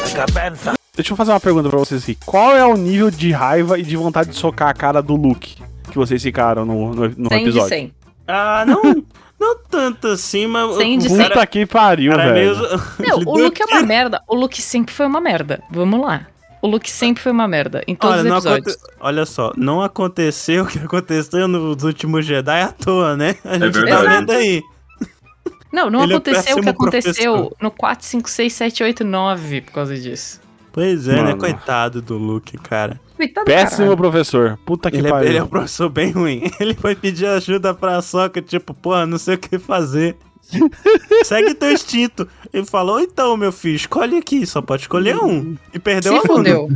[SPEAKER 6] Like a panther.
[SPEAKER 4] deixa eu fazer uma pergunta pra vocês aqui. Qual é o nível de raiva e de vontade de socar a cara do Luke que vocês ficaram no, no,
[SPEAKER 2] 100
[SPEAKER 4] no
[SPEAKER 2] de
[SPEAKER 4] episódio?
[SPEAKER 2] 100.
[SPEAKER 1] Ah, não, não tanto assim, mas.
[SPEAKER 2] Sem de
[SPEAKER 1] Cara,
[SPEAKER 4] Puta que pariu,
[SPEAKER 1] cara, é meio-
[SPEAKER 4] velho.
[SPEAKER 2] Não,
[SPEAKER 1] ele
[SPEAKER 2] o
[SPEAKER 1] deu-
[SPEAKER 2] Luke é uma merda. O Luke sempre foi uma merda. Vamos lá. O Luke sempre foi uma merda. Em todos
[SPEAKER 1] Olha,
[SPEAKER 2] os
[SPEAKER 1] não
[SPEAKER 2] episódios.
[SPEAKER 1] aconte- Olha só, não aconteceu o que aconteceu nos últimos Jedi à toa, né?
[SPEAKER 4] É
[SPEAKER 1] A gente tá
[SPEAKER 3] verdade.
[SPEAKER 1] vendo aí.
[SPEAKER 2] Não, não
[SPEAKER 1] Ele é
[SPEAKER 2] aconteceu o que
[SPEAKER 1] péssimo
[SPEAKER 2] aconteceu
[SPEAKER 1] professor.
[SPEAKER 2] no 4, 5, 6, 7, 8, 9 por causa disso.
[SPEAKER 1] Pois é, né?
[SPEAKER 4] Mano.
[SPEAKER 1] Coitado do Luke, cara.
[SPEAKER 2] Coitado do
[SPEAKER 4] Péssimo
[SPEAKER 2] caralho.
[SPEAKER 4] professor. Puta que
[SPEAKER 1] Ele é,
[SPEAKER 4] pariu.
[SPEAKER 1] ele é um professor bem ruim. Ele foi pedir ajuda pra Soca, tipo, porra, não sei o que fazer. Segue teu instinto. Ele falou, então, meu filho, escolhe aqui. Só pode escolher um. E perdeu o
[SPEAKER 2] Se
[SPEAKER 1] aluno.
[SPEAKER 2] fudeu.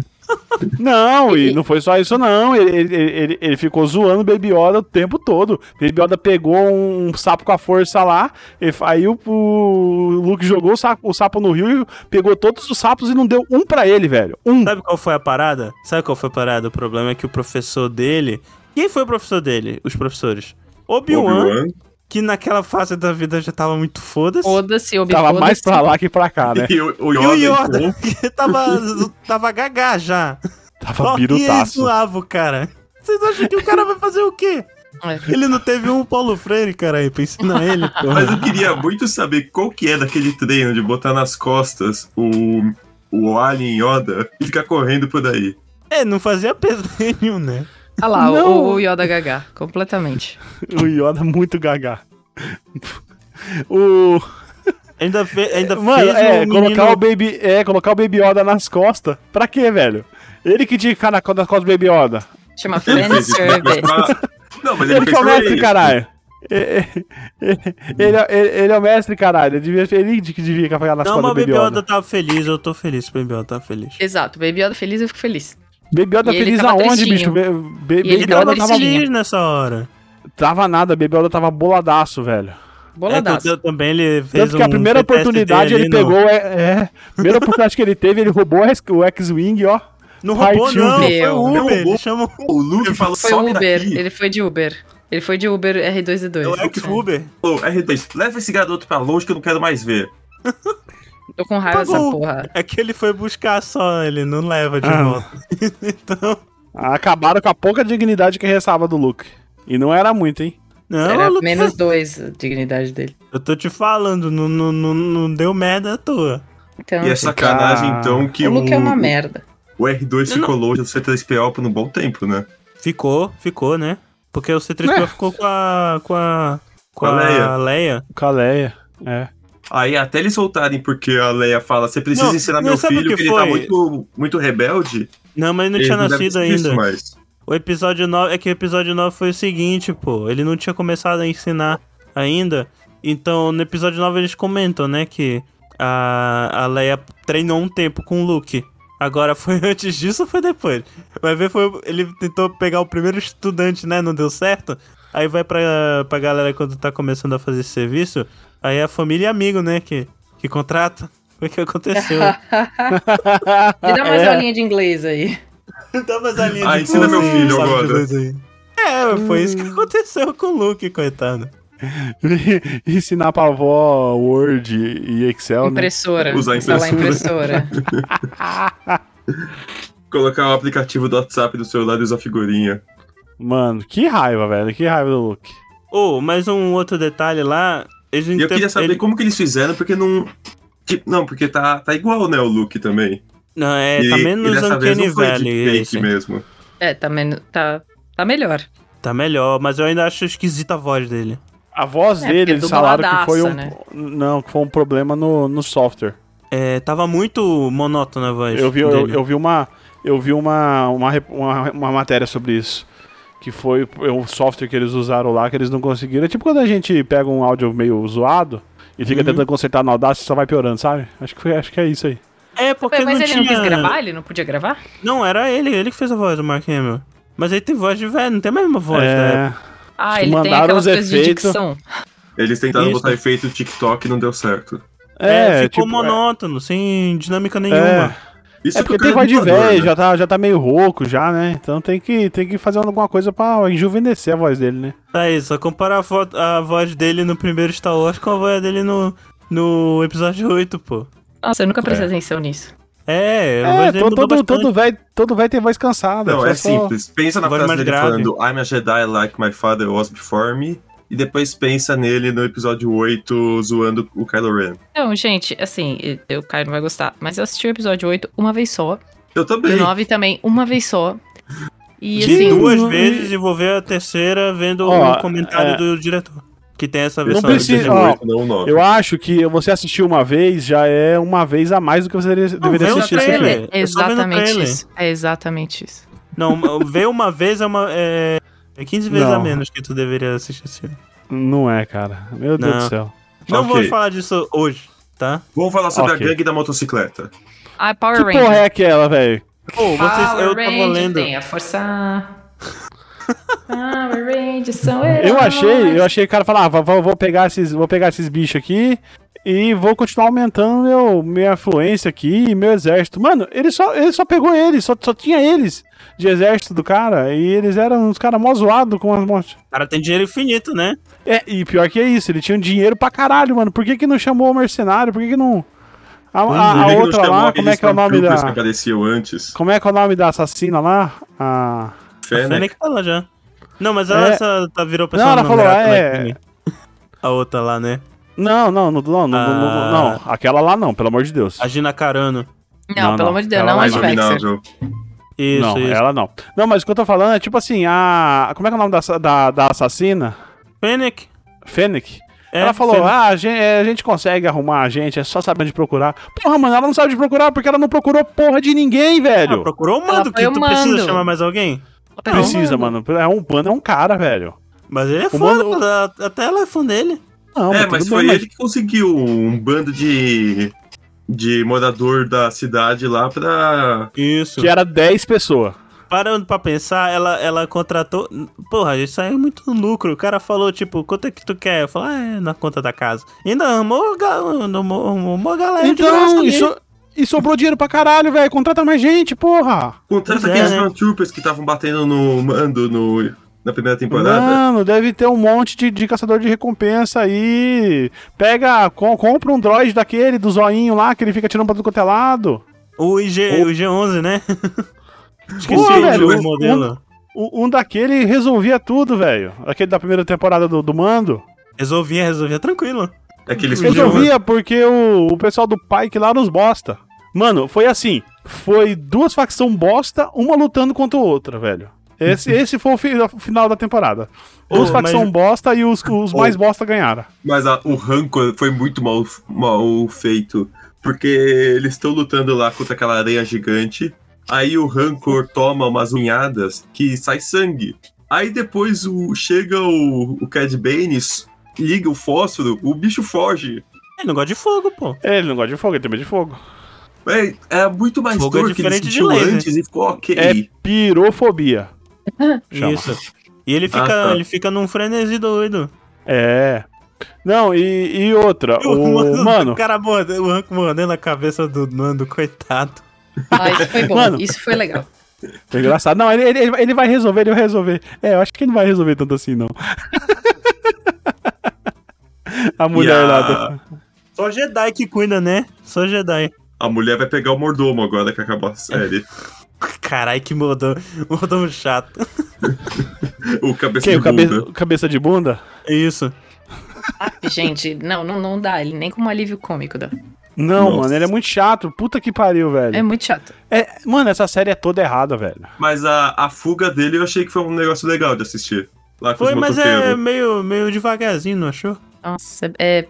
[SPEAKER 4] Não, e não foi só isso, não. Ele, ele, ele, ele ficou zoando o Baby Yoda o tempo todo. Baby Yoda pegou um, sapo com a força lá, e fa- aí o, o Luke jogou o sapo, o sapo no rio e pegou todos os sapos e não deu um pra ele, velho. Um.
[SPEAKER 1] Sabe qual foi a parada? Sabe qual foi a parada? O problema é que o professor dele. Quem foi o professor dele? Os professores? Obi-Wan,
[SPEAKER 3] Obi-Wan
[SPEAKER 1] que naquela fase da vida já tava muito foda-se.
[SPEAKER 2] Foda-se, Obi
[SPEAKER 4] Tava mais
[SPEAKER 2] foda-se.
[SPEAKER 4] pra lá que pra cá, né?
[SPEAKER 3] e o, o
[SPEAKER 1] E
[SPEAKER 3] Yoda.
[SPEAKER 1] o Yoda,
[SPEAKER 3] então,
[SPEAKER 1] que tava, tava gagá já.
[SPEAKER 4] Tava
[SPEAKER 1] e ele
[SPEAKER 4] birutaço.
[SPEAKER 1] zoava o cara. Vocês acham que o cara vai fazer o quê?
[SPEAKER 2] É.
[SPEAKER 1] Ele não teve um Paulo Freire, cara, aí, pra ensinar ele,
[SPEAKER 3] Mas
[SPEAKER 1] porra.
[SPEAKER 3] eu queria muito saber qual que é daquele treino de botar nas costas o, o Alien Yoda e ficar correndo por aí.
[SPEAKER 1] É, não fazia peso nenhum, né?
[SPEAKER 2] Ah lá, o-
[SPEAKER 4] Não.
[SPEAKER 2] o Yoda Gaga, completamente.
[SPEAKER 4] O Yoda muito gaga. O.
[SPEAKER 1] Ainda, fe, ainda
[SPEAKER 4] Mano,
[SPEAKER 1] fez
[SPEAKER 4] é,
[SPEAKER 1] um
[SPEAKER 4] colocar o
[SPEAKER 1] menino-
[SPEAKER 4] Baby. É, colocar o Baby Yoda nas costas. Pra quê, velho? Ele que tinha que ficar na, co- nas costas do Baby Yoda.
[SPEAKER 2] Chama
[SPEAKER 3] Ele
[SPEAKER 2] Fan
[SPEAKER 3] fez isso pra
[SPEAKER 2] Service.
[SPEAKER 3] mostrar- Não, mas ele,
[SPEAKER 4] Ele
[SPEAKER 3] fez
[SPEAKER 4] que é o
[SPEAKER 3] pra
[SPEAKER 4] mestre,
[SPEAKER 3] isso.
[SPEAKER 4] caralho. É, é, é, Ele, é- ele- ele é o mestre, caralho. Ele, devia, ele que devia ficar nas
[SPEAKER 1] Não, mas
[SPEAKER 4] costas
[SPEAKER 1] o
[SPEAKER 4] do Baby
[SPEAKER 1] Baby Yoda
[SPEAKER 4] Yoda.
[SPEAKER 1] tava feliz, eu tô feliz, o Baby Yoda tá feliz.
[SPEAKER 2] Exato, Baby Yoda feliz, eu fico feliz.
[SPEAKER 4] Baby Yoda
[SPEAKER 2] E ele
[SPEAKER 4] feliz
[SPEAKER 2] tava
[SPEAKER 4] aonde,
[SPEAKER 2] tristinho.
[SPEAKER 4] bicho? Ba- ba-
[SPEAKER 2] ele
[SPEAKER 4] Baby
[SPEAKER 1] Ele tava
[SPEAKER 4] Yoda tava,
[SPEAKER 2] tristinho.
[SPEAKER 1] feliz nessa hora.
[SPEAKER 4] tava nada, Baby Yoda tava boladaço, velho.
[SPEAKER 2] Boladaço.
[SPEAKER 1] É, que eu- também ele fez
[SPEAKER 4] Tanto que a
[SPEAKER 1] um
[SPEAKER 4] primeira
[SPEAKER 1] PTSD
[SPEAKER 4] oportunidade
[SPEAKER 1] ali
[SPEAKER 4] ele
[SPEAKER 1] no-
[SPEAKER 4] pegou. É, é, primeira oportunidade que ele teve, ele roubou a X- o X-Wing, ó.
[SPEAKER 1] Não roubou,
[SPEAKER 4] Partiu,
[SPEAKER 1] não, foi
[SPEAKER 2] meu.
[SPEAKER 1] o
[SPEAKER 3] Não
[SPEAKER 1] Uber.
[SPEAKER 3] roubou.
[SPEAKER 1] Ele chamou
[SPEAKER 3] O Luke falou
[SPEAKER 2] Foi um
[SPEAKER 3] sobe
[SPEAKER 2] Uber,
[SPEAKER 3] daqui.
[SPEAKER 2] ele foi de Uber. Ele foi de Uber R2D2.
[SPEAKER 1] é o ex-Uber.
[SPEAKER 3] Ô, R2, leva esse garoto pra longe que eu não quero mais ver.
[SPEAKER 2] Tô com raiva dessa
[SPEAKER 1] Pagou.
[SPEAKER 2] porra.
[SPEAKER 1] É que ele foi buscar só, ele não leva de
[SPEAKER 4] Ah.
[SPEAKER 1] volta. então.
[SPEAKER 4] Acabaram com a pouca dignidade que restava do Luke. E não era muito, hein?
[SPEAKER 1] Não,
[SPEAKER 2] Era
[SPEAKER 1] Lucas,
[SPEAKER 2] menos dois a dignidade dele.
[SPEAKER 1] eu tô te falando, não, não, não, não deu merda à toa.
[SPEAKER 2] Então,
[SPEAKER 3] E é sacanagem,
[SPEAKER 4] Ah.
[SPEAKER 3] então, que
[SPEAKER 2] o
[SPEAKER 3] o,
[SPEAKER 2] Luke é uma merda.
[SPEAKER 3] o R2 ficou longe do C3PO por um bom tempo, né?
[SPEAKER 1] Ficou, ficou, né? Porque o C3PO
[SPEAKER 4] É.
[SPEAKER 1] ficou com a. com a. com
[SPEAKER 3] Com a
[SPEAKER 1] a Leia.
[SPEAKER 3] Leia.
[SPEAKER 4] Caleia. É.
[SPEAKER 3] Aí até eles soltarem, porque a Leia fala, você precisa
[SPEAKER 1] Não,
[SPEAKER 3] ensinar
[SPEAKER 1] não,
[SPEAKER 3] meu
[SPEAKER 1] sabe o
[SPEAKER 3] filho
[SPEAKER 1] que
[SPEAKER 3] que, ele tá
[SPEAKER 1] foi?
[SPEAKER 3] muito, muito rebelde.
[SPEAKER 1] Não, mas ele não
[SPEAKER 3] Ele
[SPEAKER 1] tinha
[SPEAKER 3] deve
[SPEAKER 1] nascido
[SPEAKER 3] ser isso
[SPEAKER 1] ainda.
[SPEAKER 3] mais.
[SPEAKER 1] O episódio 9. É que o episódio 9 foi o seguinte, pô. Ele não tinha começado a ensinar ainda. Então, no episódio 9 eles comentam, né, que a, a Leia treinou um tempo com o Luke. Agora, foi antes disso ou foi depois? Vai ver, foi, ele tentou pegar o primeiro estudante, né, não deu certo. Aí vai pra, pra galera quando tá começando a fazer esse serviço. Aí é a família e amigo, né, que, que contrata. Foi o que aconteceu.
[SPEAKER 2] Me dá mais
[SPEAKER 4] É.
[SPEAKER 2] aulinha de inglês aí.
[SPEAKER 1] Dá mais Tá, a linha
[SPEAKER 3] Ah,
[SPEAKER 1] de
[SPEAKER 3] ensina meu
[SPEAKER 1] cozinha,
[SPEAKER 3] filho
[SPEAKER 1] sabe,
[SPEAKER 3] agora.
[SPEAKER 1] coisa assim. É, foi isso que aconteceu com o Luke, coitado.
[SPEAKER 4] Ensinar pra avó Word e Excel, né?
[SPEAKER 2] Impressora.
[SPEAKER 3] Usar
[SPEAKER 2] Instalar impressora.
[SPEAKER 3] Colocar o aplicativo do WhatsApp do celular e usar figurinha.
[SPEAKER 4] Mano, que raiva, velho. Que raiva do Luke.
[SPEAKER 1] Ou, mais um outro detalhe lá. Eles
[SPEAKER 3] E eu
[SPEAKER 1] inter-
[SPEAKER 3] queria saber
[SPEAKER 1] Então, ele-
[SPEAKER 3] como que eles fizeram, porque não... tipo, Não, porque tá, tá igual, né, o Luke também.
[SPEAKER 1] Não, é,
[SPEAKER 3] e,
[SPEAKER 1] tá
[SPEAKER 3] e
[SPEAKER 1] menos
[SPEAKER 3] dessa vez
[SPEAKER 1] Uncanny
[SPEAKER 3] não foi
[SPEAKER 1] Valley.
[SPEAKER 3] deepfake
[SPEAKER 1] esse.
[SPEAKER 3] mesmo.
[SPEAKER 2] é, tá, men- tá, tá melhor.
[SPEAKER 1] Tá melhor, mas eu ainda acho esquisita a voz dele.
[SPEAKER 4] A voz
[SPEAKER 2] É, porque
[SPEAKER 4] dele, eles
[SPEAKER 2] do
[SPEAKER 4] falaram que
[SPEAKER 2] baladaça,
[SPEAKER 4] foi um.
[SPEAKER 2] né?
[SPEAKER 4] Não, que foi um problema no, no software.
[SPEAKER 1] É, tava muito monótona a voz.
[SPEAKER 4] Eu vi, eu,
[SPEAKER 1] dele.
[SPEAKER 4] eu vi uma. Eu vi uma, uma, rep- uma, uma matéria sobre isso. Que foi o software que eles usaram lá, que eles não conseguiram. É tipo quando a gente pega um áudio meio zoado e
[SPEAKER 1] Uhum.
[SPEAKER 4] fica tentando consertar no Audacity e só vai piorando, sabe? Acho que, foi- acho que é isso aí.
[SPEAKER 1] É, porque
[SPEAKER 2] Ué, mas
[SPEAKER 1] não
[SPEAKER 2] ele
[SPEAKER 1] tinha...
[SPEAKER 2] não quis gravar? Ele não podia gravar?
[SPEAKER 1] Não, era ele, ele que fez a voz do Mark Hamill. Mas ele tem voz de velho, não tem a mesma voz, né?
[SPEAKER 4] é,
[SPEAKER 2] Ah,
[SPEAKER 4] Acho que
[SPEAKER 2] ele tem
[SPEAKER 4] mandaram
[SPEAKER 2] aquelas
[SPEAKER 4] os
[SPEAKER 2] coisas de
[SPEAKER 4] efeitos.
[SPEAKER 2] dicção.
[SPEAKER 3] Eles tentaram
[SPEAKER 1] Isso.
[SPEAKER 3] botar efeito TikTok e não deu certo.
[SPEAKER 1] É,
[SPEAKER 4] é,
[SPEAKER 1] ficou
[SPEAKER 4] tipo,
[SPEAKER 1] monótono, sem dinâmica
[SPEAKER 4] é,
[SPEAKER 1] nenhuma.
[SPEAKER 3] Isso
[SPEAKER 4] É porque
[SPEAKER 3] que o
[SPEAKER 4] tem
[SPEAKER 3] cara
[SPEAKER 4] voz de
[SPEAKER 3] dublador,
[SPEAKER 4] velho,
[SPEAKER 3] né?
[SPEAKER 4] já, tá, já tá meio rouco já, né? Então tem que, tem que fazer alguma coisa pra enjuvenescer a voz dele, né?
[SPEAKER 1] Tá isso, só comparar a, foto- a voz dele no primeiro Star Wars com a voz dele no, no episódio 8, pô.
[SPEAKER 2] Nossa, eu nunca prestei atenção nisso.
[SPEAKER 1] É, a
[SPEAKER 4] É,
[SPEAKER 1] voz dele
[SPEAKER 4] to-
[SPEAKER 1] mudou
[SPEAKER 4] todo,
[SPEAKER 1] bastante.
[SPEAKER 4] todo, velho, todo velho tem voz cansada.
[SPEAKER 3] Não,
[SPEAKER 4] só-
[SPEAKER 3] é
[SPEAKER 4] só-
[SPEAKER 3] simples. Pensa na
[SPEAKER 1] Voz
[SPEAKER 3] frase
[SPEAKER 1] mais
[SPEAKER 3] dele
[SPEAKER 1] grave.
[SPEAKER 3] falando I'm a Jedi like my father was before me. E depois pensa nele no episódio 8 zoando o Kylo Ren.
[SPEAKER 2] Então, gente, assim, eu, o Caio não vai gostar, mas eu assisti o episódio 8 uma vez só.
[SPEAKER 3] Eu
[SPEAKER 2] E o
[SPEAKER 3] também.
[SPEAKER 2] 9 também, uma vez só. E
[SPEAKER 1] De
[SPEAKER 2] assim,
[SPEAKER 1] duas
[SPEAKER 4] não-
[SPEAKER 1] vezes e vou ver a terceira vendo
[SPEAKER 4] Ó,
[SPEAKER 1] o comentário
[SPEAKER 4] é.
[SPEAKER 1] do diretor. Que tem essa
[SPEAKER 4] Não
[SPEAKER 1] versão.
[SPEAKER 3] o
[SPEAKER 4] precisa,
[SPEAKER 3] episódio
[SPEAKER 4] ó,
[SPEAKER 3] 8, um não o 9.
[SPEAKER 4] Eu acho que você assistir uma vez já é uma vez a mais do que você deveria, deveria
[SPEAKER 1] vê o
[SPEAKER 4] assistir.
[SPEAKER 1] trailer.
[SPEAKER 4] sempre.
[SPEAKER 1] eu
[SPEAKER 2] é
[SPEAKER 1] só vendo o
[SPEAKER 2] exatamente
[SPEAKER 1] trailer.
[SPEAKER 2] isso. É exatamente isso.
[SPEAKER 1] Não, uma- ver uma vez é uma. É, é 15 vezes
[SPEAKER 4] Não.
[SPEAKER 1] a menos que tu deveria assistir esse filme.
[SPEAKER 4] Não é, cara. Meu Deus
[SPEAKER 1] Não.
[SPEAKER 4] do céu.
[SPEAKER 1] Não
[SPEAKER 3] Ok.
[SPEAKER 1] vou falar disso hoje, tá?
[SPEAKER 3] Vamos falar sobre
[SPEAKER 4] Ok.
[SPEAKER 3] a gangue da motocicleta.
[SPEAKER 2] Ah, Power
[SPEAKER 4] Que porra
[SPEAKER 2] Ranger.
[SPEAKER 4] é aquela, velho?
[SPEAKER 1] Pô, vocês,
[SPEAKER 2] Power
[SPEAKER 1] eu tava
[SPEAKER 2] Ranger
[SPEAKER 1] lendo.
[SPEAKER 2] Tem a força. Power Rangers são heróis.
[SPEAKER 4] Eu achei, eu achei que o cara falava, ah, vou, vou pegar esses, vou pegar esses bichos aqui e vou continuar aumentando meu, minha influência aqui e meu exército. Mano, ele só, ele só pegou eles, só, só tinha eles de exército do cara. E eles eram uns caras mó zoados com as montes.
[SPEAKER 1] O cara tem dinheiro infinito, né?
[SPEAKER 4] É, e pior que é isso, ele tinha um dinheiro pra caralho, mano. Por que, que não chamou o mercenário? Por que, que não. A, a- a
[SPEAKER 3] Por que que não
[SPEAKER 4] outra
[SPEAKER 3] chamou
[SPEAKER 4] lá,
[SPEAKER 3] aqueles
[SPEAKER 4] como é que é o nome
[SPEAKER 3] Stormtroopers que
[SPEAKER 4] da.
[SPEAKER 3] apareceu antes.
[SPEAKER 4] Como é que é o nome da assassina lá? A.
[SPEAKER 1] A
[SPEAKER 3] Fennec.
[SPEAKER 1] Fennec tá lá já. Não, mas ela
[SPEAKER 4] É.
[SPEAKER 1] só tá, virou
[SPEAKER 4] Não, ela falou,
[SPEAKER 1] grata, né,
[SPEAKER 4] é.
[SPEAKER 1] pra mim. A outra lá, né?
[SPEAKER 4] Não, não, não, não, não,
[SPEAKER 3] Ah.
[SPEAKER 4] não, não, não. Aquela lá não, pelo amor de Deus.
[SPEAKER 1] A Gina Carano.
[SPEAKER 2] Não,
[SPEAKER 4] Não,
[SPEAKER 2] pelo
[SPEAKER 4] não.
[SPEAKER 2] amor de Deus,
[SPEAKER 4] Ela
[SPEAKER 2] não
[SPEAKER 4] é
[SPEAKER 2] é
[SPEAKER 3] Mais
[SPEAKER 2] de Vexer.
[SPEAKER 3] dominável.
[SPEAKER 1] Isso,
[SPEAKER 4] não,
[SPEAKER 1] isso.
[SPEAKER 4] ela não. Não, mas o que eu tô falando é tipo assim, a. Como é que é o nome da, assa- da, da assassina?
[SPEAKER 1] Fennec.
[SPEAKER 4] Fennec.
[SPEAKER 1] É,
[SPEAKER 4] ela falou,
[SPEAKER 1] Fennec.
[SPEAKER 4] ah, a gen- é, a gente, consegue arrumar a gente, é só saber onde procurar. Porra, mano, ela não sabe onde procurar porque ela não procurou porra de ninguém,
[SPEAKER 1] Ah,
[SPEAKER 4] velho.
[SPEAKER 1] procurou o mando,
[SPEAKER 2] Ela foi
[SPEAKER 1] que
[SPEAKER 2] o
[SPEAKER 1] tu precisa
[SPEAKER 2] mando.
[SPEAKER 1] chamar mais alguém?
[SPEAKER 2] Pera,
[SPEAKER 4] Precisa, mano. É um pano, é um cara, velho.
[SPEAKER 1] Mas ele é fã,
[SPEAKER 4] mando-
[SPEAKER 1] ela- até ela é fã dele.
[SPEAKER 4] Não,
[SPEAKER 3] É,
[SPEAKER 4] tudo
[SPEAKER 3] mas
[SPEAKER 4] bem,
[SPEAKER 3] foi ele que conseguiu um bando de, de morador da cidade lá pra.
[SPEAKER 1] Isso.
[SPEAKER 4] Que era 10 pessoas.
[SPEAKER 1] Parando pra pensar, ela, ela contratou. Porra, isso aí é muito lucro. O cara falou, tipo, quanto é que tu quer? Eu falo, ah, é na conta da casa. E ainda arrumou, ga- arrumou, arrumou Ah, a galera de graça
[SPEAKER 4] Então,
[SPEAKER 1] ali.
[SPEAKER 4] isso. E sobrou dinheiro pra caralho, velho. Contrata mais gente, porra.
[SPEAKER 3] Contrata
[SPEAKER 1] Pois é,
[SPEAKER 3] aqueles
[SPEAKER 1] né?
[SPEAKER 3] Stormtroopers que estavam batendo no mando no, na primeira temporada.
[SPEAKER 4] Mano, deve ter um monte de, de caçador de recompensa aí. Pega, com- compra um droid daquele, do zoinho lá, que ele fica tirando pra tudo quanto é lado.
[SPEAKER 1] O, IG, o G11, né? Esqueci
[SPEAKER 4] Pô,
[SPEAKER 1] o
[SPEAKER 4] velho,
[SPEAKER 1] nome do
[SPEAKER 4] um-
[SPEAKER 1] modelo.
[SPEAKER 4] Um, um daquele resolvia tudo, velho. Aquele da primeira temporada do, do Mando.
[SPEAKER 1] Resolvia, resolvia tranquilo.
[SPEAKER 3] Aqueles
[SPEAKER 4] Resolvia porque o, o pessoal do Pike lá nos bosta. Mano, foi assim. Foi duas facções bosta, uma lutando contra a outra, velho. Esse, esse foi o fi- o final da temporada.
[SPEAKER 1] Ô,
[SPEAKER 4] Os facção
[SPEAKER 1] mas-
[SPEAKER 4] bosta e os, os
[SPEAKER 3] Ô.
[SPEAKER 4] mais bosta ganharam.
[SPEAKER 3] Mas a- o Rancor foi muito mal, mal feito. Porque eles estão lutando lá contra aquela areia gigante. Aí o Rancor toma umas unhadas que sai sangue. Aí depois o, chega o, o Cad Bane, s- liga o fósforo, o bicho foge.
[SPEAKER 1] Ele não gosta de fogo, pô.
[SPEAKER 4] É, Ele não gosta de fogo, ele tem medo de fogo.
[SPEAKER 3] É, é muito mais
[SPEAKER 1] Fogo é
[SPEAKER 3] dor que ele
[SPEAKER 1] diferente de
[SPEAKER 3] sentiu
[SPEAKER 1] laser.
[SPEAKER 3] antes e ficou ok.
[SPEAKER 4] É pirofobia. Chama.
[SPEAKER 1] Isso. E ele fica,
[SPEAKER 3] Ah, tá.
[SPEAKER 1] ele fica num frenesi doido.
[SPEAKER 4] É. Não, e, e outra.
[SPEAKER 1] E
[SPEAKER 4] O, mano,
[SPEAKER 1] o cara morde- o Hank mordendo a cabeça do Nando, coitado.
[SPEAKER 2] Ah, isso foi bom,
[SPEAKER 4] Mano.
[SPEAKER 2] isso foi legal.
[SPEAKER 4] é engraçado. Não, ele, ele, ele vai resolver, ele vai resolver. É, eu acho que ele não vai resolver tanto assim, não. a
[SPEAKER 3] E
[SPEAKER 4] mulher
[SPEAKER 3] a-
[SPEAKER 4] lá. do-
[SPEAKER 1] Só Jedi que cuida, né? Só Jedi.
[SPEAKER 3] A mulher vai pegar o mordomo agora que acabou a série.
[SPEAKER 1] Carai, que mordomo, mordomo chato.
[SPEAKER 3] o cabeça
[SPEAKER 4] Quem?
[SPEAKER 3] de
[SPEAKER 4] O cabe-
[SPEAKER 3] bunda.
[SPEAKER 4] cabeça de bunda?
[SPEAKER 1] Isso.
[SPEAKER 2] Gente, não, não, não dá, ele nem como alívio cômico dá.
[SPEAKER 4] Não,
[SPEAKER 3] Nossa.
[SPEAKER 4] mano, ele é muito chato. Puta que pariu,
[SPEAKER 2] É
[SPEAKER 4] velho.
[SPEAKER 2] muito chato.
[SPEAKER 4] É, mano, essa série é toda errada, velho.
[SPEAKER 3] Mas a, a fuga dele eu achei que foi um negócio legal de assistir. Lá com
[SPEAKER 1] Foi,
[SPEAKER 3] os
[SPEAKER 1] mas é
[SPEAKER 3] motoqueiros.
[SPEAKER 1] meio, meio devagarzinho, não achou?
[SPEAKER 2] Nossa, é.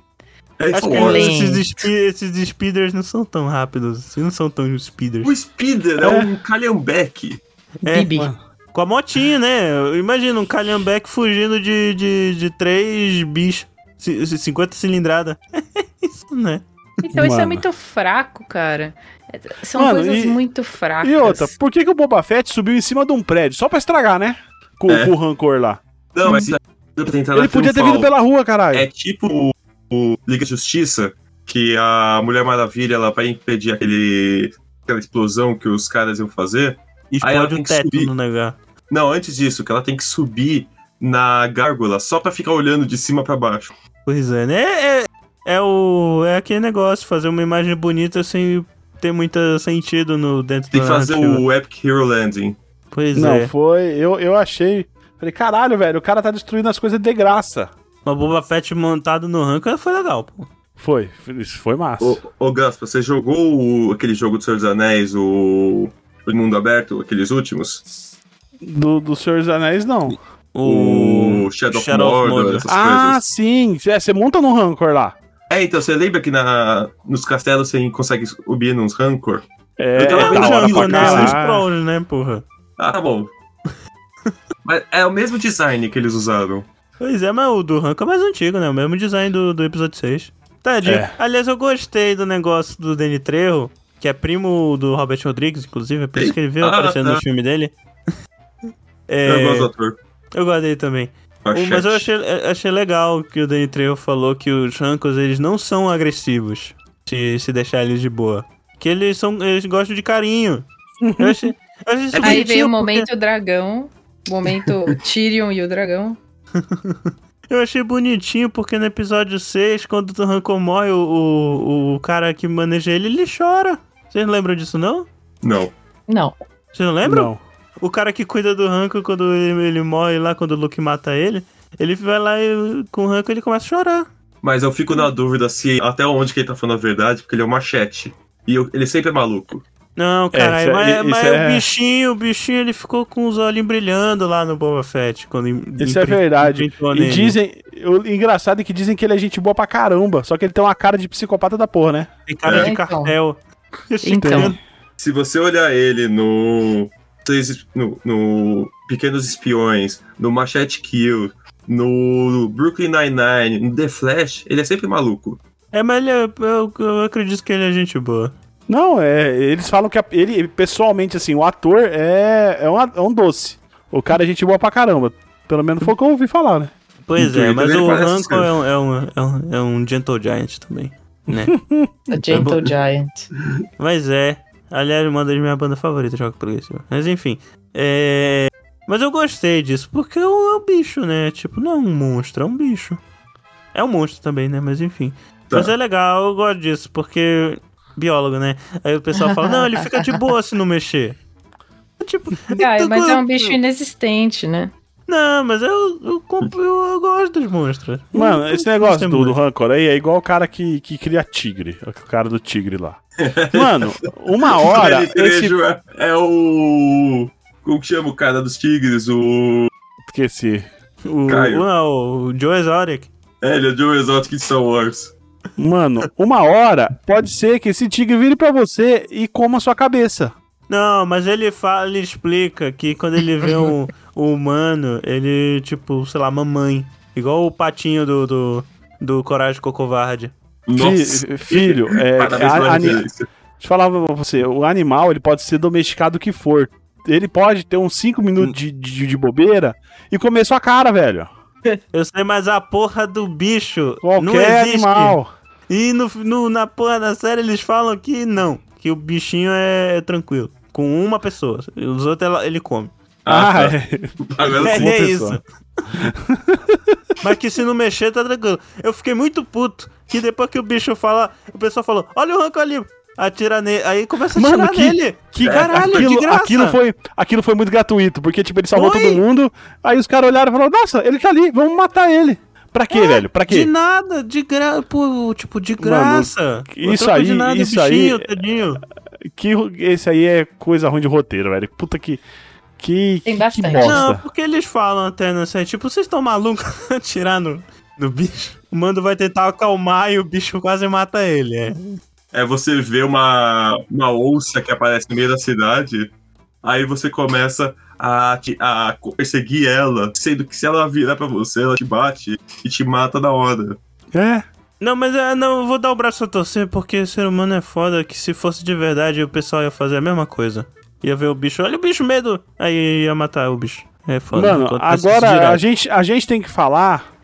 [SPEAKER 3] É,
[SPEAKER 1] Acho que
[SPEAKER 3] Star Wars.
[SPEAKER 2] lento.
[SPEAKER 1] esses, espe- esses speeders não são tão rápidos. assim, Não são tão speeders.
[SPEAKER 3] O Speeder é, um calhambeque.
[SPEAKER 1] É,
[SPEAKER 2] Bibi.
[SPEAKER 1] mano. Com a motinha, né? Imagina um calhambeque fugindo de, de, de três bichos. Ci- ci- 50 cilindrada. Isso, né?
[SPEAKER 2] Então isso é
[SPEAKER 4] Mano.
[SPEAKER 2] muito fraco, cara. É, São
[SPEAKER 4] Mano,
[SPEAKER 2] coisas
[SPEAKER 4] e-
[SPEAKER 2] muito fracas.
[SPEAKER 4] E outra, por que, que o Boba Fett subiu em cima de um prédio? Só pra estragar, né? Com,
[SPEAKER 3] É.
[SPEAKER 4] com o rancor lá.
[SPEAKER 3] Não, mas isso é pra entrar na
[SPEAKER 4] Ele podia ter vindo
[SPEAKER 3] triunfal.
[SPEAKER 4] pela rua, caralho.
[SPEAKER 3] É tipo o, o Liga da Justiça, que a Mulher Maravilha ela vai impedir aquele, aquela explosão que os caras iam fazer. Aí ela
[SPEAKER 1] Explode
[SPEAKER 3] tem
[SPEAKER 1] o
[SPEAKER 3] que
[SPEAKER 1] teto
[SPEAKER 3] subir.
[SPEAKER 1] no negócio.
[SPEAKER 3] Não, antes disso, que ela tem que subir na gárgula só pra ficar olhando de cima pra baixo.
[SPEAKER 1] Pois é, né? É, é- é o, é aquele negócio, fazer uma imagem bonita sem ter muito sentido no, dentro
[SPEAKER 3] Tem
[SPEAKER 1] da
[SPEAKER 4] Ah,
[SPEAKER 3] que fazer
[SPEAKER 1] narrativa.
[SPEAKER 3] o Epic Hero Landing.
[SPEAKER 1] Pois
[SPEAKER 4] Não,
[SPEAKER 1] é.
[SPEAKER 4] foi. Eu, eu achei. Falei, caralho, velho, o cara tá destruindo as coisas de graça.
[SPEAKER 1] Uma Boba Fett montado no Rancor foi legal, pô.
[SPEAKER 4] Foi. Isso foi massa.
[SPEAKER 3] Ô, ô Gaspa, você jogou o- aquele jogo do Senhor dos Anéis, o, o Mundo Aberto, aqueles últimos?
[SPEAKER 4] Do, do Senhor dos Anéis, não.
[SPEAKER 3] O, Shadow, of Mordor, essas
[SPEAKER 4] ah,
[SPEAKER 3] coisas.
[SPEAKER 4] sim. Cê- Você monta no Rancor lá.
[SPEAKER 3] É, então, você lembra que na, nos castelos você consegue subir nos Rancor?
[SPEAKER 4] É,
[SPEAKER 3] Eu tava um
[SPEAKER 1] É,
[SPEAKER 3] da
[SPEAKER 1] o
[SPEAKER 3] hora
[SPEAKER 1] Jango,
[SPEAKER 3] pra
[SPEAKER 1] né? São
[SPEAKER 3] caralho.
[SPEAKER 1] os trolls, né, porra?
[SPEAKER 3] Ah, tá bom. Mas é o mesmo design que eles usaram.
[SPEAKER 1] Pois é, mas o do Rancor é mais antigo, né? O mesmo design do, do episódio 6. Tadinho.
[SPEAKER 4] É.
[SPEAKER 1] Aliás, eu gostei do negócio do Danny Trejo, que é primo do Robert Rodrigues, inclusive, é por isso que ele veio
[SPEAKER 3] Ah,
[SPEAKER 1] aparecendo
[SPEAKER 3] tá.
[SPEAKER 1] no filme dele. É,
[SPEAKER 3] Eu gosto do ator.
[SPEAKER 1] eu gosto dele também. O-
[SPEAKER 3] Machete.
[SPEAKER 1] mas eu achei, eu achei legal que o Danny Trejo falou que os Rancos, eles não são agressivos, se, se deixar eles de boa. Que eles são eles gostam de carinho. Eu achei, eu achei isso
[SPEAKER 2] Aí
[SPEAKER 1] bonitinho,
[SPEAKER 2] veio o
[SPEAKER 1] porque-
[SPEAKER 2] momento dragão. o Momento Tyrion e o dragão.
[SPEAKER 1] Eu achei bonitinho porque no episódio 6, quando o Rancor morre, o, o, o cara que maneja ele, ele chora. Vocês não lembram disso, não?
[SPEAKER 3] Não.
[SPEAKER 2] Não.
[SPEAKER 1] Vocês não lembram?
[SPEAKER 4] Não.
[SPEAKER 1] O cara que cuida do Rancor quando ele, ele morre lá, quando o Luke mata ele, ele vai lá e, com o Rancor ele começa a chorar.
[SPEAKER 3] Mas eu fico na dúvida se até onde que ele tá falando a verdade, porque ele é um machete. E eu- ele sempre é maluco.
[SPEAKER 1] Não,
[SPEAKER 4] É,
[SPEAKER 1] caralho,
[SPEAKER 4] isso é-
[SPEAKER 1] mas,
[SPEAKER 4] isso
[SPEAKER 1] mas
[SPEAKER 4] é-
[SPEAKER 1] o bichinho, o bichinho, ele ficou com os olhinhos brilhando lá no Boba Fett. Quando
[SPEAKER 4] Isso é verdade. E
[SPEAKER 1] E
[SPEAKER 3] né?
[SPEAKER 4] dizem. O engraçado é que dizem que ele é gente boa pra caramba. Só que ele tem uma cara de psicopata da porra, né?
[SPEAKER 1] Tem cara
[SPEAKER 2] É,
[SPEAKER 1] de
[SPEAKER 2] então.
[SPEAKER 1] cartel.
[SPEAKER 2] Então.
[SPEAKER 3] Se você olhar ele no. no, no Pequenos Espiões, no Machete Kill, no Brooklyn Nine-Nine, no The Flash, ele é sempre maluco.
[SPEAKER 1] É, mas ele é- eu, eu acredito que ele é gente boa.
[SPEAKER 4] Não, é. Eles falam que a- ele, pessoalmente, assim, o ator é, é, um, a- é um doce. O cara é gente boa pra caramba. Pelo menos foi o que eu ouvi falar, né?
[SPEAKER 1] Pois é,
[SPEAKER 3] Intuito,
[SPEAKER 1] mas
[SPEAKER 3] ele
[SPEAKER 1] o
[SPEAKER 3] parece ser.
[SPEAKER 1] Rancor é um, é, um, é, um, é um Gentle Giant também, né?
[SPEAKER 2] A Gentle Giant.
[SPEAKER 1] mas é. Aliás, uma das minhas bandas favoritas de rock progressivo. Mas enfim. É... Mas eu gostei disso, porque é um, é um bicho, né? Tipo, não é um monstro, é um bicho. É um monstro também, né? Mas enfim.
[SPEAKER 3] Tá.
[SPEAKER 1] Mas é legal, eu gosto disso, porque. Biólogo, né? Aí o pessoal fala, não, ele fica de boa se não mexer. É Tipo,
[SPEAKER 2] Cara,
[SPEAKER 1] então,
[SPEAKER 2] mas é um
[SPEAKER 1] eu-
[SPEAKER 2] bicho inexistente, né?
[SPEAKER 1] Não, mas eu, eu, compro- eu, eu gosto dos monstros. Hum.
[SPEAKER 4] Mano,
[SPEAKER 1] Eu-
[SPEAKER 4] esse
[SPEAKER 1] eu
[SPEAKER 4] negócio
[SPEAKER 1] gosto
[SPEAKER 4] do,
[SPEAKER 1] muito.
[SPEAKER 4] do Rancor aí é igual o cara que, que cria tigre. O cara do tigre lá. Mano, uma hora. tipo,
[SPEAKER 3] Ele
[SPEAKER 4] esse...
[SPEAKER 3] trejo é, é o. Como que chama o cara dos tigres? O.
[SPEAKER 4] Esqueci.
[SPEAKER 1] O,
[SPEAKER 3] Caio.
[SPEAKER 1] o, não, o Joe Exotic.
[SPEAKER 3] É, ele é o Joe Exotic de Star Wars.
[SPEAKER 4] Mano, uma hora pode ser que esse tigre vire pra você e coma a sua cabeça.
[SPEAKER 1] Não, mas ele fala, ele explica que quando ele vê um, um humano, ele, tipo, sei lá, mamãe. Igual o patinho do, do, do Coragem Cocovarde.
[SPEAKER 3] Nossa.
[SPEAKER 4] Fi- filho, é,
[SPEAKER 3] Parabéns
[SPEAKER 4] a-
[SPEAKER 3] pela
[SPEAKER 4] ani-
[SPEAKER 3] referência.
[SPEAKER 4] Deixa eu falar pra você, o animal ele pode ser domesticado o que for. Ele pode ter uns 5 minutos de, de, de bobeira e comer sua cara, velho.
[SPEAKER 1] Eu sei, mas a porra do bicho não
[SPEAKER 4] Qualquer
[SPEAKER 1] existe.
[SPEAKER 4] animal.
[SPEAKER 1] E no, no- na porra da série eles falam que não, que o bichinho é tranquilo. Com uma pessoa. Os outros ela- ele come.
[SPEAKER 4] Ah,
[SPEAKER 3] Ah, tá.
[SPEAKER 4] é.
[SPEAKER 3] Agora
[SPEAKER 1] É,
[SPEAKER 3] sim.
[SPEAKER 1] é
[SPEAKER 4] pessoa.
[SPEAKER 1] isso. Mas que se não mexer, tá tranquilo. Eu fiquei muito puto que depois que o bicho fala, o pessoal falou: olha o ranco ali, atira nele. Aí começa a
[SPEAKER 4] Mano,
[SPEAKER 1] atirar
[SPEAKER 4] que-
[SPEAKER 1] nele.
[SPEAKER 4] Que
[SPEAKER 1] Caralho,
[SPEAKER 4] É, aquilo,
[SPEAKER 1] de graça.
[SPEAKER 4] aquilo foi, aquilo foi muito gratuito, porque tipo, ele salvou
[SPEAKER 1] Foi.
[SPEAKER 4] todo mundo, aí os caras olharam e falaram: "Nossa, ele tá ali, vamos matar ele". Ah, Pra quê, velho? Pra
[SPEAKER 1] De
[SPEAKER 4] quê?
[SPEAKER 1] nada, de graça, tipo, de
[SPEAKER 4] Mano,
[SPEAKER 1] graça.
[SPEAKER 4] isso
[SPEAKER 1] Troco de
[SPEAKER 4] aí,
[SPEAKER 1] nada,
[SPEAKER 4] isso aí-
[SPEAKER 1] bichinho,
[SPEAKER 4] é
[SPEAKER 1] tadinho.
[SPEAKER 4] Que esse aí é coisa ruim de roteiro, velho. Puta que que
[SPEAKER 2] Tem
[SPEAKER 4] que
[SPEAKER 2] bastante.
[SPEAKER 4] bosta.
[SPEAKER 1] Não, porque eles falam até, não sei, tipo, vocês estão malucos atirar no, no bicho? O mando vai tentar acalmar e o bicho quase mata ele. É.
[SPEAKER 3] É você vê uma, uma onça que aparece no meio da cidade, aí você começa a, te- a perseguir ela, sendo que se ela virar pra você, ela te bate e te mata na hora.
[SPEAKER 4] É.
[SPEAKER 1] Não, mas ah, não, eu vou dar o braço a torcer, porque ser humano é foda que se fosse de verdade o pessoal ia fazer a mesma coisa. Ia ver o bicho, olha o bicho, medo! Aí ia matar o bicho. É foda.
[SPEAKER 4] Mano,
[SPEAKER 1] Acontece
[SPEAKER 4] agora a
[SPEAKER 1] direto.
[SPEAKER 4] gente, a gente tem que falar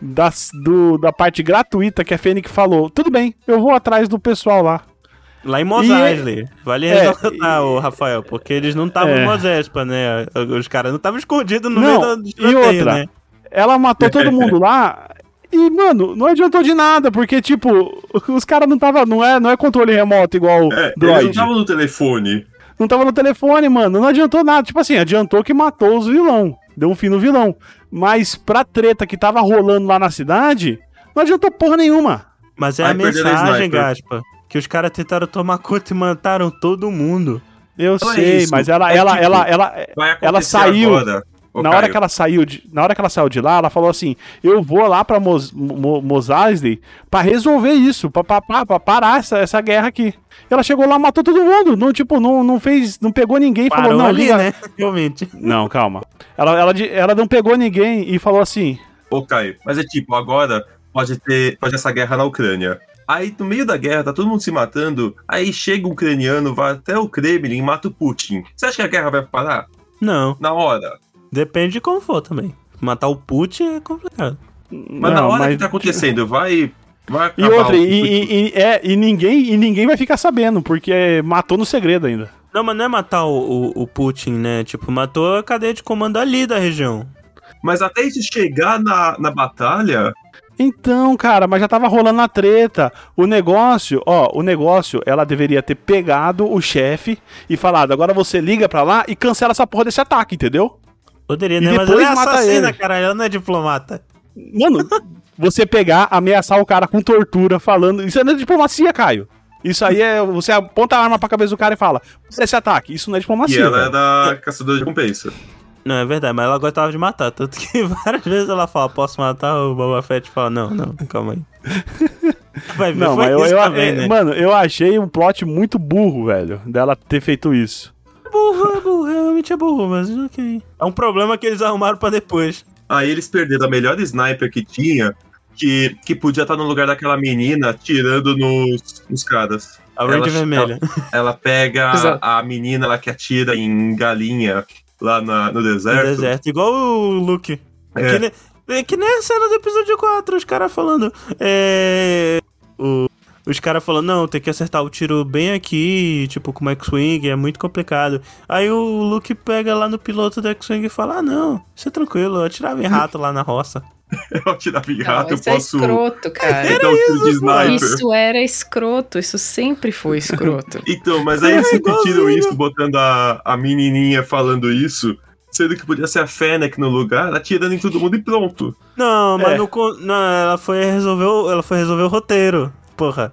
[SPEAKER 4] das, do, da parte gratuita que a Fênix falou. Tudo bem, eu vou atrás do pessoal lá.
[SPEAKER 1] Lá em Mos
[SPEAKER 4] E-
[SPEAKER 1] Eisley. Vale
[SPEAKER 4] É,
[SPEAKER 1] ressaltar, o Rafael, porque eles não estavam
[SPEAKER 4] É.
[SPEAKER 1] em Mos Espa, né? Os caras não estavam escondidos no
[SPEAKER 4] Não,
[SPEAKER 1] meio da do
[SPEAKER 4] e
[SPEAKER 1] tiroteio,
[SPEAKER 4] outra?
[SPEAKER 1] né?
[SPEAKER 4] Ela matou todo mundo lá. E, mano, não adiantou de nada, porque, tipo, os caras não tava. Não é, não é controle remoto igual
[SPEAKER 3] É, eles não
[SPEAKER 4] Droid.
[SPEAKER 3] estavam no telefone.
[SPEAKER 4] Não tava no telefone, mano. Não adiantou nada. Tipo assim, adiantou que matou os vilão. Deu um fim no vilão. Mas pra treta que tava rolando lá na cidade, não adiantou porra nenhuma.
[SPEAKER 1] Mas é
[SPEAKER 3] Aí
[SPEAKER 1] a
[SPEAKER 3] perderam a
[SPEAKER 1] mensagem,
[SPEAKER 3] sniper.
[SPEAKER 1] Gaspa, que os caras tentaram tomar conta e mataram todo mundo.
[SPEAKER 4] Eu
[SPEAKER 3] Não é
[SPEAKER 4] sei,
[SPEAKER 3] isso.
[SPEAKER 4] mas ela,
[SPEAKER 3] É
[SPEAKER 4] ela,
[SPEAKER 3] tipo-
[SPEAKER 4] ela, ela,
[SPEAKER 3] Vai acontecer
[SPEAKER 4] Ela saiu.
[SPEAKER 3] agora. Ô,
[SPEAKER 4] na hora
[SPEAKER 3] Caio,
[SPEAKER 4] que ela saiu de, na hora que ela saiu de lá, ela falou assim: "Eu vou lá para Mos, Mo- Mos Eisley para resolver isso, para parar essa, essa guerra aqui". Ela chegou lá, matou todo mundo, não tipo, não, não fez, não pegou ninguém, falou:
[SPEAKER 1] Parou
[SPEAKER 4] "Não,
[SPEAKER 1] ali,
[SPEAKER 4] liga".
[SPEAKER 1] né? Realmente.
[SPEAKER 4] Não, calma. Ela, ela de- ela não pegou ninguém e falou assim:
[SPEAKER 3] Ô, Caio, mas é tipo, agora pode ter. Pode essa guerra na Ucrânia. Aí no meio da guerra, tá todo mundo se matando. Aí chega um ucraniano, vai até o Kremlin e mata o Putin. Você acha que a guerra vai parar?
[SPEAKER 1] Não,
[SPEAKER 3] Na hora.
[SPEAKER 1] depende de como for também. Matar o Putin é complicado.
[SPEAKER 3] Mas na
[SPEAKER 4] Não,
[SPEAKER 3] hora
[SPEAKER 4] mas-
[SPEAKER 3] que tá acontecendo, vai. vai
[SPEAKER 4] E
[SPEAKER 3] acabar
[SPEAKER 4] outra,
[SPEAKER 3] o
[SPEAKER 4] e,
[SPEAKER 3] Putin.
[SPEAKER 4] e- e- é, e, ninguém, e ninguém vai ficar sabendo, porque é, matou no segredo ainda.
[SPEAKER 1] Não, mas não é matar o, o- o Putin, né? Tipo, matou a cadeia de comando ali da região.
[SPEAKER 3] Mas até isso chegar na, na batalha,
[SPEAKER 4] Então, cara, mas já tava rolando a treta. O negócio, ó, o negócio, ela deveria ter pegado o chefe e falado: agora você liga pra lá e cancela essa porra desse ataque, entendeu?
[SPEAKER 1] Poderia,
[SPEAKER 4] E
[SPEAKER 1] né? Mas ela
[SPEAKER 4] depois
[SPEAKER 1] é
[SPEAKER 4] mata
[SPEAKER 1] assassina,
[SPEAKER 4] ele.
[SPEAKER 1] cara. Ela não é diplomata.
[SPEAKER 4] Mano, você pegar, ameaçar o cara com tortura, falando. Isso não é diplomacia, Caio. Isso aí é. Você aponta a arma pra cabeça do cara e fala: esse ataque, isso não é
[SPEAKER 3] e
[SPEAKER 4] diplomacia.
[SPEAKER 3] ela
[SPEAKER 4] velho."
[SPEAKER 3] é da caçadora de recompensa.
[SPEAKER 1] Não, é verdade, mas ela gostava de matar. Tanto que várias vezes ela fala, posso matar o Boba Fett? Fala, não, não, calma aí. Vai ver,
[SPEAKER 4] Não,
[SPEAKER 1] foi
[SPEAKER 4] mas eu,
[SPEAKER 1] isso
[SPEAKER 4] eu- é,
[SPEAKER 1] também, né?
[SPEAKER 4] mano, eu achei um plot muito burro, velho, dela ter feito isso.
[SPEAKER 1] Burro, é burro, realmente é burro, mas ok. É um problema que eles arrumaram pra depois.
[SPEAKER 3] Aí eles perderam a melhor sniper que tinha, que, que podia estar no lugar daquela menina atirando nos, nos caras.
[SPEAKER 1] A Rede
[SPEAKER 3] Ela-
[SPEAKER 1] Vermelha.
[SPEAKER 3] Ela pega
[SPEAKER 2] Exato.
[SPEAKER 3] a menina lá que atira em galinha lá na- no
[SPEAKER 1] No
[SPEAKER 3] deserto.
[SPEAKER 1] deserto. Igual o Luke.
[SPEAKER 3] É.
[SPEAKER 1] Que, nem, é que nem a cena do episódio 4, os caras falando. É. o- os caras falando, não, tem que acertar o tiro bem aqui, tipo, com o X-Wing, é muito complicado. Aí o Luke pega lá no piloto do X-Wing e fala: ah, não, isso é tranquilo, eu atirava em rato lá na roça.
[SPEAKER 3] Eu atirava em
[SPEAKER 2] Não,
[SPEAKER 3] rato, eu
[SPEAKER 2] isso
[SPEAKER 3] posso.
[SPEAKER 2] é escroto, cara.
[SPEAKER 3] Então, de sniper.
[SPEAKER 2] Isso era escroto, isso sempre foi escroto.
[SPEAKER 3] Então, mas aí eles
[SPEAKER 1] É,
[SPEAKER 3] repetiram
[SPEAKER 1] igualzinho.
[SPEAKER 3] isso, botando a, a menininha falando isso, sendo que podia ser a Fennec no lugar, atirando em todo mundo e pronto.
[SPEAKER 1] Não, mas
[SPEAKER 4] É.
[SPEAKER 1] no con- não, ela foi resolver o, ela foi resolver o roteiro. Porra.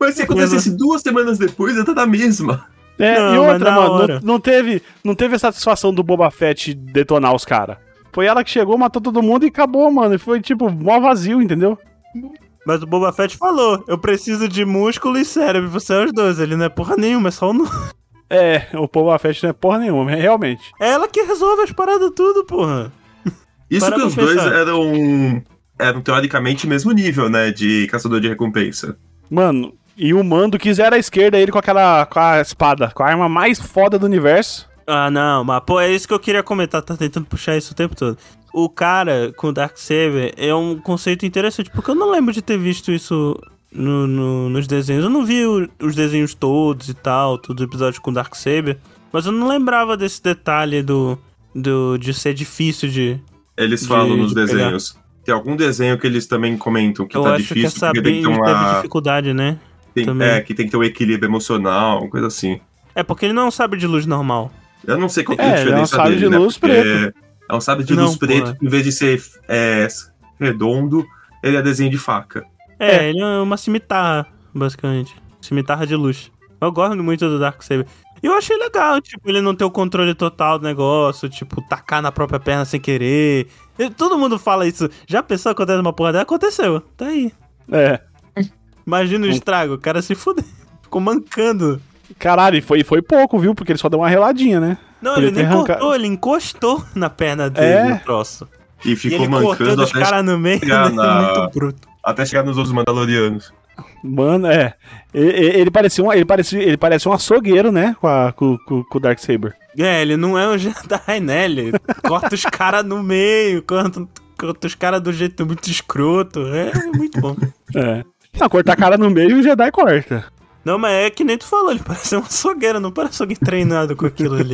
[SPEAKER 3] Mas se acontecesse duas semanas depois, ia estar na mesma.
[SPEAKER 4] É,
[SPEAKER 1] Não,
[SPEAKER 4] e
[SPEAKER 1] mas
[SPEAKER 4] outra,
[SPEAKER 1] na
[SPEAKER 4] mano,
[SPEAKER 1] hora.
[SPEAKER 4] não, não teve, não teve a satisfação do Boba Fett detonar os caras. Foi ela que chegou, matou todo mundo e acabou, mano. E foi tipo, mó vazio, entendeu?
[SPEAKER 1] Mas o Boba Fett falou: eu preciso de músculo e cérebro, você é os dois. Ele não é porra nenhuma, é só o número.
[SPEAKER 4] É, o Boba Fett não é porra nenhuma, realmente.
[SPEAKER 1] É ela que resolve as paradas tudo, porra.
[SPEAKER 3] Isso
[SPEAKER 1] Para
[SPEAKER 3] que os
[SPEAKER 1] pra
[SPEAKER 3] dois
[SPEAKER 1] pensar.
[SPEAKER 3] eram. Eram teoricamente mesmo nível, né? De caçador de recompensa.
[SPEAKER 4] Mano, e o Mando quiser a esquerda ele com aquela com a espada, com a arma mais foda do universo.
[SPEAKER 1] Ah, não, mas pô, é isso que eu queria comentar, tá tentando puxar isso o tempo todo. O cara com o Darksaber é um conceito interessante, porque eu não lembro de ter visto isso no- no- nos desenhos. Eu não vi o- os desenhos todos e tal, todos os episódios com o Darksaber, mas eu não lembrava desse detalhe do, do de ser difícil de...
[SPEAKER 3] Eles
[SPEAKER 1] De-
[SPEAKER 3] falam nos
[SPEAKER 1] de pegar.
[SPEAKER 3] desenhos. Tem algum desenho que eles também comentam que
[SPEAKER 1] eu
[SPEAKER 3] tá
[SPEAKER 1] acho que
[SPEAKER 3] difícil,
[SPEAKER 1] essa
[SPEAKER 3] porque tem
[SPEAKER 1] Bane
[SPEAKER 3] que ter
[SPEAKER 1] teve
[SPEAKER 3] uma.
[SPEAKER 1] dificuldade, né?
[SPEAKER 3] tem-
[SPEAKER 1] também.
[SPEAKER 3] é, que tem que ter um equilíbrio emocional, uma coisa assim.
[SPEAKER 1] É porque ele não sabe de luz normal.
[SPEAKER 3] Eu não sei qual que é,
[SPEAKER 4] É,
[SPEAKER 3] a
[SPEAKER 4] ele é um
[SPEAKER 3] diferença
[SPEAKER 4] sábio
[SPEAKER 3] dele,
[SPEAKER 4] de
[SPEAKER 3] né,
[SPEAKER 4] luz
[SPEAKER 3] porque
[SPEAKER 4] preto.
[SPEAKER 3] É um sábio de
[SPEAKER 1] Não,
[SPEAKER 3] luz preto,
[SPEAKER 1] porra.
[SPEAKER 3] que em vez de ser é, redondo, ele é desenho de faca.
[SPEAKER 1] É, ele é uma cimitarra, basicamente. Cimitarra de luz. Eu gosto muito do Darksaber. E eu achei legal, tipo, ele não ter o controle total do negócio, tipo, tacar na própria perna sem querer. E todo mundo fala isso. Já pensou que acontece uma porra dela? Aconteceu. Tá aí.
[SPEAKER 4] É.
[SPEAKER 1] Imagina o
[SPEAKER 4] Hum.
[SPEAKER 1] estrago. O cara se fudeu. Ficou mancando.
[SPEAKER 4] Caralho, e foi, e foi pouco, viu? Porque ele só deu uma reladinha, né?
[SPEAKER 1] Não,
[SPEAKER 4] Podia
[SPEAKER 1] ele nem
[SPEAKER 4] ter arrancado.
[SPEAKER 1] cortou, ele encostou na perna dele
[SPEAKER 4] É.
[SPEAKER 1] no troço.
[SPEAKER 3] E
[SPEAKER 1] E
[SPEAKER 3] ficou
[SPEAKER 1] ele cortando
[SPEAKER 3] mancando
[SPEAKER 1] os
[SPEAKER 3] até,
[SPEAKER 1] caras no meio.
[SPEAKER 3] chegar
[SPEAKER 1] né?
[SPEAKER 3] na-
[SPEAKER 1] Muito bruto.
[SPEAKER 3] até chegar nos outros Mandalorianos.
[SPEAKER 4] Mano, é. E- e- Ele, parecia um, ele, parecia, ele parecia um açougueiro, né? Com, a, com, com, com o Darksaber.
[SPEAKER 1] É, ele não é um Jedi, né? Ele corta os caras no meio, corta, corta os caras do jeito muito escroto. É muito bom.
[SPEAKER 4] É. Não, cortar a cara no meio e o Jedi corta.
[SPEAKER 1] Não, mas é que nem tu falou, ele parece uma açougueira, não parece alguém treinado com aquilo ali.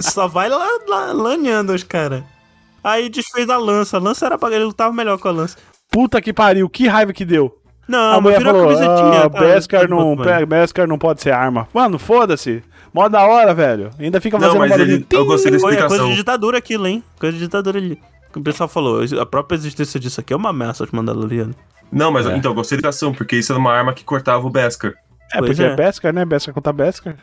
[SPEAKER 1] Só vai lá, lá laneando os caras. Aí desfez a lança. A lança era pra ele lutava melhor com a lança.
[SPEAKER 4] Puta que pariu, que raiva que deu.
[SPEAKER 1] Não,
[SPEAKER 4] a
[SPEAKER 1] Ah, mas
[SPEAKER 4] mulher
[SPEAKER 1] virou
[SPEAKER 4] falou,
[SPEAKER 1] camisetinha.
[SPEAKER 4] ah,
[SPEAKER 1] tá?
[SPEAKER 4] Beskar,
[SPEAKER 1] Tudo
[SPEAKER 4] não,
[SPEAKER 1] bom, mano.
[SPEAKER 4] Beskar não pode ser arma. Mano, foda-se. Mó da hora, velho. Ainda fica
[SPEAKER 3] Não,
[SPEAKER 4] fazendo
[SPEAKER 3] mas
[SPEAKER 4] barulho.
[SPEAKER 3] ele, eu gostei da
[SPEAKER 1] Foi é coisa
[SPEAKER 3] explicação.
[SPEAKER 1] de ditadura aquilo, hein? Coisa de ditadura ali. O pessoal falou, a própria existência disso aqui é uma ameaça aos Mandalorianos.
[SPEAKER 3] Não, mas
[SPEAKER 4] É.
[SPEAKER 3] então, eu gostei da explicação, porque isso era uma arma que cortava o Beskar.
[SPEAKER 4] É,
[SPEAKER 1] Pois
[SPEAKER 4] porque
[SPEAKER 1] é.
[SPEAKER 4] é Beskar, né? Beskar contra Beskar.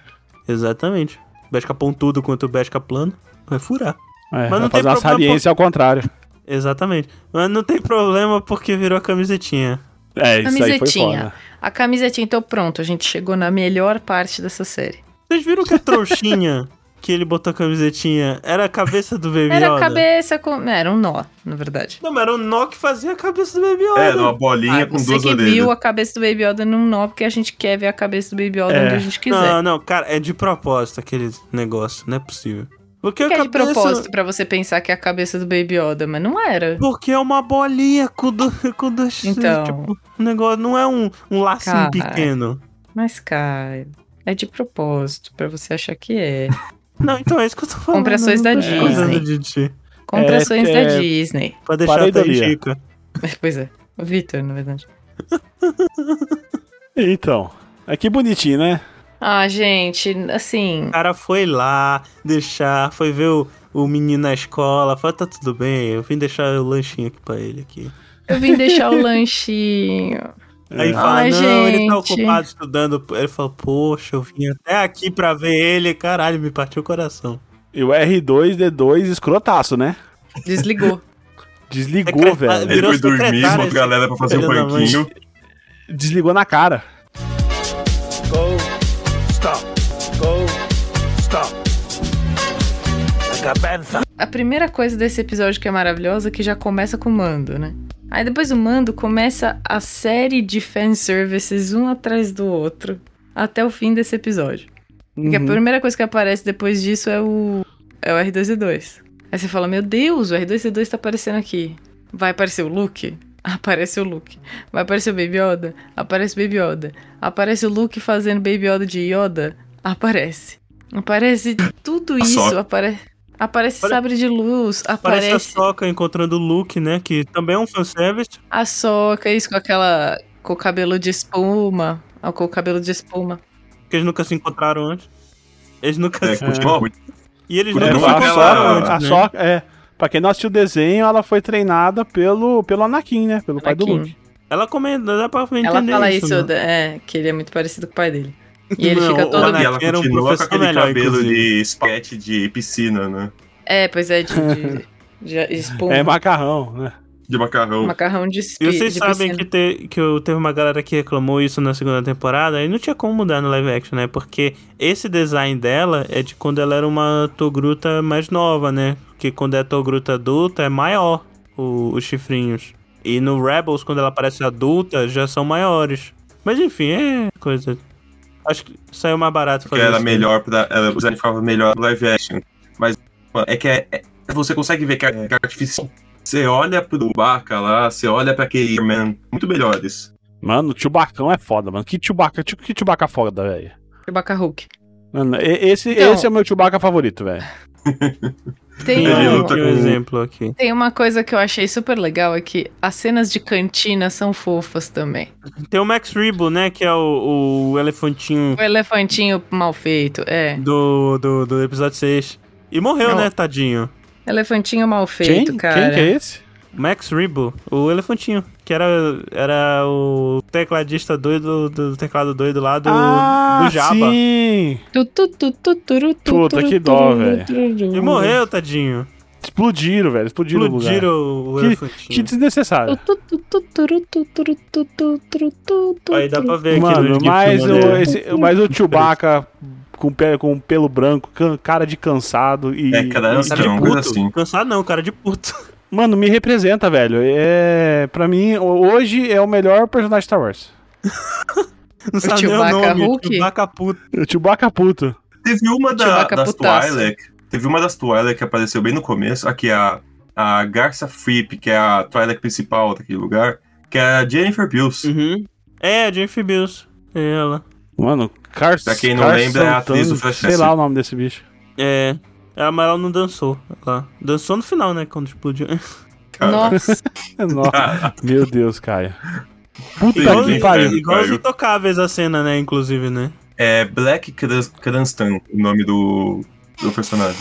[SPEAKER 1] Exatamente. Besca pontudo quanto o Besca plano vai furar.
[SPEAKER 4] É,
[SPEAKER 1] Mas não
[SPEAKER 4] vai
[SPEAKER 1] tem
[SPEAKER 4] fazer uma
[SPEAKER 1] problema,
[SPEAKER 4] saliência ao contrário.
[SPEAKER 1] Exatamente. Mas não tem problema porque virou a camisetinha.
[SPEAKER 4] É, isso aí foi
[SPEAKER 2] Camisetinha.
[SPEAKER 4] foda.
[SPEAKER 2] A camisetinha, então pronto, a gente chegou na melhor parte dessa série.
[SPEAKER 1] Vocês viram que a trouxinha que ele botou a camisetinha era a cabeça do Baby
[SPEAKER 2] Era a
[SPEAKER 1] Yoda.
[SPEAKER 2] cabeça com. Era um nó, na verdade.
[SPEAKER 1] Não, mas era o nó que fazia a cabeça do Baby Yoda.
[SPEAKER 3] É, numa bolinha
[SPEAKER 2] Ah,
[SPEAKER 3] com
[SPEAKER 2] você
[SPEAKER 3] duas
[SPEAKER 2] que
[SPEAKER 3] orelhas.
[SPEAKER 2] viu a cabeça do Baby Yoda num nó, porque a gente quer ver a cabeça do Baby Yoda
[SPEAKER 4] É.
[SPEAKER 2] onde a gente quiser.
[SPEAKER 1] Não, não, cara, é de propósito aquele negócio, não é possível. Porque a
[SPEAKER 2] que é de
[SPEAKER 1] cabeça-
[SPEAKER 2] propósito pra você pensar que é a cabeça do Baby Yoda, mas não era.
[SPEAKER 1] Porque é uma bolinha com, do, com dois.
[SPEAKER 2] Então.
[SPEAKER 1] Tipo, um negócio. Não é um, um lacinho
[SPEAKER 2] Cara.
[SPEAKER 1] pequeno.
[SPEAKER 2] Mas, cara, é de propósito pra você achar que é.
[SPEAKER 1] Não, então é isso que eu tô falando.
[SPEAKER 2] Comprações
[SPEAKER 1] eu não tô
[SPEAKER 2] da
[SPEAKER 1] discordando
[SPEAKER 2] Disney.
[SPEAKER 1] de ti.
[SPEAKER 2] Comprações
[SPEAKER 4] É,
[SPEAKER 2] da
[SPEAKER 4] é-
[SPEAKER 2] Disney.
[SPEAKER 1] Pra deixar
[SPEAKER 4] Parei
[SPEAKER 1] até
[SPEAKER 4] dali, é. ó.
[SPEAKER 1] dica.
[SPEAKER 2] Pois é. O Victor, na verdade.
[SPEAKER 4] Então. É que bonitinho, né?
[SPEAKER 2] Ah, gente, assim.
[SPEAKER 1] O cara foi lá deixar, foi ver o, o menino na escola, falou, tá tudo bem, eu vim deixar o lanchinho aqui pra ele aqui.
[SPEAKER 2] Eu vim deixar o lanchinho.
[SPEAKER 1] Aí
[SPEAKER 4] É.
[SPEAKER 1] fala,
[SPEAKER 2] Ai,
[SPEAKER 1] não, ele tá
[SPEAKER 2] gente.
[SPEAKER 1] ocupado estudando. Ele fala, poxa, eu vim até aqui pra ver ele, caralho, me partiu o coração.
[SPEAKER 4] E o R2D2 escrotaço, né?
[SPEAKER 2] Desligou.
[SPEAKER 4] Desligou,
[SPEAKER 1] Secretário-
[SPEAKER 4] velho.
[SPEAKER 3] Ele
[SPEAKER 1] virou
[SPEAKER 3] foi dormir,
[SPEAKER 1] secretário,
[SPEAKER 3] uma
[SPEAKER 1] esse
[SPEAKER 3] galera pra fazer um
[SPEAKER 1] filho da mãe.
[SPEAKER 3] parquinho.
[SPEAKER 4] Desligou na cara.
[SPEAKER 6] Go, stop. Go, stop. Like a panther.
[SPEAKER 2] A primeira coisa desse episódio que é maravilhosa é que já começa com o Mando, né? Aí depois o Mando começa a série de fanservices um atrás do outro até o fim desse episódio. Porque a primeira coisa que aparece depois disso é o, é o R2-D2. Aí você fala, meu Deus, o R2-D2 tá aparecendo aqui. Vai aparecer o Luke? Aparece o Luke. Vai aparecer o Baby Yoda? Aparece o Baby Yoda. Aparece o Luke fazendo Baby Yoda de Yoda? Aparece. Aparece tudo isso.
[SPEAKER 3] Só.
[SPEAKER 2] Apare... Aparece
[SPEAKER 1] Apare-
[SPEAKER 2] sabre de luz.
[SPEAKER 1] Parece a
[SPEAKER 2] Aparece
[SPEAKER 1] Soca encontrando o Luke, né? Que também é um fanservice.
[SPEAKER 2] a soca, isso com aquela... Com o cabelo de espuma. Ah, Com o cabelo de espuma.
[SPEAKER 1] Porque eles nunca se encontraram antes. Eles nunca
[SPEAKER 3] É,
[SPEAKER 1] se...
[SPEAKER 3] continua ruim.
[SPEAKER 1] E eles
[SPEAKER 3] Era
[SPEAKER 1] nunca se
[SPEAKER 3] Continua com
[SPEAKER 4] É, a
[SPEAKER 3] aquela-
[SPEAKER 1] encontraram
[SPEAKER 4] Sokka,
[SPEAKER 1] antes.
[SPEAKER 4] a
[SPEAKER 1] né?
[SPEAKER 4] Sokka- é. Pra quem não assistiu o desenho, ela foi treinada pelo, pelo Anakin, né? Pelo pai do
[SPEAKER 2] Anakin.
[SPEAKER 4] Luke.
[SPEAKER 1] Ela comenta, dá pra entender
[SPEAKER 2] Ela fala isso,
[SPEAKER 1] né?
[SPEAKER 2] da- é, que ele é muito parecido com o pai dele. E ele
[SPEAKER 1] Não,
[SPEAKER 2] fica
[SPEAKER 1] o
[SPEAKER 2] todo.
[SPEAKER 1] Anakin-
[SPEAKER 3] E ela
[SPEAKER 1] era um
[SPEAKER 3] continua com
[SPEAKER 1] professor
[SPEAKER 3] aquele
[SPEAKER 1] melhor,
[SPEAKER 3] cabelo
[SPEAKER 1] inclusive.
[SPEAKER 3] de espaguete de piscina, né?
[SPEAKER 2] É, pois é, de, de, de espuma.
[SPEAKER 4] É macarrão, né?
[SPEAKER 3] De macarrão.
[SPEAKER 2] Macarrão de
[SPEAKER 1] E
[SPEAKER 2] espuma.
[SPEAKER 1] vocês sabem que, te- que eu- teve uma galera que reclamou isso na segunda temporada e não tinha como mudar no live action, né? Porque esse design dela é de quando ela era uma Togruta mais nova, né? Porque quando é Togruta adulta é maior o- os chifrinhos. E no Rebels, quando ela aparece adulta, já são maiores. Mas enfim, é coisa. Acho que saiu mais barato
[SPEAKER 3] Porque
[SPEAKER 1] fazer
[SPEAKER 3] era
[SPEAKER 1] isso.
[SPEAKER 3] melhor pra. Ela, o design ficava melhor no live action. Mas, mano, é que é, é- você consegue ver que é, que é artificial. Você olha pro Baca lá, você olha pra aquele Man, muito melhores.
[SPEAKER 4] Mano, o Chubacão é foda, mano. Que Chewbacca, tipo, que Chewbacca foda, velho.
[SPEAKER 2] Chewbacca Hulk.
[SPEAKER 4] Mano, e- esse,
[SPEAKER 2] Então-
[SPEAKER 4] esse é o meu Chewbacca favorito, velho.
[SPEAKER 2] Tem,
[SPEAKER 1] Tem
[SPEAKER 3] Ele
[SPEAKER 2] um-
[SPEAKER 3] luta
[SPEAKER 1] um
[SPEAKER 3] com-
[SPEAKER 1] exemplo aqui.
[SPEAKER 2] tem uma coisa que eu achei super legal é que as cenas de cantina são fofas também.
[SPEAKER 1] Tem o Max Rebo, né? Que é o, o elefantinho
[SPEAKER 2] O elefantinho mal feito, é.
[SPEAKER 1] do, do, do episódio 6. E morreu,
[SPEAKER 2] Não.
[SPEAKER 1] né, tadinho?
[SPEAKER 2] Elefantinho mal feito,
[SPEAKER 4] Quem?
[SPEAKER 2] cara.
[SPEAKER 4] Quem que é esse?
[SPEAKER 1] Max Rebo, o elefantinho, que era, era o tecladista doido do teclado doido lá do, do Jabba.
[SPEAKER 4] Ah, sim!
[SPEAKER 2] Tu, tu, tu, tu, turu, tu,
[SPEAKER 4] Puta,
[SPEAKER 2] turu,
[SPEAKER 4] que dó,
[SPEAKER 2] turu,
[SPEAKER 4] velho.
[SPEAKER 2] turu, turu.
[SPEAKER 1] Ele morreu, tadinho.
[SPEAKER 4] Explodiram, velho. Explodiram,
[SPEAKER 1] Explodiram
[SPEAKER 4] o lugar.
[SPEAKER 1] o, o
[SPEAKER 4] Que-
[SPEAKER 1] elefantinho.
[SPEAKER 4] Que desnecessário.
[SPEAKER 2] Tu, tu, tu, tu, turu, tu, turu, tu, tu, turu, tu, tu,
[SPEAKER 1] Aí dá pra ver aqui no
[SPEAKER 4] Mano,
[SPEAKER 1] GIF
[SPEAKER 4] mas o,
[SPEAKER 1] maneiro.
[SPEAKER 4] esse, mas o Chewbacca com, pe- com pelo branco, can- cara de cansado e.
[SPEAKER 3] É, cara,
[SPEAKER 4] e-
[SPEAKER 3] não sabe
[SPEAKER 1] um Cara de
[SPEAKER 3] uma
[SPEAKER 1] puto.
[SPEAKER 3] coisa assim.
[SPEAKER 1] Cansado não, cara de puto.
[SPEAKER 4] Mano, me representa, velho. É, pra mim, ho- hoje é o melhor personagem de Star Wars.
[SPEAKER 1] Não sabe
[SPEAKER 2] Chewbacca
[SPEAKER 1] nem o nome.
[SPEAKER 2] Hulk?
[SPEAKER 1] Chewbacca puto.
[SPEAKER 4] O Chewbacca puto.
[SPEAKER 3] Teve uma da,
[SPEAKER 2] Chewbacca
[SPEAKER 3] das
[SPEAKER 2] putaço.
[SPEAKER 3] Twi'lek. Teve uma das Twi'lek que apareceu bem no começo. Aqui a, a Garça Fripp, que é a Twi'lek principal daquele lugar. Que é a Jennifer Pills.
[SPEAKER 1] Uhum. É, Jennifer Bills. É ela.
[SPEAKER 4] Mano, Carson.
[SPEAKER 3] Pra quem não lembra, é a atriz do Flash
[SPEAKER 4] Sei lá o nome desse bicho.
[SPEAKER 1] É. Ela, mas ela não dançou. Ela dançou no final, né? Quando explodiu.
[SPEAKER 3] cara.
[SPEAKER 2] Nossa,
[SPEAKER 3] Ah.
[SPEAKER 4] Nossa, É Meu Deus, Caio. Puta
[SPEAKER 1] Igual,
[SPEAKER 4] que
[SPEAKER 3] Entendi,
[SPEAKER 4] pariu.
[SPEAKER 3] cara.
[SPEAKER 1] igual os intocáveis a cena, né? Inclusive, né?
[SPEAKER 3] É Black Crans- Cranston, o nome do, do personagem.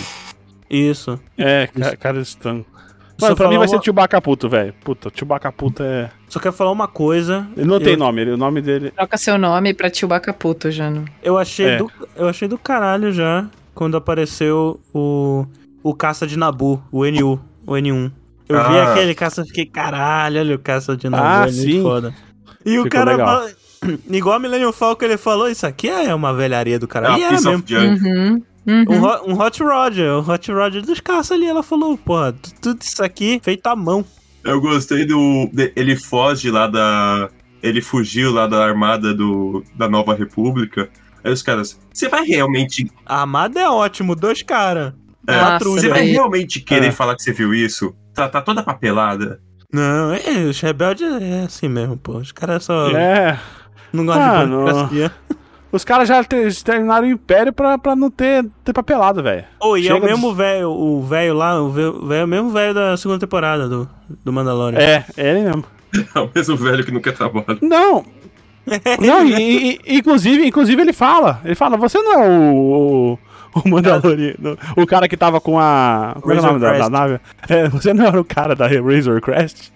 [SPEAKER 1] Isso.
[SPEAKER 4] É, ca- cara estranho.
[SPEAKER 1] Só
[SPEAKER 4] Mano, pra mim
[SPEAKER 1] falar
[SPEAKER 4] vai ser
[SPEAKER 1] uma-
[SPEAKER 4] Chewbacca puto, velho. Puta, Chewbacca puto é.
[SPEAKER 1] Só quero falar uma coisa.
[SPEAKER 4] Ele não tem
[SPEAKER 1] Eu-
[SPEAKER 4] nome, ele, o nome dele.
[SPEAKER 2] troca seu nome pra Chewbacca puto, Jano.
[SPEAKER 1] Eu achei,
[SPEAKER 4] É.
[SPEAKER 1] do, eu achei do caralho já quando apareceu o, o caça de Nabu, o NU, o N1. Eu vi
[SPEAKER 3] Ah.
[SPEAKER 1] aquele caça e fiquei, caralho, olha o caça de Nabu,
[SPEAKER 4] Ah,
[SPEAKER 1] é muito
[SPEAKER 4] sim.
[SPEAKER 1] foda. E o
[SPEAKER 4] Ficou
[SPEAKER 1] cara
[SPEAKER 4] legal.
[SPEAKER 1] fala- igual a Millennium Falcon, ele falou, isso aqui é uma velharia do
[SPEAKER 3] É a
[SPEAKER 4] Ah,
[SPEAKER 1] caralho. E era
[SPEAKER 4] um
[SPEAKER 3] Piece
[SPEAKER 1] mesmo.
[SPEAKER 3] of Junk.
[SPEAKER 2] Uhum.
[SPEAKER 1] Um,
[SPEAKER 2] Uhum.
[SPEAKER 1] Ho- um Hot Roger, o Hot Roger dos caras ali. Ela falou, porra, tu- tudo isso aqui feito à mão.
[SPEAKER 3] Eu gostei do. de- ele foge lá da. Ele fugiu lá da armada do, da Nova República. Aí os caras. Você vai realmente.
[SPEAKER 1] Armada é ótimo, dois caras.
[SPEAKER 3] É,
[SPEAKER 2] Nossa,
[SPEAKER 3] Você
[SPEAKER 1] patrulha.
[SPEAKER 3] vai
[SPEAKER 2] velho.
[SPEAKER 3] realmente querer
[SPEAKER 1] Ah.
[SPEAKER 4] É.
[SPEAKER 3] falar que você viu isso? Tá, tá toda papelada.
[SPEAKER 1] Não, é, os rebeldes é assim mesmo, pô. Os caras só
[SPEAKER 4] É.
[SPEAKER 1] não gostam
[SPEAKER 4] Ah,
[SPEAKER 1] de
[SPEAKER 4] não.
[SPEAKER 1] burocracia.
[SPEAKER 4] Os caras já te- exterminaram o império pra, pra não ter, ter papelado, velho.
[SPEAKER 1] Ô, e é o
[SPEAKER 4] Chega
[SPEAKER 1] mesmo velho, o velho lá, o ve- o velho, o mesmo velho da segunda temporada do, do Mandalorian.
[SPEAKER 4] É, é ele mesmo.
[SPEAKER 3] É o mesmo velho que não quer trabalho.
[SPEAKER 4] Não. Não, e, e- inclusive, inclusive ele fala. Ele fala, você não é o, o, o Mandaloriano. O cara que tava com a. Como é que é o nome da, da
[SPEAKER 1] Razor Crest.
[SPEAKER 4] nave? É, você não era o cara da Razor Crest?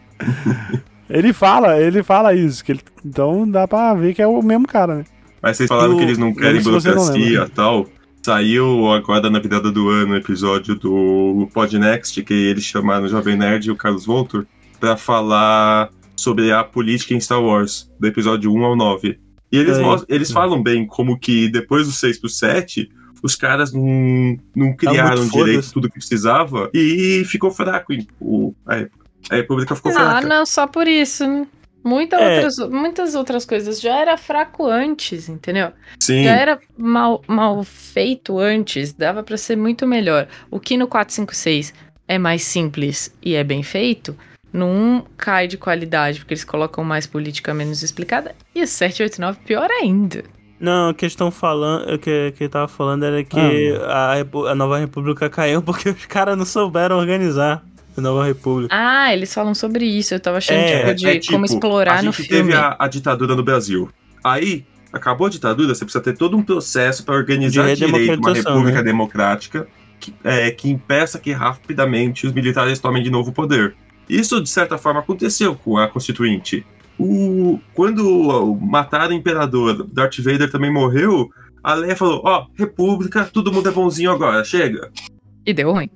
[SPEAKER 4] ele fala, ele fala isso. Que ele- então dá pra ver que é o mesmo cara, né?
[SPEAKER 3] Mas vocês falaram
[SPEAKER 1] Eu-
[SPEAKER 3] que eles não querem
[SPEAKER 4] isso você não
[SPEAKER 3] burocracia
[SPEAKER 4] lembra.
[SPEAKER 3] e tal. Saiu agora na virada do ano o episódio do Podnext, que eles chamaram o Jovem Nerd e o Carlos Voltor pra falar sobre a política em Star Wars, do episódio 1 ao 9. E eles,
[SPEAKER 1] É.
[SPEAKER 3] mos- eles falam bem como que depois do 6 pro 7, os caras não, não criaram
[SPEAKER 1] muito foda-se.
[SPEAKER 3] direito tudo que precisava e ficou fraco em- o, a, República. a República ficou
[SPEAKER 2] Ah,
[SPEAKER 3] fraca.
[SPEAKER 2] não, só por isso. né? Muita
[SPEAKER 1] É.
[SPEAKER 2] outras, muitas outras coisas. Já era fraco antes, entendeu?
[SPEAKER 3] Sim,
[SPEAKER 2] Já é era mal, mal feito antes. Dava pra ser muito melhor. O que no 456 é mais simples e é bem feito, no 1 cai de qualidade, porque eles colocam mais política menos explicada. E o 789, pior ainda.
[SPEAKER 1] Não, a questão falando, o que, que tava falando era que
[SPEAKER 4] Ah.
[SPEAKER 1] a, repu- a Nova República caiu porque os caras não souberam organizar a Nova República.
[SPEAKER 2] Ah, eles falam sobre isso. Eu tava achando
[SPEAKER 1] É,
[SPEAKER 2] tipo, de
[SPEAKER 3] é tipo,
[SPEAKER 2] como
[SPEAKER 3] a
[SPEAKER 2] explorar no
[SPEAKER 3] gente
[SPEAKER 2] filme.
[SPEAKER 3] teve a, a ditadura no Brasil. Aí, acabou a ditadura, você precisa ter todo um processo para organizar
[SPEAKER 1] De
[SPEAKER 3] direito uma
[SPEAKER 1] redemocratização,
[SPEAKER 3] república
[SPEAKER 1] né?
[SPEAKER 3] democrática que, é, que impeça que rapidamente os militares tomem de novo o poder. Isso, de certa forma, aconteceu com a Constituinte. O, quando ó, mataram o imperador, Darth Vader também morreu, a Leia falou, ó, república, todo mundo é bonzinho agora, chega.
[SPEAKER 2] E deu ruim.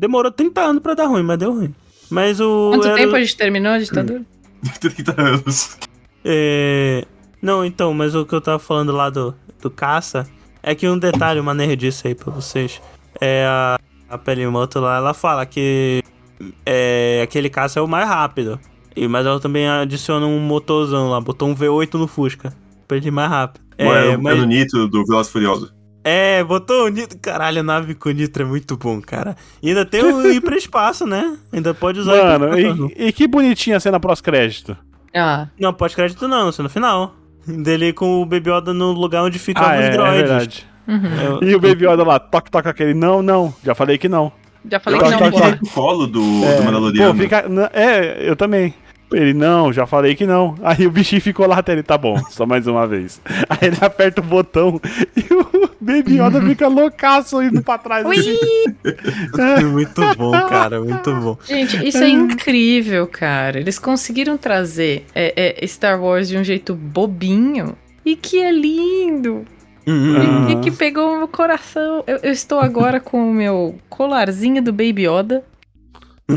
[SPEAKER 1] Demorou 30 anos pra dar ruim, mas deu ruim. Mas o.
[SPEAKER 2] Quanto
[SPEAKER 1] era-
[SPEAKER 2] tempo a gente terminou a ditadura?
[SPEAKER 3] 30 anos.
[SPEAKER 1] É... Não, então, mas o que eu tava falando lá do, do caça é que um detalhe, uma nerdice aí pra vocês. É a, a Pelimoto lá, ela fala que é, aquele caça é o mais rápido. E, mas ela também adiciona um motorzão lá, botou um V8 no Fusca. Pra ele ir mais rápido.
[SPEAKER 3] É, é,
[SPEAKER 1] mas-
[SPEAKER 3] o Nitro do Veloz Furioso.
[SPEAKER 1] é, botou o nitro. Caralho, a nave com nitro é muito bom, cara. E ainda tem o hiperespaço, né? Ainda pode usar o
[SPEAKER 4] Mano,
[SPEAKER 1] hiperespaço.
[SPEAKER 4] e, e que bonitinha a cena pós-crédito.
[SPEAKER 2] Ah,
[SPEAKER 1] Não, pós-crédito não, isso é no final. Dele com o Baby Yoda no lugar onde ficam
[SPEAKER 4] Ah,
[SPEAKER 1] os
[SPEAKER 4] é, é
[SPEAKER 1] droids.
[SPEAKER 4] verdade.
[SPEAKER 2] uhum.
[SPEAKER 1] Eu-
[SPEAKER 4] E o Baby Yoda lá, toque, toque aquele. Não, não. Já falei que não.
[SPEAKER 2] Já falei
[SPEAKER 4] Eu
[SPEAKER 2] que
[SPEAKER 4] acho
[SPEAKER 2] não,
[SPEAKER 4] que
[SPEAKER 2] pô.
[SPEAKER 4] aquele-
[SPEAKER 3] Aquele tá colo do,
[SPEAKER 1] É.
[SPEAKER 3] do Mandaloriano.
[SPEAKER 4] Pô, fica. na- É, eu também. Ele, não, já falei que não. Aí o bichinho ficou lá até ele, tá bom, só mais uma vez. Aí ele aperta o botão e o Baby Yoda fica loucaço indo pra trás.
[SPEAKER 2] Ui!
[SPEAKER 4] assim.
[SPEAKER 1] É, muito bom, cara, muito bom.
[SPEAKER 2] Gente, isso é incrível, cara. Eles conseguiram trazer é, é, Star Wars de um jeito bobinho. E que é lindo!
[SPEAKER 4] Ah.
[SPEAKER 2] E, e que pegou o meu coração. Eu, eu estou agora com o meu colarzinho do Baby Yoda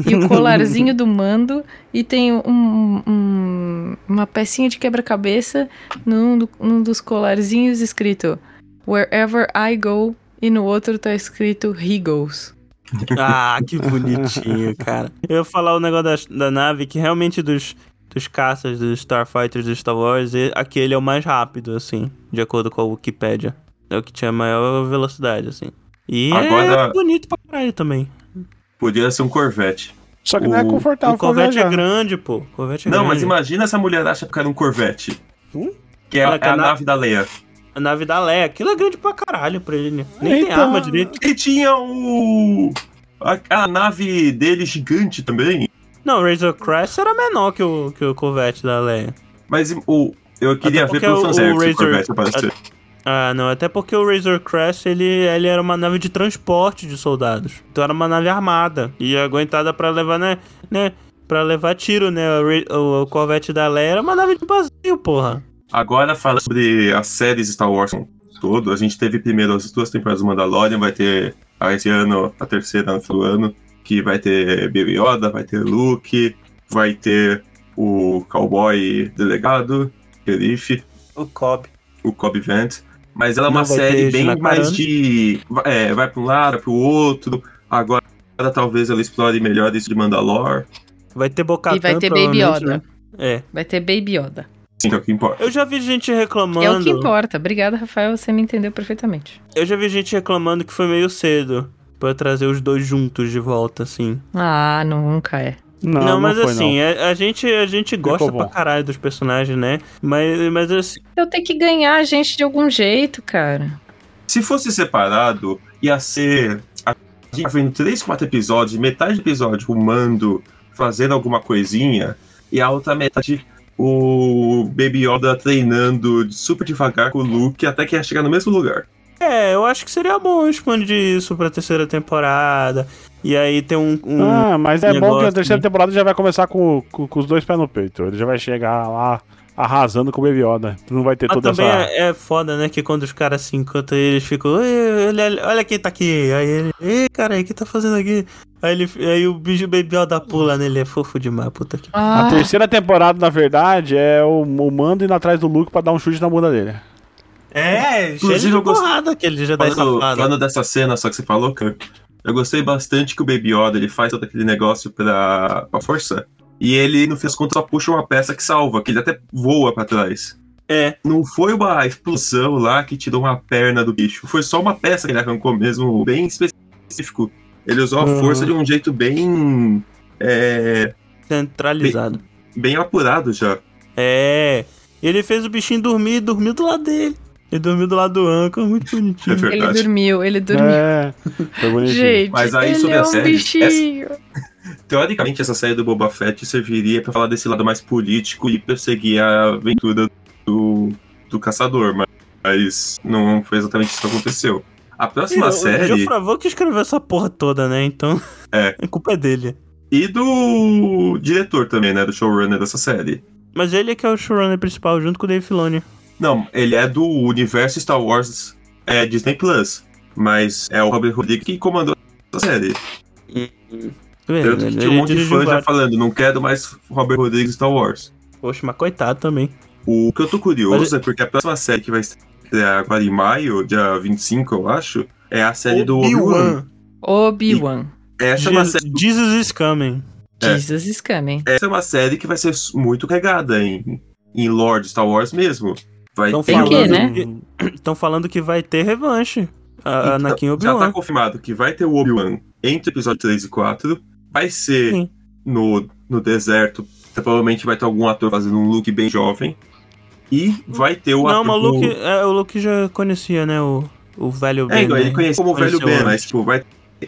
[SPEAKER 2] e o colarzinho do Mando. E tenho um- um- uma pecinha de quebra-cabeça num, do- num dos colarzinhos escrito Wherever I Go. E no outro tá escrito He Goes.
[SPEAKER 1] Ah, que bonitinho, cara. Eu ia falar o negócio da, da nave, que realmente dos, dos caças, dos Starfighters do Star Wars, e- aquele é o mais rápido, assim, de acordo com a Wikipédia. É o que tinha maior velocidade, assim. E é
[SPEAKER 3] Agora-
[SPEAKER 1] bonito pra caralho também.
[SPEAKER 3] Podia ser um Corvette.
[SPEAKER 4] Só que não é
[SPEAKER 3] O-
[SPEAKER 4] confortável né,
[SPEAKER 1] o Corvette
[SPEAKER 4] pra
[SPEAKER 1] é
[SPEAKER 4] viajar.
[SPEAKER 1] grande, pô. Corvette é
[SPEAKER 3] Não,
[SPEAKER 1] grande.
[SPEAKER 3] mas imagina essa mulher acha que era um Corvette.
[SPEAKER 4] Hum?
[SPEAKER 3] Que é,
[SPEAKER 1] Cara,
[SPEAKER 3] é
[SPEAKER 1] que
[SPEAKER 3] a
[SPEAKER 1] a na-
[SPEAKER 3] nave da Leia.
[SPEAKER 1] A nave da Leia, aquilo é grande pra caralho pra ele. Nem tem
[SPEAKER 4] Então-
[SPEAKER 1] arma direito.
[SPEAKER 3] E tinha o. A, a nave dele gigante também.
[SPEAKER 1] Não, o Razor Crest era menor que o, que o Corvette da Leia.
[SPEAKER 3] Mas o. Eu queria
[SPEAKER 1] Até
[SPEAKER 3] ver
[SPEAKER 1] porque
[SPEAKER 3] pelo
[SPEAKER 1] o-
[SPEAKER 3] fanservice
[SPEAKER 1] o
[SPEAKER 3] do Corvette
[SPEAKER 1] Razor-
[SPEAKER 3] aparecer.
[SPEAKER 1] Ah, não, até porque o Razor Crest, ele, ele era uma nave de transporte de soldados. Então era uma nave armada e aguentada pra levar, né, né, pra levar tiro, né? O, Ra- o- o Corvette da Leia era uma nave de vazio, porra.
[SPEAKER 3] Agora falando sobre as séries Star Wars como um todo, a gente teve primeiro as duas temporadas do Mandalorian, vai ter ah, esse ano a terceira no final do ano, que vai ter Baby Yoda, vai ter Luke, vai ter o cowboy delegado, Sheriff,
[SPEAKER 1] O Cobb.
[SPEAKER 3] o Cobb Vent. Mas ela é
[SPEAKER 1] Não
[SPEAKER 3] uma
[SPEAKER 1] vai
[SPEAKER 3] série
[SPEAKER 1] ter
[SPEAKER 3] bem
[SPEAKER 1] Gina
[SPEAKER 3] mais
[SPEAKER 1] Carano.
[SPEAKER 3] de. É, vai pra um lado, pro outro. Agora talvez ela explore melhor isso de Mandalore.
[SPEAKER 1] Vai ter Bocatã,
[SPEAKER 2] e vai ter Baby
[SPEAKER 1] provavelmente,
[SPEAKER 2] Yoda.
[SPEAKER 1] né? É.
[SPEAKER 2] Vai ter Baby Yoda.
[SPEAKER 3] Sim, que é o que importa.
[SPEAKER 1] Eu já vi gente reclamando.
[SPEAKER 2] É o que importa. Obrigada, Rafael. Você me entendeu perfeitamente.
[SPEAKER 1] Eu já vi gente reclamando que foi meio cedo pra trazer os dois juntos de volta, assim.
[SPEAKER 2] Ah, nunca é.
[SPEAKER 4] Não,
[SPEAKER 1] Não,
[SPEAKER 4] não,
[SPEAKER 1] mas
[SPEAKER 4] foi,
[SPEAKER 1] assim,
[SPEAKER 4] não.
[SPEAKER 1] é- A, gente, a gente gosta
[SPEAKER 4] bom.
[SPEAKER 1] pra caralho dos personagens, né? Mas, mas assim,
[SPEAKER 2] Eu tenho que ganhar a gente de algum jeito, cara.
[SPEAKER 3] Se fosse separado, ia ser. A gente tá vendo 3, 4 episódios, metade do episódio o Mando fazendo alguma coisinha, e a outra metade o Baby Yoda treinando de- super devagar com o Luke até que ia chegar no mesmo lugar.
[SPEAKER 1] É, eu acho que seria bom expandir isso pra terceira temporada. E aí tem um. um-
[SPEAKER 4] Ah, mas é bom que a
[SPEAKER 1] negócio,
[SPEAKER 4] terceira
[SPEAKER 1] né?
[SPEAKER 4] temporada já vai começar com, com, com os dois pés no peito. Ele já vai chegar lá arrasando com o Baby Yoda. Não vai ter
[SPEAKER 1] Mas
[SPEAKER 4] toda essa.
[SPEAKER 1] também é, é foda, né? Que quando os caras se encontram, eles ficam. "Ei, Olha, olha- olha quem tá aqui. Aí ele. Ei, cara, aí, o que tá fazendo aqui? Aí, ele, aí o bicho baby da pula nele. É fofo demais, puta que.
[SPEAKER 2] Ah,
[SPEAKER 4] A terceira temporada, na verdade, é o, o Mando indo atrás do Luke pra dar um chute na bunda dele.
[SPEAKER 1] É,
[SPEAKER 3] Inclusive,
[SPEAKER 1] cheio de
[SPEAKER 3] eu gost-
[SPEAKER 1] porrada aquele Jedi
[SPEAKER 3] Falando,
[SPEAKER 1] tá safado.
[SPEAKER 3] falando dessa cena só que você falou, cara, eu gostei bastante que o Baby Yoda ele faz todo aquele negócio pra, pra força. E ele, no fim das contas, só puxa uma peça que salva, que ele até voa pra trás.
[SPEAKER 1] É.
[SPEAKER 3] Não foi uma explosão lá que tirou uma perna do bicho. Foi só uma peça que ele arrancou mesmo, bem específico. Ele usou a
[SPEAKER 1] Uhum.
[SPEAKER 3] força de um jeito bem. É,
[SPEAKER 1] Centralizado.
[SPEAKER 3] bem apurado já.
[SPEAKER 1] É. Ele fez o bichinho dormir e dormiu do lado dele. E dormiu do lado do Anca, muito bonitinho.
[SPEAKER 3] É verdade.
[SPEAKER 2] ele dormiu, ele dormiu.
[SPEAKER 4] É, foi bonitinho.
[SPEAKER 2] Gente,
[SPEAKER 3] Mas aí
[SPEAKER 2] ele
[SPEAKER 3] sobre
[SPEAKER 2] é
[SPEAKER 3] a
[SPEAKER 2] um
[SPEAKER 3] série,
[SPEAKER 2] bichinho.
[SPEAKER 3] Teoricamente, essa série do Boba Fett serviria pra falar desse lado mais político e perseguir a aventura do, do caçador, mas, mas não foi exatamente isso que aconteceu. A
[SPEAKER 1] É,
[SPEAKER 3] próxima
[SPEAKER 1] O
[SPEAKER 3] série.
[SPEAKER 1] Geoffrey que escreveu essa porra toda, né? Então.
[SPEAKER 3] É.
[SPEAKER 1] A culpa é dele.
[SPEAKER 3] E do diretor também, né? Do showrunner dessa série.
[SPEAKER 1] Mas ele é que é o showrunner principal, junto com o Dave Filoni.
[SPEAKER 3] Não, ele é do universo Star Wars é, Disney Plus. Mas é o Robert Rodrigues que comandou essa série. Tanto que
[SPEAKER 1] É, Ele
[SPEAKER 3] tinha um monte de
[SPEAKER 1] dirigiu
[SPEAKER 3] fã já
[SPEAKER 1] vários.
[SPEAKER 3] falando, não quero mais Robert Rodrigues Star Wars.
[SPEAKER 1] Poxa, mas coitado também.
[SPEAKER 3] O que eu tô curioso
[SPEAKER 1] Mas-
[SPEAKER 3] é porque a próxima série que vai estrear agora em maio, dia 25, eu acho, é a série do Obi-Wan.
[SPEAKER 1] Obi-Wan.
[SPEAKER 2] Obi-Wan.
[SPEAKER 3] Essa, é uma
[SPEAKER 1] Jesus,
[SPEAKER 3] série-
[SPEAKER 1] Jesus is coming.
[SPEAKER 3] É.
[SPEAKER 2] Jesus is coming.
[SPEAKER 3] essa é uma série que vai ser muito regada em, em lore de Star Wars mesmo. Vai
[SPEAKER 1] Tão
[SPEAKER 3] ter
[SPEAKER 2] Tem
[SPEAKER 1] falando,
[SPEAKER 2] que, né?
[SPEAKER 1] Estão falando que vai ter revanche. A
[SPEAKER 3] Então,
[SPEAKER 1] Anakin e
[SPEAKER 3] Já tá
[SPEAKER 1] Obi-Wan.
[SPEAKER 3] confirmado que vai ter o Obi-Wan entre o episódio 3 e 4. Vai ser
[SPEAKER 1] Sim.
[SPEAKER 3] no, no deserto. Então, provavelmente vai ter algum ator fazendo um look bem jovem. E vai ter o
[SPEAKER 1] Não,
[SPEAKER 3] ator.
[SPEAKER 1] mas o Luke,
[SPEAKER 3] do-
[SPEAKER 1] é, o Luke já conhecia, né? O, o velho Ben.
[SPEAKER 3] É, igual,
[SPEAKER 1] né?
[SPEAKER 3] ele conhece como o velho
[SPEAKER 1] Conheceu
[SPEAKER 3] Ben,
[SPEAKER 1] antes.
[SPEAKER 3] mas tipo, vai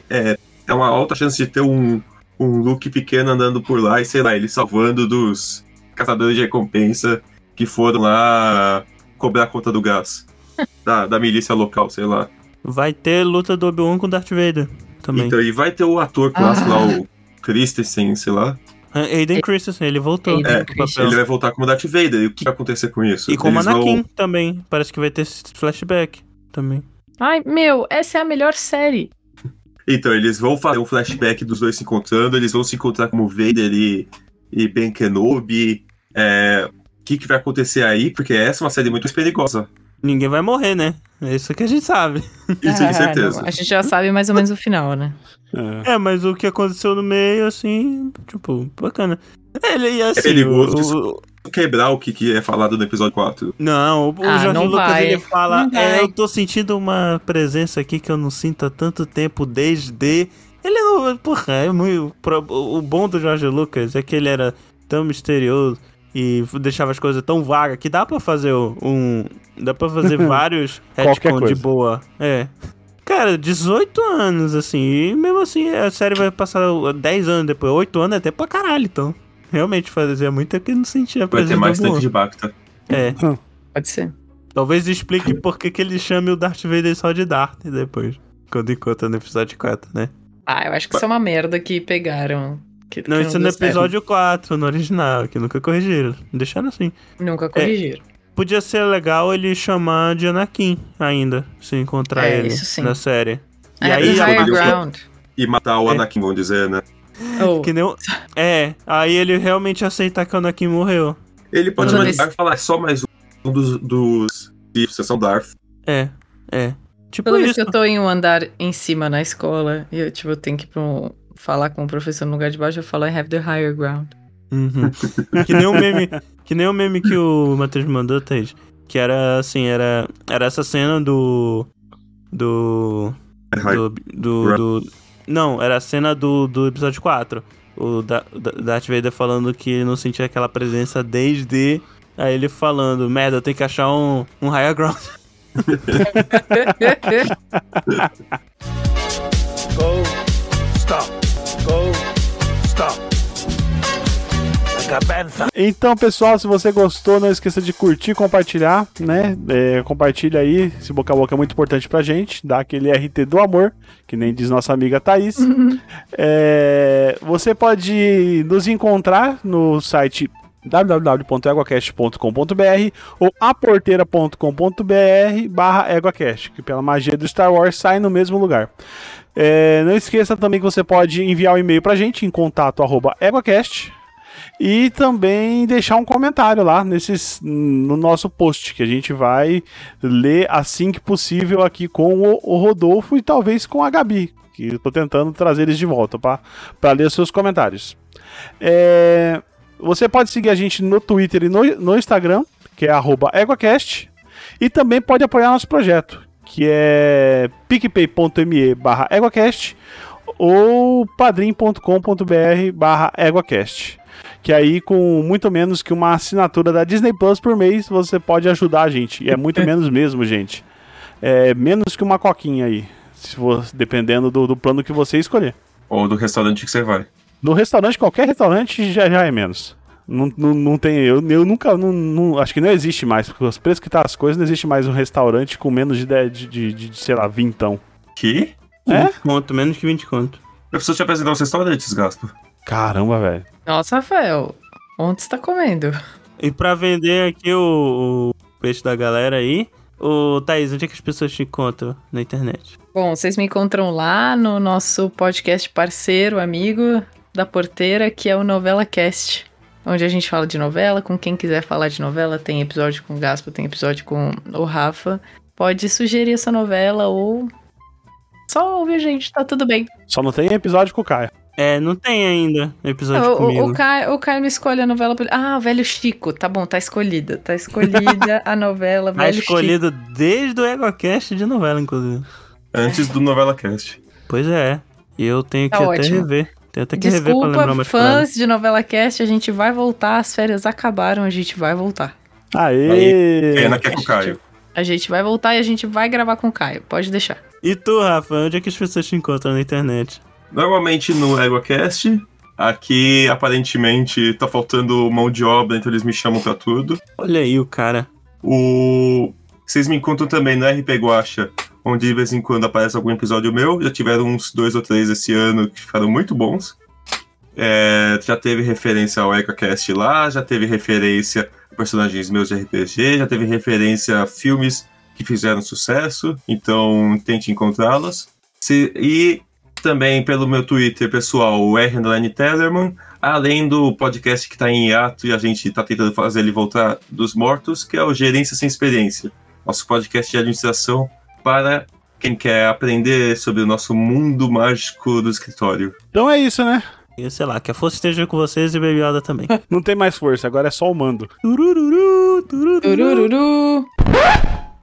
[SPEAKER 3] é, é uma alta chance de ter um, um look pequeno andando por lá e sei lá, ele salvando dos caçadores de recompensa que foram lá cobrar a conta do gás. Da, da milícia local, sei lá.
[SPEAKER 1] Vai ter luta do Obi-Wan com Darth Vader também.
[SPEAKER 3] Então, e vai ter o ator clássico
[SPEAKER 2] Ah.
[SPEAKER 3] lá, o Christensen, sei lá. é-
[SPEAKER 1] Aiden Christensen, ele voltou.
[SPEAKER 2] Hayden
[SPEAKER 1] pro papel.
[SPEAKER 2] Christensen.
[SPEAKER 3] Ele vai voltar como Darth Vader. E o que vai acontecer com isso?
[SPEAKER 1] Então. E como
[SPEAKER 3] Eles vão-
[SPEAKER 1] Anakin também. Parece que vai ter esse flashback também.
[SPEAKER 2] Ai, meu, essa é a melhor série.
[SPEAKER 3] Então, eles vão fazer um flashback dos dois se encontrando, eles vão se encontrar como Vader e, e Ben Kenobi. É, o que, que vai acontecer aí? Porque essa é uma série muito mais perigosa.
[SPEAKER 1] Ninguém vai morrer, né? É isso que a gente sabe.
[SPEAKER 3] Isso de
[SPEAKER 2] Ah,
[SPEAKER 3] certeza.
[SPEAKER 2] não, a gente já sabe mais ou menos o final, né?
[SPEAKER 4] É.
[SPEAKER 1] É, mas o que aconteceu no meio, assim, tipo, bacana. Ele ia assim,
[SPEAKER 3] É perigoso,
[SPEAKER 1] o-
[SPEAKER 3] desculpa.
[SPEAKER 1] o-
[SPEAKER 3] Quebrar o que, que é falado no episódio 4.
[SPEAKER 1] Não, o,
[SPEAKER 2] Ah,
[SPEAKER 1] o Jorge
[SPEAKER 2] não
[SPEAKER 1] Lucas
[SPEAKER 2] vai.
[SPEAKER 1] ele fala:
[SPEAKER 2] Não vai.
[SPEAKER 1] "É, Eu tô sentindo uma presença aqui que eu não sinto há tanto tempo desde. Ele não. Porra, é muito. pro- O bom do Jorge Lucas é que ele era tão misterioso e deixava as coisas tão vagas que dá pra fazer um. Dá pra fazer vários
[SPEAKER 4] Qualquer
[SPEAKER 1] retcons de
[SPEAKER 4] coisa.
[SPEAKER 1] boa. É. Cara, 18 anos, assim, e mesmo assim a série vai passar 10 anos depois, 8 anos é até pra caralho, então. Realmente fazia muito é que não sentia a
[SPEAKER 3] Vai ter
[SPEAKER 1] presença
[SPEAKER 3] mais
[SPEAKER 1] do
[SPEAKER 3] tanque
[SPEAKER 1] Obi-Wan.
[SPEAKER 3] de Bacta.
[SPEAKER 1] É.
[SPEAKER 2] Pode ser.
[SPEAKER 1] Talvez explique por que, que ele chame o Darth Vader só de Darth depois. Quando encontra no episódio 4, né?
[SPEAKER 2] Ah, eu acho que isso é uma merda que pegaram. que- que um
[SPEAKER 1] Não, isso é no
[SPEAKER 2] deu certo.
[SPEAKER 1] episódio 4, no original, que nunca corrigiram. Deixaram assim.
[SPEAKER 2] Nunca corrigiram.
[SPEAKER 1] Podia ser legal ele chamar de Anakin ainda, se encontrar
[SPEAKER 2] É,
[SPEAKER 1] ele
[SPEAKER 2] isso sim.
[SPEAKER 1] na série. E
[SPEAKER 2] É,
[SPEAKER 1] aí,
[SPEAKER 2] do
[SPEAKER 3] a-
[SPEAKER 2] higher
[SPEAKER 3] ele-
[SPEAKER 2] ground.
[SPEAKER 3] E matar o
[SPEAKER 1] É.
[SPEAKER 3] Anakin, vão dizer, né?
[SPEAKER 2] Oh,
[SPEAKER 1] Que nem o... É, aí ele realmente aceitar que o Anakin morreu.
[SPEAKER 3] Ele pode
[SPEAKER 2] Toda
[SPEAKER 3] mandar e falar, é só mais um dos. dos São Darth.
[SPEAKER 1] É, é. Tipo
[SPEAKER 2] Toda vez
[SPEAKER 1] isso.
[SPEAKER 2] que eu tô em um andar em cima na escola e eu, tipo, tenho que ir pra um- falar com o professor no lugar de baixo, eu falo I have the higher ground.
[SPEAKER 1] Uhum. que nem o meme, que nem o meme que o Matheus me mandou, Thaís. Que era assim, era era essa cena do do do, do, do- não, era a cena do, do episódio 4. O da, da- Darth Vader falando que ele não sentia aquela presença desde aí ele falando, merda, eu tenho que achar um um higher ground.
[SPEAKER 6] Go, stop. Go, stop. Like a panther.
[SPEAKER 4] Então, pessoal, se você gostou, não esqueça de curtir e compartilhar, né? É, compartilha aí, esse boca a boca é muito importante pra gente, dá aquele RT do amor, que nem diz nossa amiga Thaís. É, você pode nos encontrar no site www.eguacast.com.br ou aporteira.com.br barra EguaCast, que pela magia do Star Wars sai no mesmo lugar. É, não esqueça também que você pode enviar um e-mail pra gente em contato arroba EguaCast, e também deixar um comentário lá nesses, no nosso post, que a gente vai ler assim que possível aqui com o, o Rodolfo e talvez com a Gabi, que eu tô tentando trazer eles de volta para ler os seus comentários. É, você pode seguir a gente no Twitter e no, no Instagram, que é arroba EguaCast, e também pode apoiar nosso projeto, que é picpay.me barra EguaCast ou padrim.com.br barra EguaCast que aí com muito menos que uma assinatura da Disney Plus por mês você pode ajudar a gente. E é muito menos mesmo, gente. É menos que uma coquinha aí, se você, dependendo do, do plano que você escolher.
[SPEAKER 3] Ou do restaurante que você vai.
[SPEAKER 4] No restaurante, qualquer restaurante já, já é menos. Não, não, não tem. Eu, eu nunca. Não, não- acho que não existe mais, porque os preços que tá as coisas, não existe mais um restaurante com menos de, dez- de, de, de, sei lá, vintão.
[SPEAKER 3] Que?
[SPEAKER 4] É?
[SPEAKER 1] 20 conto, menos que 20 conto.
[SPEAKER 3] Eu preciso te apresentar os restaurantes, Gaspo.
[SPEAKER 4] Caramba, velho.
[SPEAKER 2] Nossa, Rafael, onde você tá comendo?
[SPEAKER 1] E pra vender aqui o, o peixe da galera aí, o Thaís, onde é que as pessoas te encontram na internet?
[SPEAKER 2] Bom, vocês me encontram lá no nosso podcast parceiro, amigo da porteira, que é o Novela Cast, onde a gente fala de novela. Com quem quiser falar de novela, tem episódio com o Gaspo, tem episódio com o Rafa. Pode sugerir essa novela ou só ouvir a gente, tá tudo bem.
[SPEAKER 4] Só não tem episódio com o Caio.
[SPEAKER 1] É, não tem ainda episódio
[SPEAKER 2] O, o,
[SPEAKER 1] comigo.
[SPEAKER 2] o, Caio, o Caio não escolhe a novela. pra ele. Ah, o Velho Chico, tá bom, tá escolhida. Tá escolhida a novela
[SPEAKER 1] Tá
[SPEAKER 2] Velho Chico.
[SPEAKER 1] escolhido desde o EgoCast de novela, inclusive.
[SPEAKER 3] Antes do Novela Cast.
[SPEAKER 1] Pois é. E eu tenho que
[SPEAKER 2] Tá
[SPEAKER 1] até
[SPEAKER 2] ótimo.
[SPEAKER 1] rever. Tenho até que rever pra lembrar
[SPEAKER 2] Desculpa,
[SPEAKER 1] umas coisas.
[SPEAKER 2] fãs de Novela Cast, a gente vai voltar, as férias acabaram, a gente vai voltar.
[SPEAKER 4] Aê!
[SPEAKER 3] Pena que é com o Caio.
[SPEAKER 2] A gente vai voltar e a gente vai gravar com o Caio. Pode deixar.
[SPEAKER 1] E tu, Rafa, onde é que as pessoas te encontram na internet?
[SPEAKER 3] Normalmente no EguaCast. Aqui, aparentemente, tá faltando mão de obra, então eles me chamam pra tudo.
[SPEAKER 1] Olha aí o cara.
[SPEAKER 3] O... Vocês me encontram também no RP Guacha, onde de vez em quando aparece algum episódio meu. Já tiveram uns dois ou três esse ano que ficaram muito bons. É, já teve referência ao EcoCast lá, já teve referência a personagens meus de RPG, já teve referência a filmes que fizeram sucesso, então tente encontrá-las. Se- E também pelo meu Twitter pessoal, o R. Underline Tellerman, Além do podcast que tá em hiato e a gente tá tentando fazer ele voltar dos mortos, que é o Gerência Sem Experiência. Nosso podcast de administração para quem quer aprender sobre o nosso mundo mágico do escritório.
[SPEAKER 4] Então é isso, né?
[SPEAKER 1] E sei lá, que a força esteja com vocês e Baby Yoda também.
[SPEAKER 4] Não tem mais força, agora é só o mando.
[SPEAKER 1] Turururu, turururu.
[SPEAKER 2] Turururu.